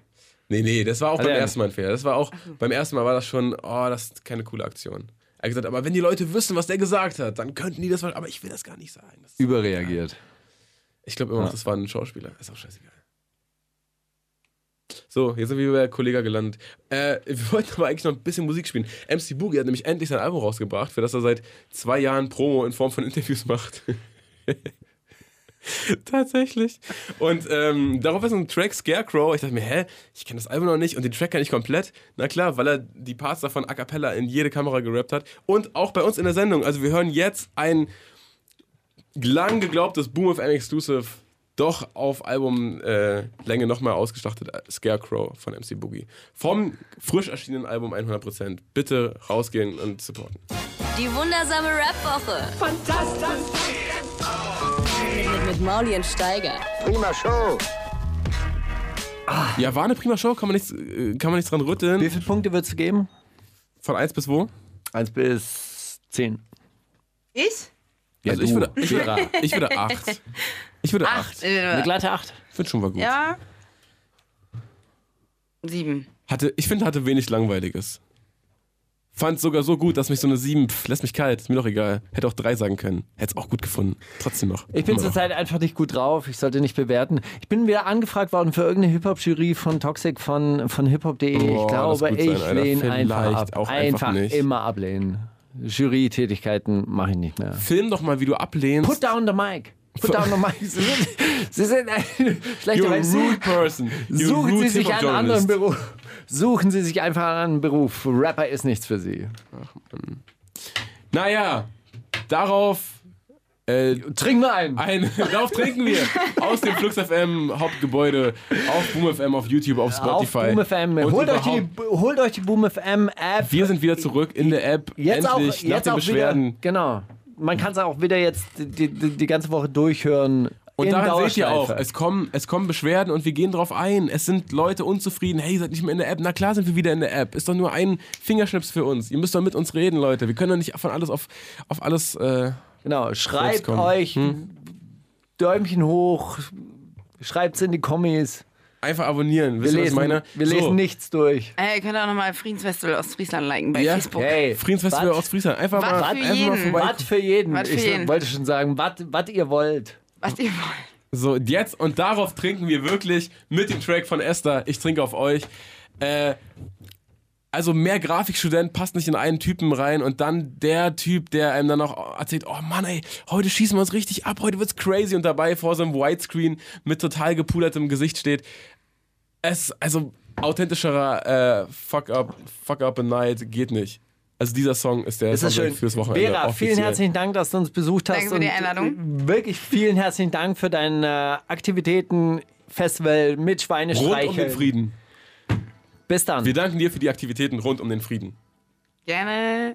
Nee, nee, das war auch
Hat
beim
er-
ersten Mal ein Fehler. Das war auch, beim ersten Mal war das schon, oh, das ist keine coole Aktion. Er hat gesagt, aber wenn die Leute wüssten, was der gesagt hat, dann könnten die das, mal- aber ich will das gar nicht sagen. Das ist,
Überreagiert.
Ich glaube immer noch, das war ein Schauspieler. Ist auch scheißegal. So, jetzt sind wir bei Kollega gelandet. Äh, wir wollten aber eigentlich noch ein bisschen Musik spielen. MC Boogie hat nämlich endlich sein Album rausgebracht, für das er seit zwei Jahren Promo in Form von Interviews macht. (laughs) Tatsächlich. Und ähm, darauf ist ein Track Scarecrow. Ich dachte mir, hä, ich kenne das Album noch nicht und den Track kann ich komplett. Na klar, weil er die Parts davon a cappella in jede Kamera gerappt hat. Und auch bei uns in der Sendung. Also wir hören jetzt ein lang geglaubtes Boom FM Exclusive E doch auf Albumlänge äh, nochmal ausgeschlachtet. äh, Scarecrow von MC Boogie. Vom frisch erschienenen Album 100%. Bitte rausgehen und supporten.
Die wundersame Rap-Woche. Fantastisch. Mit, mit Mauli und Steiger.
Prima Show.
Ja, war eine prima Show, kann man nichts, äh, kann man nichts dran
Wie
rütteln.
viele Punkte würdest du geben?
Von 1 bis wo?
1 bis 10.
Ich?
Ja,
Also ich
du,
würde, ich,
Vera.
würde, ich würde 8. Ich würde 8.
Eine
Äh,
glatte 8.
Ich finde schon mal gut.
ja. Sieben.
Hatte, ich finde, hatte wenig Langweiliges. Fand sogar so gut, dass mich so eine 7, pff, lässt mich kalt, ist mir doch egal. Hätte auch 3 sagen können. Hätte es auch gut gefunden. Trotzdem noch.
Ich bin
Immer noch.
zurzeit einfach nicht gut drauf. Ich sollte nicht bewerten. Ich bin wieder angefragt worden für irgendeine Hip-Hop-Jury von Toxic von, von hiphop.de. Ich
Boah, das
glaube,
gut sein,
ich
Alter.
lehne einfach
Vielleicht
ab.
auch einfach
einfach
nicht.
immer ablehnen. Jury-Tätigkeiten mache ich nicht mehr.
Film doch mal, wie du ablehnst.
Put down the mic. Put down the mic. Sie sind, Sie sind ein (laughs)
You're a
schlechterweise.
rude
(laughs)
person. You're a
Suchen
rude
Sie sich einen
Hip-Hop-Journalist.
anderen Beruf. Suchen Sie sich einfach einen anderen Beruf. Rapper ist nichts für Sie.
Naja, darauf Äh,
Trinken wir einen.
ein, (laughs) darauf trinken wir aus dem Flux FM Hauptgebäude auf Boom FM, auf YouTube, auf Spotify.
Auf Boom FM.
und
Holt euch,
überhaupt-
die, holt euch die Boom FM App.
Wir sind wieder zurück in der App.
jetzt auch,
endlich,
jetzt
nach den
auch
Beschwerden.
Wieder, genau. Man kann es auch wieder jetzt die, die, die ganze Woche durchhören.
Und
in
daran seht ihr auch,
Dauerschleife.
es kommen, es kommen Beschwerden und wir gehen drauf ein. Es sind Leute unzufrieden. Hey, ihr seid nicht mehr in der App. Na klar sind wir wieder in der App. Ist doch nur ein Fingerschnips für uns. Ihr müsst doch mit uns reden, Leute. Wir können doch nicht von alles auf, auf alles. Äh,
Genau, schreibt
kommen.
euch
Hm?
Däumchen hoch, schreibt's in die Kommis.
einfach abonnieren.
Wir
Wisst ihr, was
lesen,
ich meine?
wir
So.
lesen nichts durch.
Ey, könnt ihr auch nochmal Friedensfestival aus Friesland liken bei
Ja.
Facebook.
Hey,
Friedensfestival
wat-
aus Friesland. Einfach
Was
mal,
für
einfach mal
jeden.
vorbei.
wat für jeden.
wat für
ich
jeden.
wollte schon sagen, was ihr wollt.
Was ihr wollt.
So, und jetzt und darauf trinken wir wirklich mit dem Track von Esther. Ich trinke auf euch. Äh, also mehr Grafikstudent passt nicht in einen Typen rein und dann der Typ, der einem dann auch erzählt, oh Mann ey, heute schießen wir uns richtig ab, heute wird's crazy und dabei vor so einem Widescreen mit total gepudertem Gesicht steht. Es, also authentischerer äh, Fuck Up, Fuck Up a Night geht nicht. Also dieser Song ist der
Das ist
Soundtrack
schön.
fürs Wochenende.
Vera,
offiziell.
vielen herzlichen Dank, dass du uns besucht hast. äh,
Danke für die Einladung.
Wirklich vielen herzlichen Dank für deine Aktivitäten, Festival mit
Rund um den
Schweinestreichen.
Frieden.
Bis dann.
Wir danken dir für die Aktivitäten rund um den Frieden.
Gerne.